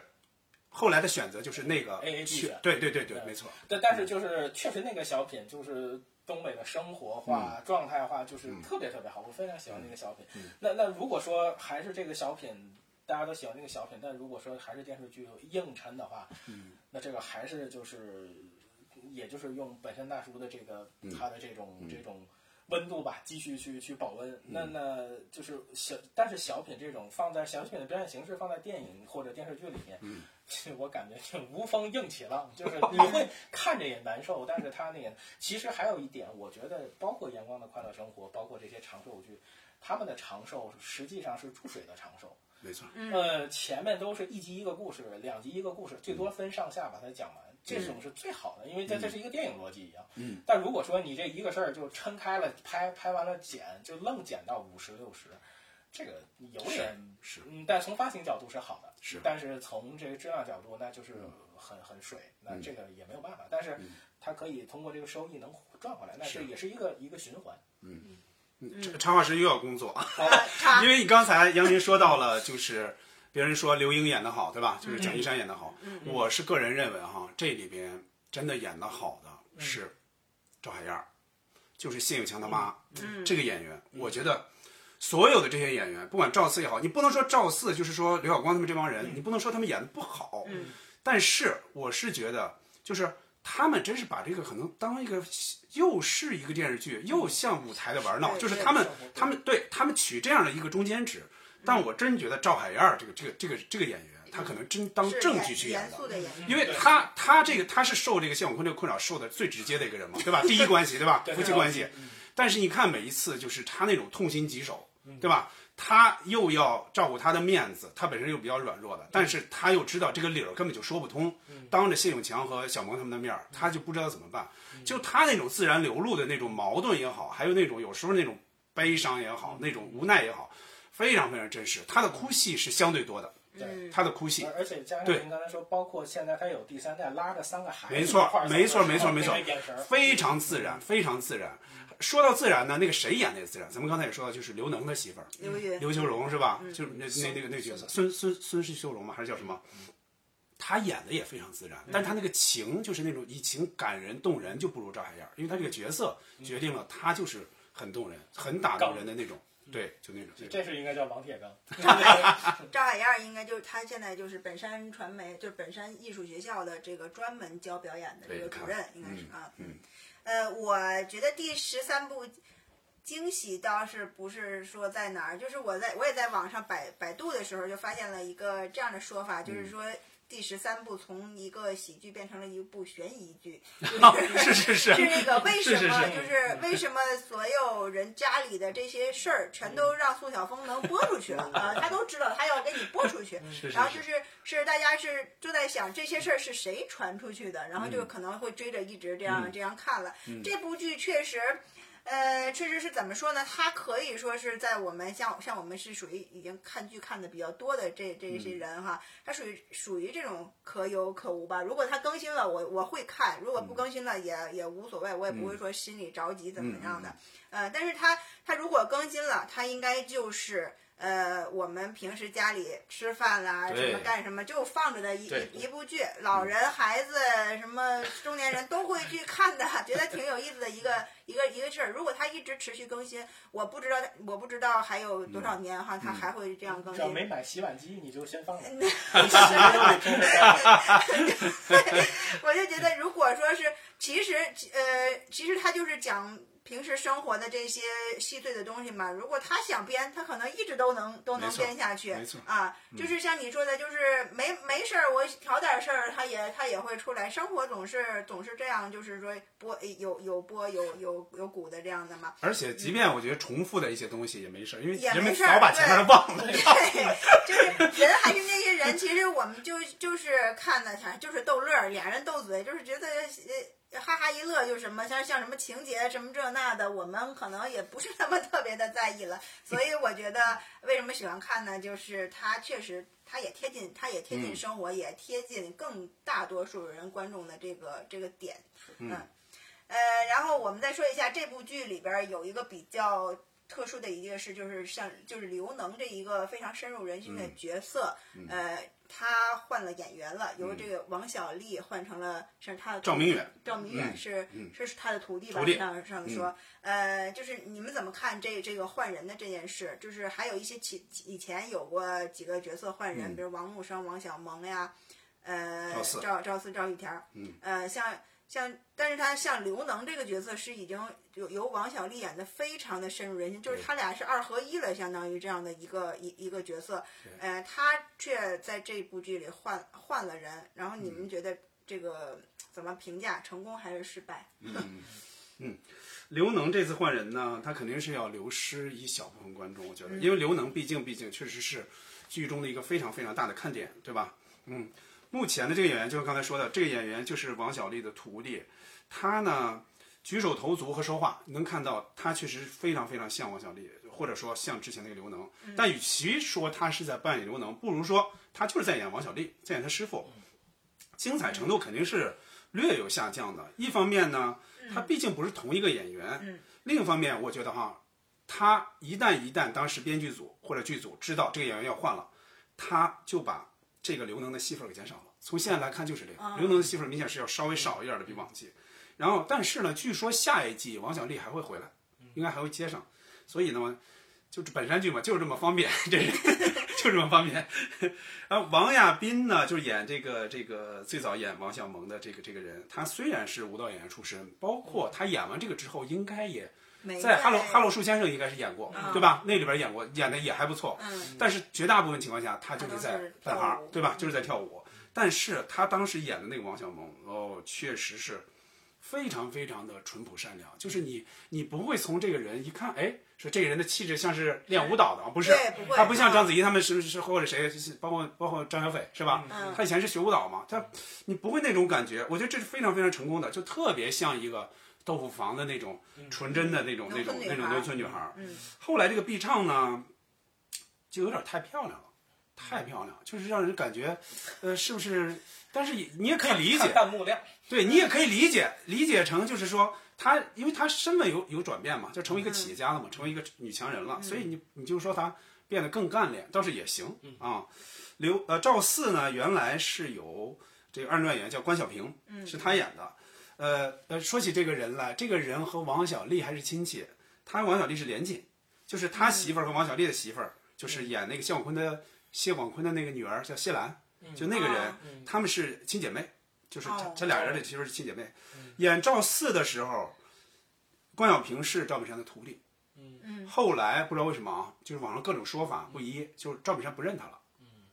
[SPEAKER 4] 后来的选择，就是那个
[SPEAKER 2] A A B
[SPEAKER 4] 去
[SPEAKER 2] 选，嗯
[SPEAKER 4] 对对对对，
[SPEAKER 2] 对
[SPEAKER 4] 没错。
[SPEAKER 2] 但但是就是确实那个小品就是东北的生活化、状态化，就是特别特别好，我非常喜欢那个小品。那那如果说还是这个小品，大家都喜欢这个小品，但如果说还是电视剧硬抻的话，那这个还是就是，也就是用本山大叔的这个他的这种、这种。温度吧，继续去去保温。那那就是小，但是小品这种放在小品的表演形式放在电影或者电视剧里面，我感觉就无风硬起浪，就是你会看着也难受，但是他那个其实还有一点，我觉得包括《阳光的快乐生活》，包括这些长寿剧，他们的长寿实际上是注水的长寿。
[SPEAKER 4] 没错，
[SPEAKER 2] 呃，前面都是一集一个故事，两集一个故事，最
[SPEAKER 4] 嗯
[SPEAKER 2] 多分上下把它讲完，这种是最好的，因为这这是一个电影逻辑一样。嗯。但如果说你这一个事儿就撑开了拍，拍完了剪，就愣剪到五十六十，这个有点
[SPEAKER 4] 是
[SPEAKER 2] 嗯，但从发行角度是好的，
[SPEAKER 4] 是嗯
[SPEAKER 2] 但是从这个质量角度，那就是很很水，那这个也没有办法，但是它可以通过这个收益能赚回来，那这也是一个一个循环。
[SPEAKER 4] 插插画师又要工作啊，
[SPEAKER 1] 啊插
[SPEAKER 4] 因为你刚才杨林说到了，就是别人说刘英演得好，对吧？就是蒋一山演得好，我是个人认为哈，这里边真的演得好的是赵海燕儿，就是谢永强他妈、
[SPEAKER 1] 嗯
[SPEAKER 4] 这个演员，我觉得。所有的这些演员，不管赵四也好，你不能说赵四就是说刘晓光他们这帮
[SPEAKER 1] 嗯
[SPEAKER 4] 人，你不能说他们演的不好，但是我是觉得，就是他们真是把这个可能当一个又是一个电视剧，又像舞台的玩闹，
[SPEAKER 1] 嗯对
[SPEAKER 4] 就是
[SPEAKER 1] 对嗯
[SPEAKER 4] 他们他们对他们取这样的一个中间值。但我真觉得赵海燕儿这个这个这个这个演员，他可能真当
[SPEAKER 1] 是
[SPEAKER 4] 正
[SPEAKER 1] 严
[SPEAKER 4] 剧去演嗯
[SPEAKER 1] 严肃的演
[SPEAKER 2] 嗯
[SPEAKER 1] 员，
[SPEAKER 4] 因为他他这个他是受这个谢永坤这个困扰受的最直接的一个人嘛， 对吧？第一关系对吧？
[SPEAKER 2] 对
[SPEAKER 4] 夫妻关系。但是你看每一次就是他那种痛心疾首，
[SPEAKER 2] 嗯
[SPEAKER 4] 对吧？他又要照顾他的面子，他本身又比较软弱的，但是他又知道这个理儿根本就说不通。
[SPEAKER 2] 嗯
[SPEAKER 4] 当着谢永强和小萌他们的面儿，他就不知道怎么办。
[SPEAKER 2] 嗯
[SPEAKER 4] 就他那种自然流露的那种矛盾也好，还有那种有时候那种悲伤也
[SPEAKER 2] 嗯
[SPEAKER 4] 好，那种无奈也好，非常非常真实。他的哭戏是相对多的，
[SPEAKER 2] 对
[SPEAKER 4] 他的哭戏
[SPEAKER 2] 而而且加上
[SPEAKER 4] 对
[SPEAKER 2] 您刚才说，包括现在他有第三代，拉着三个孩子
[SPEAKER 4] 没
[SPEAKER 2] 一
[SPEAKER 4] 错
[SPEAKER 2] 块儿，走
[SPEAKER 4] 没错，
[SPEAKER 2] 的
[SPEAKER 4] 没
[SPEAKER 2] 时
[SPEAKER 4] 错，
[SPEAKER 2] 候
[SPEAKER 4] 没错
[SPEAKER 2] 那个眼神儿，嗯
[SPEAKER 4] 非常自然，非常自然。说到自然呢，那个谁演的也自然？咱们刚才也说到，就是刘能的媳妇儿
[SPEAKER 1] 刘
[SPEAKER 4] 嗯
[SPEAKER 1] 嗯云，
[SPEAKER 4] 刘秀荣是吧？就是那那那个那个角色，孙孙孙是秀荣吗？还是叫什么？他演的也非常自然，
[SPEAKER 2] 嗯
[SPEAKER 4] 但他那个情就是那种以情感人动人，就不如赵海燕儿，因为他这个角色
[SPEAKER 2] 嗯
[SPEAKER 4] 决定了他就是很动人、很打动人的那种，对，就那种。那种
[SPEAKER 2] 这是应该叫王铁 刚。
[SPEAKER 1] 赵海燕儿应该就是他现在就是本山传媒，就是本山艺术学校的这个专门教表演的这个主任，应该是啊，
[SPEAKER 4] 嗯嗯
[SPEAKER 1] 呃，我觉得第十三部惊喜倒是不是说在哪儿，就是我在我也在网上百百度的时候就发现了一个这样的说法，就是
[SPEAKER 4] 嗯
[SPEAKER 1] 说。第十三部从一个喜剧变成了一部悬疑剧， 就是
[SPEAKER 4] 是是是
[SPEAKER 1] 是那个为什
[SPEAKER 4] 是
[SPEAKER 1] 么
[SPEAKER 4] 是
[SPEAKER 1] 就是为什么所有人家里的这些事儿全都让宋晓峰能播出去了啊？他都知道他要给你播出去，
[SPEAKER 4] 嗯是
[SPEAKER 1] 然后就是是大家是就在想这些事儿是谁传出去的，然后
[SPEAKER 4] 嗯
[SPEAKER 1] 就可能会追着一直这样、这样看了。这部剧确实。呃，确实是怎么说呢？它可以说是在我们像像我们是属于已经看剧看的比较多的这这些人哈，它属于属于这种可有可无吧。如果它更新了，我我会看；如果不更新了也，也无所谓，我也不会说心里着急怎么样的。呃，但是它它如果更新了，它应该就是呃我们平时家里吃饭啦，什
[SPEAKER 4] 对
[SPEAKER 1] 么干什么就放着的一
[SPEAKER 4] 对
[SPEAKER 1] 一一部剧，老人、孩子、什么中年人都会去看的，觉得挺有意思的一个一个一个事儿。如果它一直持续更新，我不知道它我不知道还有多少年哈，它还会这样更
[SPEAKER 2] 只要
[SPEAKER 1] 新。
[SPEAKER 2] 没买洗碗机，你就先放着。
[SPEAKER 1] 我就觉得，如果说是，其实呃，其实他就是讲平时生活的这些细碎的东西嘛。如果他想编，他可能一直都能都能
[SPEAKER 4] 没错
[SPEAKER 1] 编下去，
[SPEAKER 4] 没错嗯
[SPEAKER 1] 啊，就是像你说的，就是没没事儿，我挑点事儿，他也他也会出来。生活总是总是这样，就是说波有有波有有有谷的这样的嘛。
[SPEAKER 4] 而且，即便我觉得重复的一些东西也没事儿，因为
[SPEAKER 1] 也
[SPEAKER 4] 人们
[SPEAKER 1] 没事儿
[SPEAKER 4] 早把前面忘了。
[SPEAKER 1] 对，就是人还是那些人，其实我们就就是看的，反正就是逗乐儿，俩人斗嘴，就是觉得呃哈哈一乐，就是什么像像什么情节什么这那的，我们可能也不是那么特别的在意了。所以我觉得为什么喜欢看呢？就是它确实。它也贴近，它也贴近生活，也贴近更大多数人观众的这个这个点，嗯，呃，然后我们再说一下这部剧里边儿有一个比较特殊的一件事，就是像就是刘能这一个非常深入人心
[SPEAKER 4] 嗯
[SPEAKER 1] 的角色，呃，他换了演员了，由这个王小利换成了是他的
[SPEAKER 4] 嗯赵明远，
[SPEAKER 1] 赵明远
[SPEAKER 4] 嗯
[SPEAKER 1] 是、
[SPEAKER 4] 嗯
[SPEAKER 1] 是他的徒弟吧
[SPEAKER 4] 徒？弟嗯
[SPEAKER 1] 上上次说，呃，就是你们怎么看这这个换人的这件事？就是还有一些其以前有过几个角色换
[SPEAKER 4] 嗯
[SPEAKER 1] 人，比如王木生、王小蒙呀，呃，
[SPEAKER 4] 赵四
[SPEAKER 1] 赵赵四、赵玉田，
[SPEAKER 4] 嗯，
[SPEAKER 1] 呃，像像，但是他像刘能这个角色是已经由由王小利演的非常的深入人心，就是他俩是二合一了，相当于这样的一个一一个角色，呃，他却在这部剧里换换了人，然后你
[SPEAKER 4] 嗯
[SPEAKER 1] 们觉得这个怎么评价成功还是失败？
[SPEAKER 4] 嗯刘能这次换人呢，他肯定是要流失一小部分观众，我觉得，因为刘能毕竟毕竟确实是剧中的一个非常非常大的看点，对吧？嗯，目前的这个演员，就像刚才说的，这个演员就是王小利的徒弟，他呢举手投足和说话，能看到他确实非常非常像王小利，或者说像之前那个刘能。但与其说他是在扮演刘能，不如说他就是在演王小利，在演他师傅。精彩程度肯定是略有下降的。一方面呢，他毕竟不是同一个演员；另一方面，我觉得哈，他一旦一旦当时编剧组或者剧组知道这个演员要换了，他就把这个刘能的戏份给减少了。从现在来看就是这样，刘能的戏份明显是要稍微少一点的，比往季。然后，但是呢，据说下一季王小利还会回来，应该还会接上。所以呢，就是本山剧嘛，就是这么方便，这是 就这么方便。然后呃王亚斌呢，就是演这个这个最早演王小蒙的这个这个人，他虽然是舞蹈演员出身，包括他演完这个之后，应该也
[SPEAKER 1] 没
[SPEAKER 4] 在《哈喽哈
[SPEAKER 1] 喽，
[SPEAKER 4] 喽树先生》应该是演过，
[SPEAKER 1] 嗯
[SPEAKER 4] 对吧？那里边演过，演的也还不错。
[SPEAKER 1] 嗯
[SPEAKER 4] 但是绝大部分情况下，他就是
[SPEAKER 1] 他
[SPEAKER 4] 在
[SPEAKER 1] 都是跳
[SPEAKER 4] 本
[SPEAKER 1] 舞嗯
[SPEAKER 4] 行，对吧？就是在跳舞。但是他当时演的那个王小蒙，哦，确实是非常非常的淳朴善良，就是你你不会从这个人一看，哎，说这个人的气质像是练舞蹈的啊，不是
[SPEAKER 1] 对不会，嗯
[SPEAKER 4] 他不像章
[SPEAKER 1] 子，
[SPEAKER 4] 子怡他们是是或者谁，是包括包括张小斐是吧？
[SPEAKER 1] 嗯
[SPEAKER 4] 他以前是学舞蹈嘛，他你不会那种感觉，我觉得这是非常非常成功的，就特别像一个豆腐房的那种纯真的那种那
[SPEAKER 1] 农
[SPEAKER 4] 种
[SPEAKER 1] 村女
[SPEAKER 4] 那种
[SPEAKER 1] 孩
[SPEAKER 4] 农村女孩儿。
[SPEAKER 1] 嗯
[SPEAKER 4] 后来这个必唱呢，就有点太漂亮了，太漂亮，就是让人感觉，呃，是不是？但是也你也可以 理
[SPEAKER 2] 看
[SPEAKER 4] 解，
[SPEAKER 2] 弹幕 量，
[SPEAKER 4] 对你也可以理解，理解成就是说她，因为她身份有有转变嘛，就成为一个企业家了嘛，成为一个女强人了，所以你你就说她变得更干练，倒是也行啊。刘呃赵四呢，原来是由这个二人转演员叫关晓萍，是她演的。呃呃，说起这个人来，这个人和王小利还是亲戚，他和王小利是连襟，就是他媳妇儿和王小利的媳妇儿，就是演那个谢广坤的谢广坤的那个女儿叫谢兰，就那个人
[SPEAKER 1] 啊，
[SPEAKER 4] 他们是亲姐妹，就是这
[SPEAKER 1] 哦
[SPEAKER 4] 这俩人的媳妇儿是亲姐妹。演赵四的时候，关晓萍是赵本山的徒弟，
[SPEAKER 1] 嗯
[SPEAKER 4] 后来不知道为什么啊，就是网上各种说法不一，就是赵本山不认他了，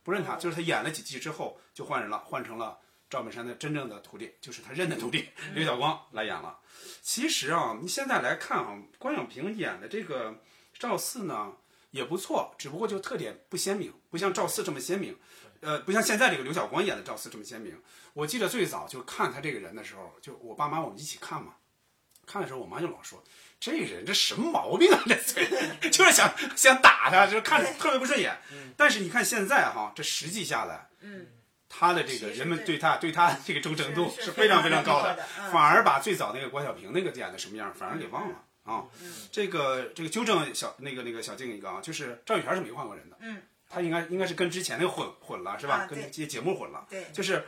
[SPEAKER 4] 不认他，就是他演了几季之后就换人了，换成了赵本山的真正的徒弟，就是他认的徒弟 刘晓光来演了。其实啊，你现在来看啊，关晓萍演的这个赵四呢也不错，只不过就特点不鲜明，不像赵四这么鲜明。呃，不像现在这个刘晓光演的赵四这么鲜明。我记得最早就看他这个人的时候，就我爸妈我们一起看嘛，看的时候我妈就老说这人这什么毛病啊，这嘴 就是想想打他，就是看着特别不顺眼。但是你看现在哈，这实际下来，
[SPEAKER 1] 嗯，
[SPEAKER 4] 他的这
[SPEAKER 1] 其
[SPEAKER 4] 个
[SPEAKER 1] 实
[SPEAKER 4] 人们
[SPEAKER 1] 对
[SPEAKER 4] 对他对他的这个忠诚度
[SPEAKER 1] 是是
[SPEAKER 4] 非常非
[SPEAKER 1] 非
[SPEAKER 4] 常
[SPEAKER 1] 常
[SPEAKER 4] 高
[SPEAKER 1] 高
[SPEAKER 4] 的
[SPEAKER 1] 的，嗯
[SPEAKER 4] 反而把最早那个关晓萍那个演的什么样，反而给忘了啊。
[SPEAKER 1] 嗯
[SPEAKER 4] 这个这个纠正小那个那个小静一个啊，就是赵雨泉是没换过人的，
[SPEAKER 1] 嗯，
[SPEAKER 4] 他应该应该是跟之前那个混混了是吧？
[SPEAKER 1] 啊对
[SPEAKER 4] 跟节节目混了，
[SPEAKER 1] 对
[SPEAKER 4] 就是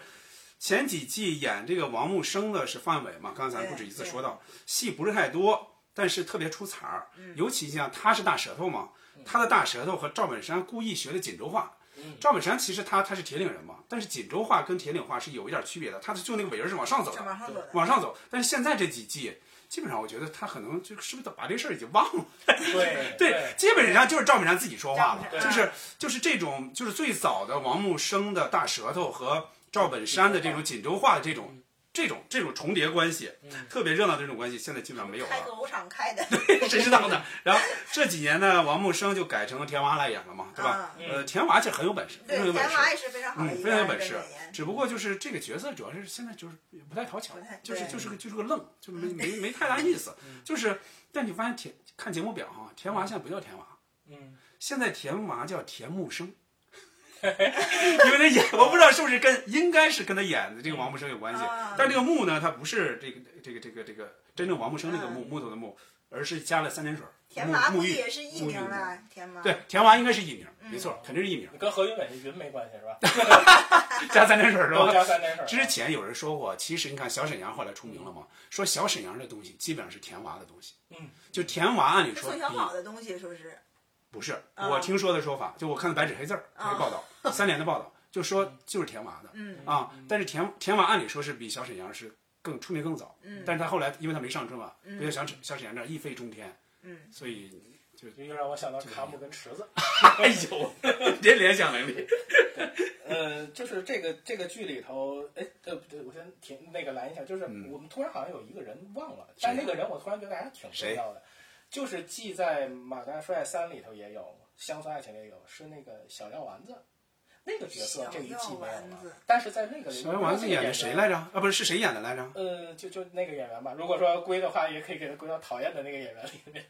[SPEAKER 4] 前几季演这个王木生的是范伟嘛，刚才咱
[SPEAKER 1] 对
[SPEAKER 4] 不止一次
[SPEAKER 1] 对
[SPEAKER 4] 说到，戏不是太多，但是特别出彩儿。
[SPEAKER 1] 嗯
[SPEAKER 4] 尤其像他是大舌头嘛，他的大舌头和赵本山故意学的锦州话。
[SPEAKER 1] 嗯
[SPEAKER 4] 赵本山其实他他是铁岭人嘛，但是锦州话跟铁岭话是有一点区别的，他的就那个尾儿是往上走
[SPEAKER 1] 是
[SPEAKER 4] 的，
[SPEAKER 1] 往上走的，
[SPEAKER 4] 往上走。但是现在这几季，基本上我觉得他可能就是不是把这事儿已经忘了。
[SPEAKER 2] 对
[SPEAKER 4] 对，基本上就是赵本山自己说话了
[SPEAKER 1] 赵，本
[SPEAKER 4] 就
[SPEAKER 1] 山
[SPEAKER 4] 是就是这种就是最早的王木生的大舌头和赵本山的这种锦州话的这种这种这种重叠关系，特别热闹的这种关系，现在基本上没有
[SPEAKER 1] 嗯开
[SPEAKER 4] 了，
[SPEAKER 1] 狗场开的，
[SPEAKER 4] 谁知道呢？然后这几年呢，王木生就改成田娃来演了嘛，对吧？呃，田娃其实很有本事，非
[SPEAKER 1] 啊嗯对
[SPEAKER 4] 常有，本
[SPEAKER 1] 田
[SPEAKER 4] 事。
[SPEAKER 1] 娃也是非常好的
[SPEAKER 4] 嗯，
[SPEAKER 1] 一
[SPEAKER 4] 非
[SPEAKER 1] 个
[SPEAKER 4] 常有
[SPEAKER 1] 演
[SPEAKER 4] 本事
[SPEAKER 1] 员，，
[SPEAKER 4] 只不过就是这个角色主要是现在就是不太讨巧
[SPEAKER 1] 不太，
[SPEAKER 4] 就是
[SPEAKER 1] 对嗯
[SPEAKER 4] 就是个就是个愣，就没没没太大 意思。就是，但你发现田看节目表哈，田娃现在不叫田娃，
[SPEAKER 2] 嗯，
[SPEAKER 4] 现在田娃叫田木生，因为他演，我不知道是不是跟应该是跟他演的这个王木生有关系
[SPEAKER 1] 啊，
[SPEAKER 4] 但这个木呢，它不是这个这个这个这个真正王木生那个木木头的木，而是加了三点水儿，
[SPEAKER 1] 嗯田
[SPEAKER 4] 木
[SPEAKER 1] 娃
[SPEAKER 4] 沐
[SPEAKER 1] 估
[SPEAKER 4] 浴
[SPEAKER 1] 计也是嗯艺
[SPEAKER 4] 沐浴
[SPEAKER 1] 名吧，田娃，
[SPEAKER 4] 对，田娃应该是艺名，没错，肯定是艺名，
[SPEAKER 2] 跟何云伟是云没关系是吧？
[SPEAKER 4] 加三点水儿是吧？
[SPEAKER 2] 都加三点水儿。
[SPEAKER 4] 之前有人说过，其实你看小沈阳后来出名了嘛，说小沈阳的东西基本上是田娃的东西。
[SPEAKER 2] 嗯，
[SPEAKER 4] 就田娃按理
[SPEAKER 1] 是
[SPEAKER 4] 说
[SPEAKER 1] 宋
[SPEAKER 4] 比
[SPEAKER 1] 小宝的东西，是不是？
[SPEAKER 4] 不是，
[SPEAKER 1] 啊
[SPEAKER 4] 我听说的说法，就我看的白纸黑字儿那个报道，三联的报道就说就是田娃的。
[SPEAKER 1] 嗯
[SPEAKER 4] 啊，但是田田娃按理说是比小沈阳是更出名更早，
[SPEAKER 1] 嗯
[SPEAKER 4] 但是他后来因为他没上春晚，不像小沈小沈阳这样一飞冲天，
[SPEAKER 1] 嗯，
[SPEAKER 4] 所 以
[SPEAKER 2] 就又让我想到卡姆跟池子。
[SPEAKER 4] 哎 呦，这联想 能力，
[SPEAKER 2] 呃，就是这个这个剧里头，哎，呃，不对，我先停那个拦一下，就是
[SPEAKER 4] 嗯
[SPEAKER 2] 我们突然好像有一个人忘了，但那个人我突然觉得还挺重要的，就是记在《马大帅三》里头也有，《乡村爱情》也有，是那个小药丸子。那个角色这一季没有
[SPEAKER 1] 小药丸子
[SPEAKER 2] 了，但是在那个里
[SPEAKER 4] 小丸子演的谁来着？啊，不是是谁演的来着？
[SPEAKER 2] 呃，就就那个演员吧。如果说要归的话，也可以给他归到讨厌的那个演员里面。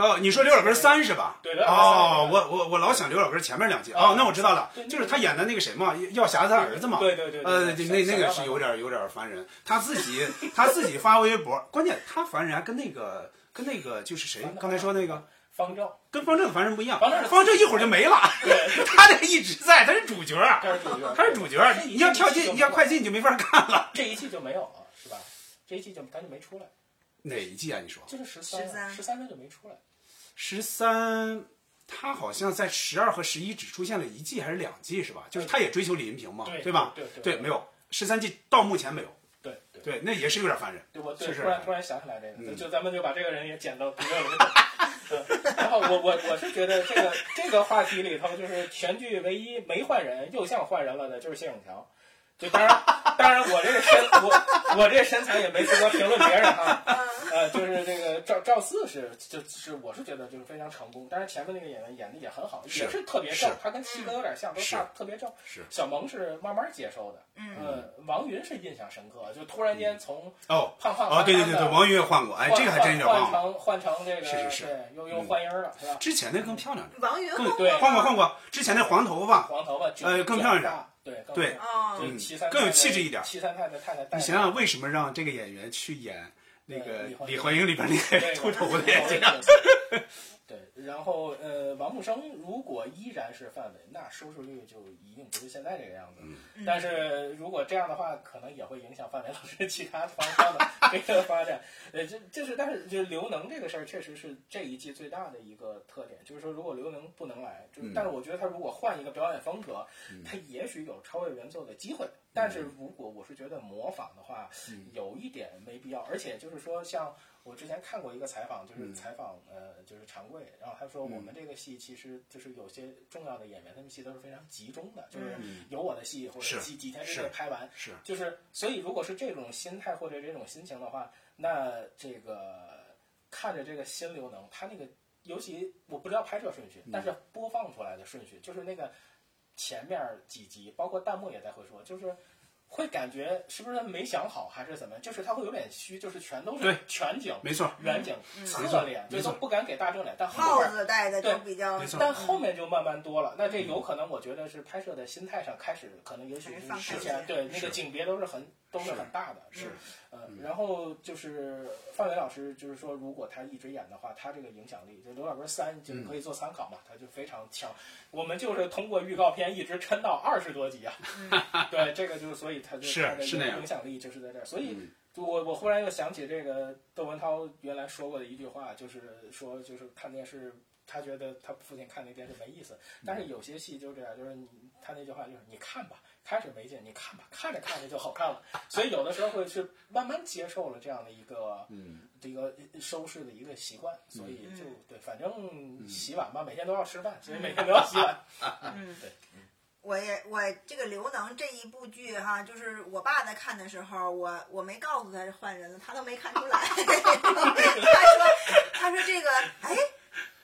[SPEAKER 4] 哦，你说刘老根三是吧？
[SPEAKER 2] 对刘老根三啊
[SPEAKER 4] 哦，我我我老想刘老根前面两季。哦，那我知道了
[SPEAKER 2] 对，
[SPEAKER 4] 就是他演的那个谁嘛，药匣子他儿子嘛。
[SPEAKER 2] 对对对对
[SPEAKER 4] 呃，
[SPEAKER 2] 对
[SPEAKER 4] 那
[SPEAKER 2] 小
[SPEAKER 4] 那
[SPEAKER 2] 小
[SPEAKER 4] 个
[SPEAKER 2] 药
[SPEAKER 4] 是
[SPEAKER 2] 丸
[SPEAKER 4] 有点有点烦人，他自己他自己发微博，关键他烦人还跟那个。跟那个就是谁
[SPEAKER 2] 完了
[SPEAKER 4] 刚才说那个
[SPEAKER 2] 方丈，
[SPEAKER 4] 跟方正的凡人不一样，
[SPEAKER 2] 方正的
[SPEAKER 4] 方正一会儿就没了， 他这一直在，他是主角，
[SPEAKER 2] 他是主角，
[SPEAKER 4] 他是主角
[SPEAKER 2] 这一，季
[SPEAKER 4] 你要跳
[SPEAKER 2] 就
[SPEAKER 4] 进，
[SPEAKER 2] 没
[SPEAKER 4] 你要快进，你就没法看了。
[SPEAKER 2] 这一季就没有了，是吧？这一季就他就没出来，
[SPEAKER 4] 哪一季啊？你说
[SPEAKER 2] 就是十三，
[SPEAKER 1] 13
[SPEAKER 2] 十三他就没出来，
[SPEAKER 4] 十三，他好像在十二和十一只出现了一季还是两季是吧？就是他也追求李银平嘛，
[SPEAKER 2] 对
[SPEAKER 4] 吧？
[SPEAKER 2] 对对对
[SPEAKER 4] 没有十三季到目前没有，
[SPEAKER 2] 对对
[SPEAKER 4] 对，那也是有点烦人。
[SPEAKER 2] 对，我对
[SPEAKER 4] 是是嗯
[SPEAKER 2] 突然突然想起来这个，就咱们就把这个人也剪到评论里。嗯然后我我我是觉得这个这个话题里头，就是全剧唯一没换人又像换人了的，就是谢永强。就当然当然我这个身我我这身材也没资格评论别人哈。 呃，就是这个赵赵四是就是我是觉得就是非常成功，但是前面那个演员演的也很好，
[SPEAKER 4] 是
[SPEAKER 2] 也是特别正
[SPEAKER 4] 是，
[SPEAKER 2] 他跟七哥有点像，都
[SPEAKER 4] 是
[SPEAKER 2] 差特别正。
[SPEAKER 4] 是
[SPEAKER 2] 小萌是慢慢接受的，嗯，王云是印象深刻，就突然间从。
[SPEAKER 4] 哦
[SPEAKER 2] 胖胖
[SPEAKER 4] 哦，对对对对，
[SPEAKER 2] 的
[SPEAKER 4] 王云也换过，哎，
[SPEAKER 2] 换
[SPEAKER 4] 这个还真有点
[SPEAKER 2] 换换
[SPEAKER 4] 忘了。
[SPEAKER 2] 成换成这个，
[SPEAKER 4] 是是是嗯
[SPEAKER 2] 对，又又换音儿了，是吧？
[SPEAKER 4] 之前那更漂亮点，
[SPEAKER 1] 王云
[SPEAKER 4] 更
[SPEAKER 1] 后
[SPEAKER 2] 对
[SPEAKER 4] 换过换过，之前那黄头发，
[SPEAKER 2] 黄头发，卷
[SPEAKER 4] 呃更漂亮，
[SPEAKER 2] 卷发对更
[SPEAKER 4] 对
[SPEAKER 2] 漂亮
[SPEAKER 1] 哦，
[SPEAKER 2] 就是
[SPEAKER 4] 嗯
[SPEAKER 2] 齐三
[SPEAKER 4] 更有气质一点
[SPEAKER 2] 齐三太太太太戴的，
[SPEAKER 4] 你想啊想为什么让这个演员去演那个
[SPEAKER 2] 呃
[SPEAKER 4] 《
[SPEAKER 2] 李
[SPEAKER 4] 李
[SPEAKER 2] 焕
[SPEAKER 4] 焕英》里边那
[SPEAKER 2] 对
[SPEAKER 4] 个秃头的眼睛？。
[SPEAKER 2] 对，然后呃，王木生如果依然是范伟，那收视率就一定不是现在这个样子。
[SPEAKER 4] 嗯
[SPEAKER 2] 但是如果这样的话，可能也会影响范伟老师其他方向的这个发展。呃，这这是，但是就是刘能这个事儿，确实是这一季最大的一个特点，就是说如果刘能不能来，就是、
[SPEAKER 4] 嗯
[SPEAKER 2] 但是我觉得他如果换一个表演风格，他也许有超越原作的机会。但
[SPEAKER 4] 嗯
[SPEAKER 2] 是如果我是觉得模仿的话，有一点没必要，而且就是说像。我之前看过一个采访，
[SPEAKER 4] 嗯
[SPEAKER 2] 就是采访、呃，就是常贵，然后他说我们这个戏其实就是有些重要的演员，他们戏都是非常集中的，就是有我的戏或者
[SPEAKER 4] 嗯是
[SPEAKER 2] 几几天之
[SPEAKER 4] 是
[SPEAKER 2] 内拍完，
[SPEAKER 4] 是
[SPEAKER 2] 就是所以如果是这种心态或者这种心情的话，那这个看着这个新刘能，他那个尤其我不知道拍摄顺序，
[SPEAKER 4] 嗯
[SPEAKER 2] 但是播放出来的顺序就是那个前面几集，包括弹幕也在会说，就是会感觉是不是他没想好还是怎么，就是他会有点虚，就是全都是
[SPEAKER 4] 对
[SPEAKER 2] 全景、
[SPEAKER 4] 没错，嗯
[SPEAKER 2] 远景、
[SPEAKER 4] 没
[SPEAKER 2] 侧
[SPEAKER 4] 错
[SPEAKER 2] 脸，就
[SPEAKER 4] 没
[SPEAKER 2] 都
[SPEAKER 4] 错
[SPEAKER 2] 不敢给大正脸，但后
[SPEAKER 1] 帽
[SPEAKER 2] 边
[SPEAKER 1] 子戴的就比较
[SPEAKER 4] 没错
[SPEAKER 2] 但后面就慢慢多了，那这有可能，我觉得是拍摄的心态上开始，可能也许
[SPEAKER 1] 还
[SPEAKER 2] 是
[SPEAKER 1] 是
[SPEAKER 2] 之
[SPEAKER 1] 放
[SPEAKER 2] 前
[SPEAKER 1] 开
[SPEAKER 2] 对那个景别都是很都是很大的，是，呃，然后就是范伟老师，就是说，如果他一直演的话，他这个影响力，就刘老根三就是可以做参考嘛，他就非常强。我们就是通过预告片一直抻到二十多集啊， 对，这个就是所以他就是他的
[SPEAKER 4] 是那样嗯
[SPEAKER 2] 影响力就是在这儿，所以。就我我忽然又想起这个窦文涛原来说过的一句话，就是说就是看电视，他觉得他父亲看那电视没意思，
[SPEAKER 4] 嗯
[SPEAKER 2] 但是有些戏就这样，就是你他那句话就是你看吧，开始没劲，你看吧，看着看着就好看了，所以有的时候会去慢慢接受了这样的一个嗯这个收视的一个习惯，所以就对，反
[SPEAKER 1] 嗯
[SPEAKER 2] 正洗碗吧，每天都要吃饭，所以每天都要洗
[SPEAKER 1] 啊
[SPEAKER 2] 碗，
[SPEAKER 1] 我也我这个刘能这一部剧哈，就是我爸在看的时候，我我没告诉他是换人了，他都没看出来。 他说他说这个哎。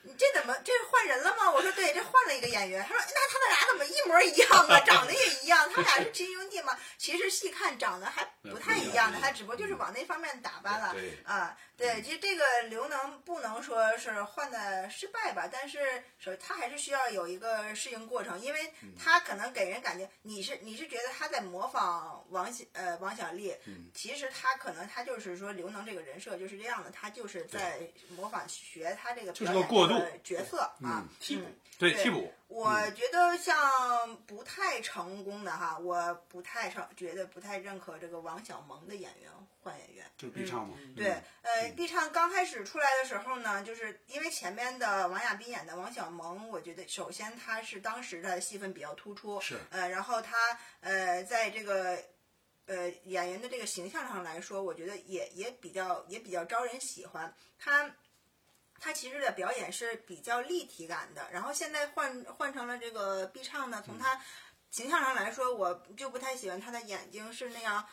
[SPEAKER 1] 你这怎么这是换人了吗？我说对，这换了一个演员。他说那他们俩怎么一模一样啊？长得也一样，他们俩是亲兄弟吗？其实细看长得还不太一样的，他只不过就是往那方面打扮了。
[SPEAKER 4] 嗯对嗯
[SPEAKER 1] 啊，对，其实这个刘能不能说是换的失败吧，但是首他还是需要有一个适应过程，因为
[SPEAKER 4] 嗯
[SPEAKER 1] 他可能给人感觉你是你是觉得他在模仿王小呃王小利，
[SPEAKER 4] 嗯
[SPEAKER 1] 其实他可能他就是说刘能这个人设就是这样的，他就是在模仿学他这个
[SPEAKER 4] 就是
[SPEAKER 1] 表
[SPEAKER 4] 个
[SPEAKER 1] 演
[SPEAKER 4] 过
[SPEAKER 1] 的
[SPEAKER 4] 渡
[SPEAKER 1] 角色啊，
[SPEAKER 2] 替补
[SPEAKER 1] 嗯
[SPEAKER 4] 对
[SPEAKER 1] 对
[SPEAKER 4] 替补，
[SPEAKER 1] 我觉得像不太成功的哈，我不太成，觉得不太认可这个王小蒙的演员换演员。
[SPEAKER 4] 就是 B 唱嘛，
[SPEAKER 1] 嗯对，呃，B 唱刚开始出来的时候呢，就是因为前面的王亚斌演的王小蒙，我觉得首先他是当时的戏份比较突出，
[SPEAKER 4] 是
[SPEAKER 1] 呃，然后他呃在这个呃演员的这个形象上来说，我觉得也也比较也比较招人喜欢，他。他其实的表演是比较立体感的，然后现在换换成了这个 B 唱呢，从他形象上来说，我就不太喜欢他的眼睛是那样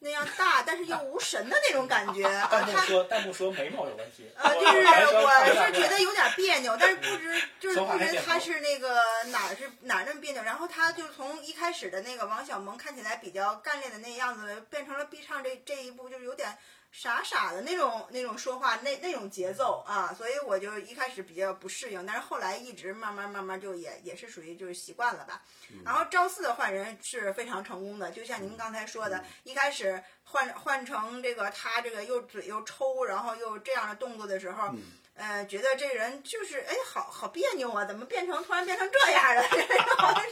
[SPEAKER 1] 那样大，但是又无神的那种感觉。啊，
[SPEAKER 2] 弹幕
[SPEAKER 1] 他
[SPEAKER 2] 说弹幕说眉毛有问题，
[SPEAKER 1] 呃，就
[SPEAKER 2] 我
[SPEAKER 1] 是
[SPEAKER 2] 还说
[SPEAKER 1] 我
[SPEAKER 2] 他们俩
[SPEAKER 1] 是觉得有点别扭，但是不知就是
[SPEAKER 2] 嗯说话
[SPEAKER 1] 不
[SPEAKER 2] 还
[SPEAKER 1] 知
[SPEAKER 2] 点头
[SPEAKER 1] 他是那个哪儿是哪儿那么别扭，然后他就从一开始的那个王小蒙看起来比较干练的那样子，变成了毕唱这这一步就是有点傻傻的那种那种说话那那种节奏啊，所以我就一开始比较不适应，但是后来一直慢慢慢慢就也也是属于就是习惯了吧。然后赵四的换人是非常成功的，就像您刚才说的，一开始换换成这个他这个又嘴又抽，然后又这样的动作的时候，呃，觉得这人就是哎，好好别扭啊，怎么变成突然变成这样了， 然后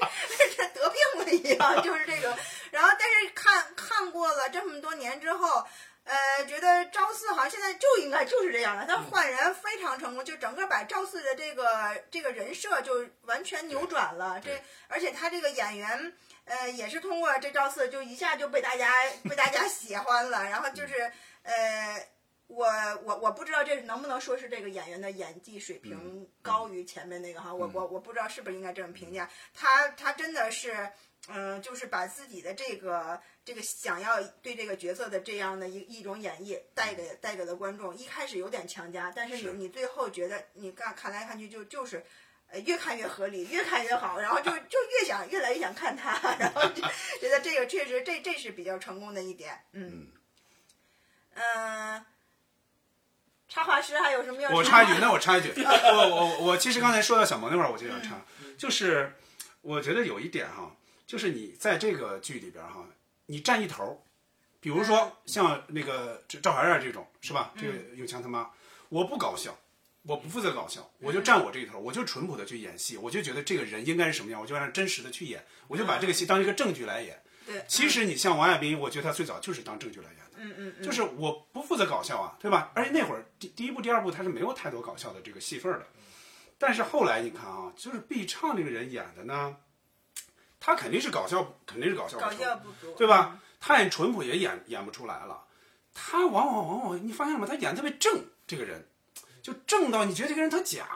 [SPEAKER 1] 这得病了一样，就是这种。然后但是看看过了这么多年之后。呃，觉得赵四好像现在就应该就是这样了，他换人非常成功，就整个把赵四的这个这个人设就完全扭转了。这而且他这个演员，呃，也是通过这赵四就一下就被大家被大家喜欢了，然后就是呃。我我我不知道这能不能说是这个演员的演技水平高于前面那个哈，我我我不知道是不是应该这么评价他，他真的是，嗯，就是把自己的这个这个想要对这个角色的这样的一一种演绎带给带给了观众。一开始有点强加，但是你
[SPEAKER 4] 嗯是
[SPEAKER 1] 你最后觉得你看看来看去就就是。呃，越看越合理，越看越好，然后 就就越想越来越想看他，然后就觉得这个确实这这是比较成功的一点，嗯，嗯、插画师还有什么要
[SPEAKER 4] 我
[SPEAKER 1] 插
[SPEAKER 4] 插一句，那我插一句，我我我其实刚才说到小萌那块儿，我就想插，就是我觉得有一点哈，就是你在这个剧里边哈，你占一头儿，比如说像那个这赵怀儿这种是吧？这个永强他妈，我不搞笑。我不负责搞笑，我就站我这一头，我就淳朴的去演戏，我就觉得这个人应该是什么样，我就按真实的去演，我就把这个戏当一个正剧来演。
[SPEAKER 1] 对，
[SPEAKER 4] 其实你像王亚斌，我觉得他最早就是当正剧来演的，
[SPEAKER 1] 嗯嗯嗯，
[SPEAKER 4] 就是我不负责搞笑啊，对吧？而且那会儿第第一部、第二部他是没有太多搞笑的这个戏份儿的，
[SPEAKER 1] 嗯
[SPEAKER 4] 但是后来你看啊，就是毕畅这个人演的呢，他肯定是搞笑，肯定是搞笑不
[SPEAKER 1] 搞
[SPEAKER 4] 出，
[SPEAKER 1] 笑嗯不足，
[SPEAKER 4] 对吧？他演淳朴也演演不出来了，他往往往往你发现了吗？他演得特别正，这个人就正到你觉得这个人他假，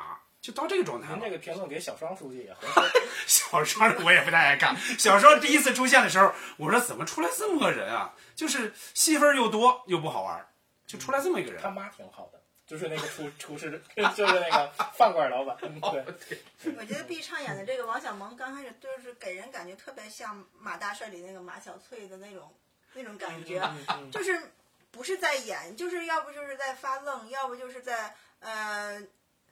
[SPEAKER 4] 就到这个状态
[SPEAKER 2] 您
[SPEAKER 4] 了
[SPEAKER 2] 这。个评论给小双书记也合适。
[SPEAKER 4] 小双我也不太爱看。小双第一次出现的时候，我说怎么出来这么个人啊？就是戏份又多又不好玩儿，就出来这么一个人
[SPEAKER 2] 他。妈挺好的，就是那个厨厨师， 就是那个饭馆老板。嗯对，
[SPEAKER 1] 我觉得毕畅演的这个王小蒙刚开始就是给人感觉特别像《马大帅》里那个马小翠的那种那种感觉，就是不是在演，就是要不就是在发愣，要不就是在呃，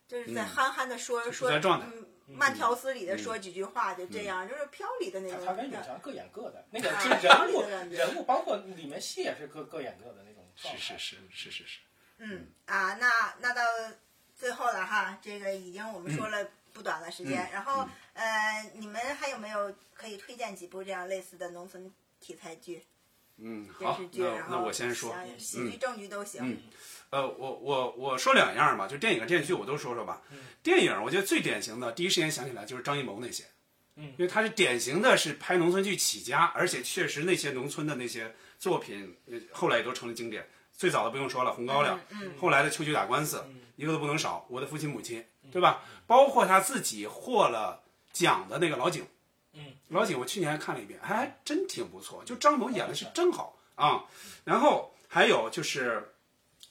[SPEAKER 1] 就是在憨憨的说、说，
[SPEAKER 4] 在状态
[SPEAKER 1] 嗯，慢条斯理的说几句话，就这样，就是飘里的那
[SPEAKER 2] 他
[SPEAKER 1] 种
[SPEAKER 2] 他跟
[SPEAKER 1] 感觉嗯
[SPEAKER 2] 永。强各演各的，那个
[SPEAKER 1] 哦啊
[SPEAKER 2] 是人
[SPEAKER 1] 有点感
[SPEAKER 2] 物
[SPEAKER 1] 觉
[SPEAKER 2] 人物，包括里面戏也是各各演各的那种状态。
[SPEAKER 4] 是是是是是，
[SPEAKER 1] 嗯啊，那那到最后了哈，这个已经我们说了不短了时间，然后、呃，你们还有没有可以推荐几部这样类似的农村题材剧、
[SPEAKER 4] 嗯，
[SPEAKER 1] 电
[SPEAKER 4] 好
[SPEAKER 1] 视，剧？啊
[SPEAKER 4] 那
[SPEAKER 1] 然
[SPEAKER 4] 那
[SPEAKER 1] 后
[SPEAKER 4] 我先说，嗯
[SPEAKER 1] 想喜剧、正剧都行。
[SPEAKER 4] 呃，我我我说两样吧，就电影和电视剧我都说说吧。电影我觉得最典型的，第一时间想起来就是张艺谋那些，嗯，因为他是典型的是拍农村剧起家，而且确实那些农村的那些作品，呃后来也都成了经典。最早的不用说了，《红
[SPEAKER 1] 嗯
[SPEAKER 4] 高粱》后来的《秋菊打官司》一个都不能少，《我的父亲母亲》，对吧？包括他自己获了奖的那个老井，老井，我去年还看了一遍，还真挺不错。就张艺谋演的是真好啊。然后还有就是，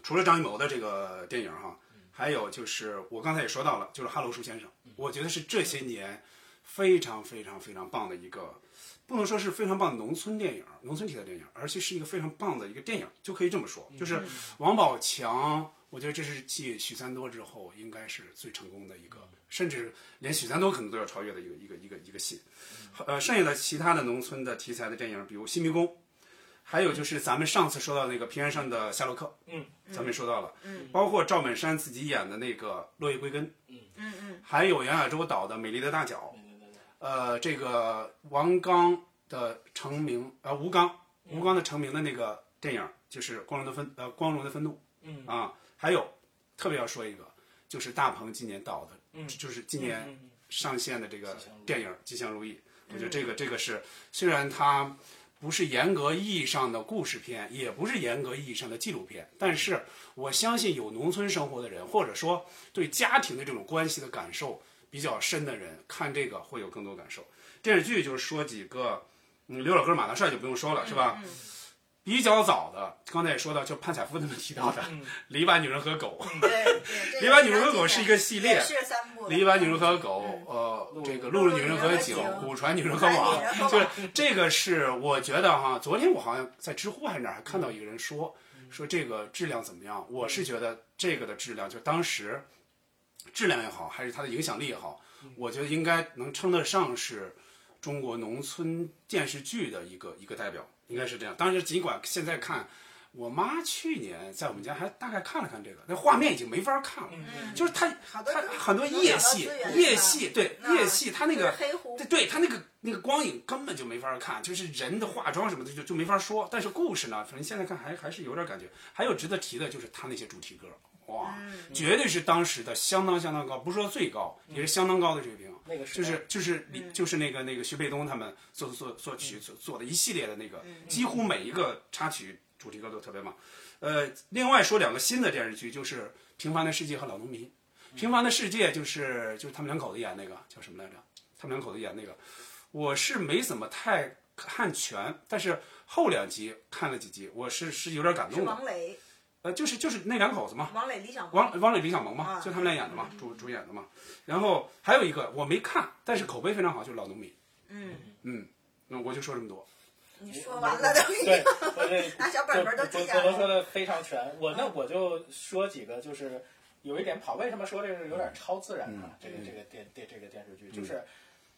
[SPEAKER 4] 除了张艺谋的这个电影哈，还有就是我刚才也说到了，就是《哈喽，树先生》，我觉得是这些年非常非常非常棒的一个，不能说是非常棒的农村电影、农村题材电影，而且是一个非常棒的一个电影，就可以这么说。就是王宝强，我觉得这是继许三多之后，应该是最成功的一个，甚至连许三多可能都要超越的一个一个一个一个戏。呃，剩下的其他的农村的题材的电影，比如《新迷宫》，还有就是咱们上次说到那个《平原上的夏洛克》，
[SPEAKER 2] 嗯，
[SPEAKER 4] 咱们也说到了，嗯，包括赵本山自己演的那个《落叶归根》，嗯嗯嗯，还有杨亚洲导的《美丽的大脚》，呃，这个王刚的成名，呃，吴刚，吴刚的成名的那个电影就是《光荣的愤》，呃，《光荣的愤怒》，嗯啊，还有特别要说一个，就是大鹏今年导的，嗯，就是今年上线的这个电影《吉祥如意》，嗯我觉得这个这个是虽然它不是严格意义上的故事片，也不是严格意义上的纪录片，但是我相信有农村生活的人，或者说对家庭的这种关系的感受比较深的人，看这个会有更多感受。电视剧就是说几个，嗯，刘老根、马大帅就不用说了，是吧？比较早的，刚才也说到，就潘采夫他们提到的《 篱笆女人和狗》
[SPEAKER 1] 嗯 对对，
[SPEAKER 4] 篱笆女人和狗是一个系列
[SPEAKER 1] 也是三部的。嗯
[SPEAKER 4] 篱笆女人和狗，呃，这个陆路女人和井，古传女人和网，就是这个是我觉得哈，昨天我好像在知乎还是哪儿还看到一个人说，说这个质量怎么样？我是觉得这个的质量，就当时质量也好，还是它的影响力也好，我觉得应该能称得上是中国农村电视剧的一个一个代表，应该是这样。当时尽管现在看，我妈去年在我们家还大概看了看这个，那画面已经没法看了，就是它
[SPEAKER 1] 嗯多
[SPEAKER 4] 它很多
[SPEAKER 1] 能
[SPEAKER 4] 夜
[SPEAKER 1] 找到
[SPEAKER 4] 戏
[SPEAKER 1] 资源，
[SPEAKER 4] 夜
[SPEAKER 1] 是吧
[SPEAKER 4] 戏对
[SPEAKER 1] 嗯
[SPEAKER 4] 夜戏，它那
[SPEAKER 1] 就是
[SPEAKER 4] 个
[SPEAKER 1] 黑湖
[SPEAKER 4] 对对它那个那个光影根本就没法看，就是人的化妆什么的就就没法说。但是故事呢，反正现在看还还是有点感觉。还有值得提的就是它那些主题歌，哇，绝对是当时的相当相当高，不是说最高，也是相当高的水
[SPEAKER 2] 嗯
[SPEAKER 4] 平。
[SPEAKER 2] 那个时
[SPEAKER 4] 就
[SPEAKER 2] 代
[SPEAKER 4] 是就是李就是那个那个徐贝东他们做做作曲
[SPEAKER 2] 嗯
[SPEAKER 4] 做做的一系列的那个，几乎每一个插曲主题歌都特别棒。呃，另外说两个新的电视剧，就是《平凡的世界》和《老农民》。《平凡的世界》就是就是他们两口子演那个叫什么来着？他们两口子演那个，我是没怎么太看全，但是后两集看了几集，我是是有点感
[SPEAKER 1] 是
[SPEAKER 4] 动的。
[SPEAKER 1] 王磊，
[SPEAKER 4] 呃，就是就是那两口子嘛，
[SPEAKER 1] 王磊李小
[SPEAKER 4] 王王磊、李小萌嘛，
[SPEAKER 1] 啊
[SPEAKER 4] 就他们俩演的嘛，主主演的嘛。然后还有一个我没看，但是口碑非常好，就是《老农民》。
[SPEAKER 1] 嗯
[SPEAKER 4] 嗯，那我就说这么多。
[SPEAKER 1] 你说完了都已
[SPEAKER 2] 对
[SPEAKER 1] 经，
[SPEAKER 2] 我这
[SPEAKER 1] 拿小本本都记下来
[SPEAKER 2] 我我说的非常全。我那我就说几个，就是有一点跑。为什么说这个有点超自然
[SPEAKER 4] 嗯
[SPEAKER 2] 啊？这个这个电电这个电视剧，就是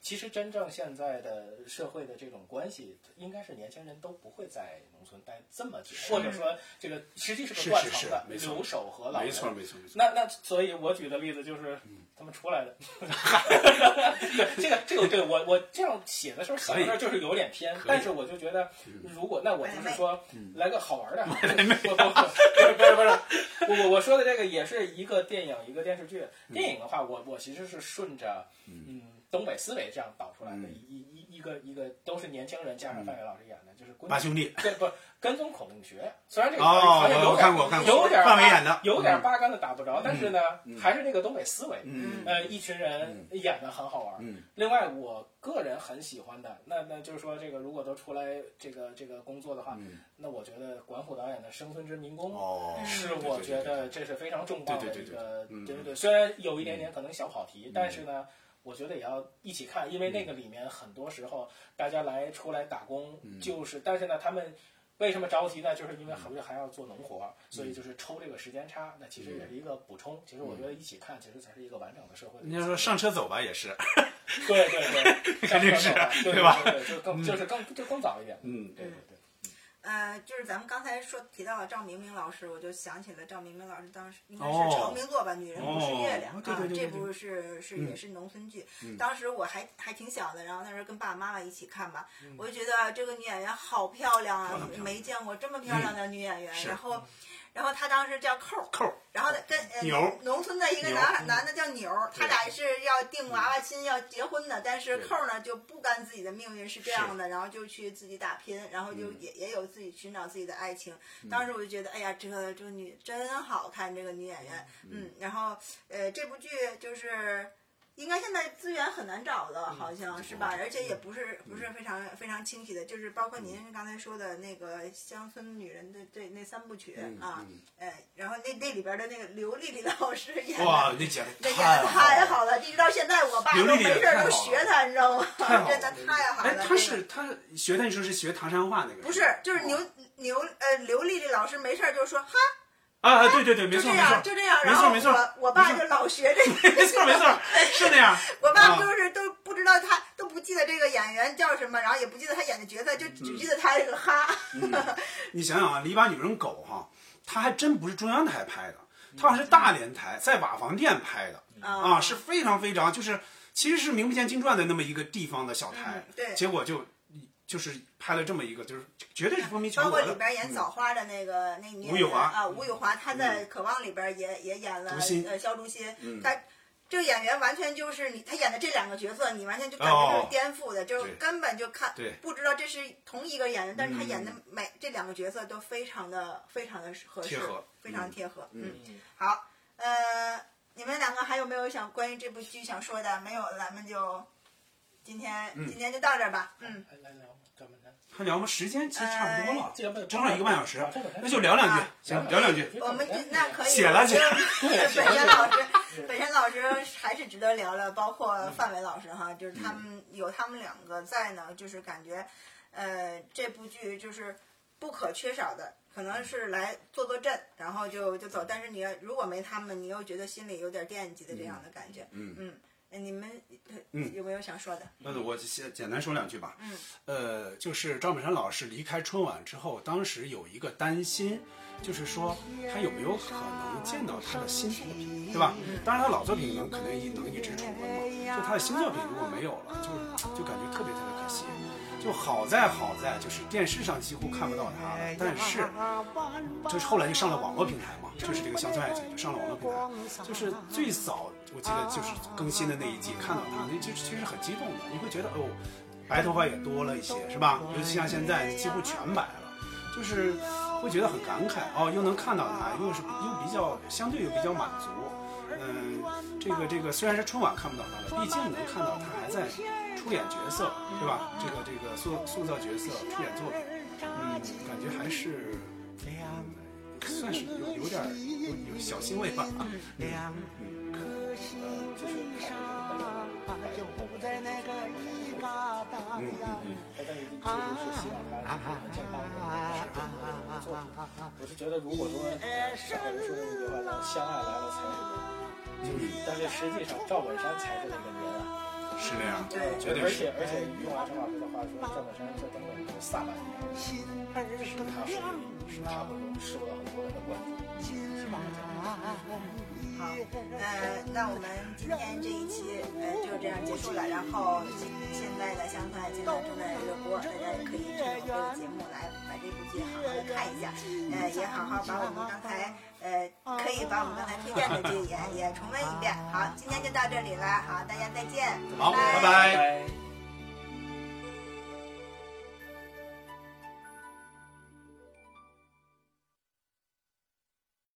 [SPEAKER 2] 其实真正现在的社会的这种关系，应该是年轻人都不会在农村待这么久，或者说这个实际是
[SPEAKER 4] 是
[SPEAKER 2] 个断
[SPEAKER 4] 是
[SPEAKER 2] 层
[SPEAKER 4] 是
[SPEAKER 2] 的
[SPEAKER 4] 没错
[SPEAKER 2] 留守和老人。
[SPEAKER 4] 没错没错没错
[SPEAKER 2] 那那所以，我举的例子就是
[SPEAKER 4] 嗯
[SPEAKER 2] 他们出来 的。对，这个这个对我我这样写的时候想
[SPEAKER 4] 可以
[SPEAKER 2] 到这儿就是有点偏，
[SPEAKER 4] 可以哎
[SPEAKER 2] 但是我就觉得，如果那我就是说来个好玩的，不
[SPEAKER 4] 嗯
[SPEAKER 2] 是不是不是不是，我我说的这个也是一个电影一个电视剧。
[SPEAKER 4] 嗯
[SPEAKER 2] 电影的话，我我其实是顺着嗯东北思维这样导出来的，
[SPEAKER 4] 嗯
[SPEAKER 2] 一一一一个一个都是年轻人加上范伟老师演的，就是
[SPEAKER 4] 八兄弟，
[SPEAKER 2] 对，不是跟踪孔令学，虽然这个
[SPEAKER 4] 嗯哦
[SPEAKER 2] 好像有
[SPEAKER 4] 我
[SPEAKER 2] 点
[SPEAKER 4] 看过我看过
[SPEAKER 2] 有点
[SPEAKER 4] 范伟演的
[SPEAKER 2] 有点八竿子打不着，但是呢，还是那个东北思维，
[SPEAKER 4] 嗯
[SPEAKER 2] 呃，一群人演的很好玩。
[SPEAKER 4] 嗯
[SPEAKER 2] 另外，我个人很喜欢的，那那就是说，这个如果都出来这个这个工作的
[SPEAKER 4] 嗯
[SPEAKER 2] 话，那我觉得管虎导演的《生存之民工》
[SPEAKER 4] 哦
[SPEAKER 2] 是我觉得这是非常重磅的
[SPEAKER 4] 对对
[SPEAKER 2] 一
[SPEAKER 4] 对
[SPEAKER 2] 个，
[SPEAKER 4] 对对对嗯嗯
[SPEAKER 2] 对对，虽然有一点点可能小跑题，但是呢，我觉得也要一起看，因为
[SPEAKER 4] 嗯
[SPEAKER 2] 那个里面很多时候大家来出来打工，
[SPEAKER 4] 嗯
[SPEAKER 2] 就是，但是呢，他们。为什么着急呢？就是因为后面还要做农活，所
[SPEAKER 4] 嗯
[SPEAKER 2] 以就是抽这个时间差，那其实也是一个补充。其实我觉
[SPEAKER 4] 嗯
[SPEAKER 2] 得一起看，其实才是一个完整的社会的一个
[SPEAKER 4] 人
[SPEAKER 2] 结构。
[SPEAKER 4] 家说上车走吧，也是。
[SPEAKER 2] 对对对，
[SPEAKER 4] 肯定
[SPEAKER 2] 上
[SPEAKER 4] 是
[SPEAKER 2] 车走对
[SPEAKER 4] 对吧
[SPEAKER 2] 对对，就更就是更就更早一点。
[SPEAKER 4] 嗯
[SPEAKER 2] 对对对。
[SPEAKER 1] 呃，就是咱们刚才说提到了赵明明老师，我就想起了赵明明老师当时应该是
[SPEAKER 4] 哦
[SPEAKER 1] 成名作吧，女人不是月亮》
[SPEAKER 4] 哦对对对
[SPEAKER 1] 啊，
[SPEAKER 4] 对嗯
[SPEAKER 1] 这部是是也是农村剧，当时我还还挺小的，然后那时候跟爸爸妈妈一起看吧，我就觉得这个女演员好漂亮啊，
[SPEAKER 4] 嗯漂亮漂亮嗯
[SPEAKER 1] 没见过这么漂亮的女演员，
[SPEAKER 4] 是
[SPEAKER 1] 然后。然后她当时叫扣儿
[SPEAKER 4] 扣儿
[SPEAKER 1] 然后跟、呃、
[SPEAKER 4] 牛儿嗯
[SPEAKER 1] 农村的一个
[SPEAKER 4] 牛
[SPEAKER 1] 男男的叫牛儿，他俩是要定娃娃亲要结婚的，但是
[SPEAKER 4] 对
[SPEAKER 1] 扣儿呢就不甘自己的命运是这
[SPEAKER 4] 是嗯
[SPEAKER 1] 样的，然后就去自己打拼，然后就也、也有自己寻找自己的爱情。当时我就觉得，哎呀，这个这个女真好看，这个女演员，嗯，然后呃，这部剧就是。应该现在资源很难找了，
[SPEAKER 4] 嗯
[SPEAKER 1] 好像是吧？而且也不是不是非常非常清晰的，就是包括
[SPEAKER 4] 嗯
[SPEAKER 1] 您刚才说的那个《乡村女人》的这那三部曲
[SPEAKER 4] 嗯
[SPEAKER 1] 啊，呃，然后那那里边的那个刘丽丽老师演的，
[SPEAKER 4] 哇，那姐
[SPEAKER 1] 那
[SPEAKER 4] 太
[SPEAKER 1] 演的太
[SPEAKER 4] 好了。
[SPEAKER 1] 好了，一直到现在我爸都
[SPEAKER 4] 刘丽
[SPEAKER 1] 没
[SPEAKER 4] 丽
[SPEAKER 1] 事
[SPEAKER 4] 也
[SPEAKER 1] 儿
[SPEAKER 4] 太
[SPEAKER 1] 都
[SPEAKER 4] 好
[SPEAKER 1] 学
[SPEAKER 4] 了
[SPEAKER 1] 她，你知道吗？
[SPEAKER 4] 太好
[SPEAKER 1] 真的
[SPEAKER 4] 了
[SPEAKER 1] 太好了。
[SPEAKER 4] 哎，他
[SPEAKER 1] 这
[SPEAKER 4] 是他学的你说是哦学唐山话那个？
[SPEAKER 1] 不是就是牛牛呃刘丽丽老师没事儿就说哈，
[SPEAKER 4] 啊啊，对对对，没
[SPEAKER 1] 哎就这
[SPEAKER 4] 错没
[SPEAKER 1] 样
[SPEAKER 4] 错，
[SPEAKER 1] 就这样。
[SPEAKER 4] 没
[SPEAKER 1] 然后
[SPEAKER 4] 错没错，
[SPEAKER 1] 我我爸
[SPEAKER 4] 没
[SPEAKER 1] 就
[SPEAKER 4] 错
[SPEAKER 1] 老学这个，
[SPEAKER 4] 没错没 错，是那样。
[SPEAKER 1] 我爸
[SPEAKER 4] 啊
[SPEAKER 1] 就是都不知道他都不记得这个演员叫什么，然后也不记得他演的角色，就只记得他这个哈。
[SPEAKER 4] 你想想啊，《篱笆女人狗》哈，它还真不是中央台拍的，
[SPEAKER 1] 嗯
[SPEAKER 4] 它好像是大连台在瓦房店拍的、啊，是非常非常就是其实是名不见经传的那么一个地方的小台，
[SPEAKER 1] 嗯对
[SPEAKER 4] 结果就就是拍了这么一个，就是绝对是风靡全
[SPEAKER 1] 包括
[SPEAKER 4] 国
[SPEAKER 1] 里
[SPEAKER 4] 的。嗯
[SPEAKER 1] 边演枣花的那个那个女
[SPEAKER 4] 吴
[SPEAKER 1] 演
[SPEAKER 4] 雨
[SPEAKER 1] 员
[SPEAKER 4] 华嗯
[SPEAKER 1] 啊，吴雨华，她在《渴望》里边也也演了
[SPEAKER 4] 竹心
[SPEAKER 1] 呃肖竹心，
[SPEAKER 4] 嗯
[SPEAKER 1] 她。这个演员完全就是你，她演的这两个角色，你完全就感觉
[SPEAKER 4] 哦
[SPEAKER 1] 就是颠覆的，就
[SPEAKER 4] 对
[SPEAKER 1] 根本就看
[SPEAKER 4] 对嗯
[SPEAKER 1] 不知道这是同一个演员，但是她演的每这两个角色都非常的非常的合适
[SPEAKER 4] 贴合，
[SPEAKER 1] 非常贴合。嗯，好，呃，你们两个还有没有想关于这部剧想说的？没有，咱们就今天今天就到这儿吧。嗯，
[SPEAKER 2] 来来聊咱们来，
[SPEAKER 4] 还聊吗？时间其实差不多了，
[SPEAKER 1] 哎
[SPEAKER 2] 这个
[SPEAKER 4] 正啊好一个半小时
[SPEAKER 2] 啊这个，
[SPEAKER 4] 那就聊两句
[SPEAKER 1] 啊，
[SPEAKER 4] 行，聊两句。
[SPEAKER 1] 我们就那可以啊
[SPEAKER 4] 写了写了
[SPEAKER 1] 本山老师，本山老师还是值得聊聊，包
[SPEAKER 4] 嗯
[SPEAKER 1] 括范伟老师哈，就是他们有他们两个在呢，就是感觉，呃，这部剧就是不可缺少的，可能是来坐坐镇，然后就就走。但是你要如果没他们，你又觉得心里有点惦记的这样的感觉。嗯嗯。呃你们呃
[SPEAKER 4] 嗯
[SPEAKER 1] 有没有想说的？
[SPEAKER 4] 那我先简单说两句吧。嗯，呃，就是赵本山老师离开春晚之后，当时有一个担心，就是说他有没有可能见到他的新作品，对吧？当然，他老作品能肯定一能一直重温嘛。就他的新作品如果没有了，就就感觉特别特别可惜。就好在好在就是电视上几乎看不到他了，但是就是后来就上了网络平台嘛，就是这个乡村爱情就上了网络平台，就是最早我记得就是更新的那一季看到他，那就其实很激动的，你会觉得哦，白头发也多了一些是吧？尤其像现在几乎全白了，就是会觉得很感慨哦，又能看到他，又是又比较相对又比较满足。嗯，这个这个虽然是春晚看不到他了，毕竟能看到他还在出演角色，对吧？这个这个塑塑造角色、出演作品，嗯，感觉还是算是有有点儿有有小欣慰吧。
[SPEAKER 2] 就是看着这个白头发白头发
[SPEAKER 4] 嗯嗯嗯。
[SPEAKER 2] 但是其实是希望他能健康的做。我是觉得，如果说像我们说的那句话，叫相爱来了才是就是，但是实际上赵本山才是那个人啊。
[SPEAKER 4] 嗯是这样，
[SPEAKER 1] 对
[SPEAKER 4] 绝对
[SPEAKER 2] 而
[SPEAKER 4] 是
[SPEAKER 2] 且。而且用完陈老师的话说，赵本山在当个萨满一样，是他是是他会受到很多人的关注。
[SPEAKER 1] 好，呃，那我们今天这一期呃就这样结束了。然后呃现在的乡村爱情呢正在热播，大家也可以趁着这个节目来把这部剧好好的看一下，呃，也好好把我们刚才呃可以把我们刚才推荐的剧也也重温一遍。好，今天就到这里了，好，大家再见，
[SPEAKER 4] 好，拜拜。
[SPEAKER 2] 拜。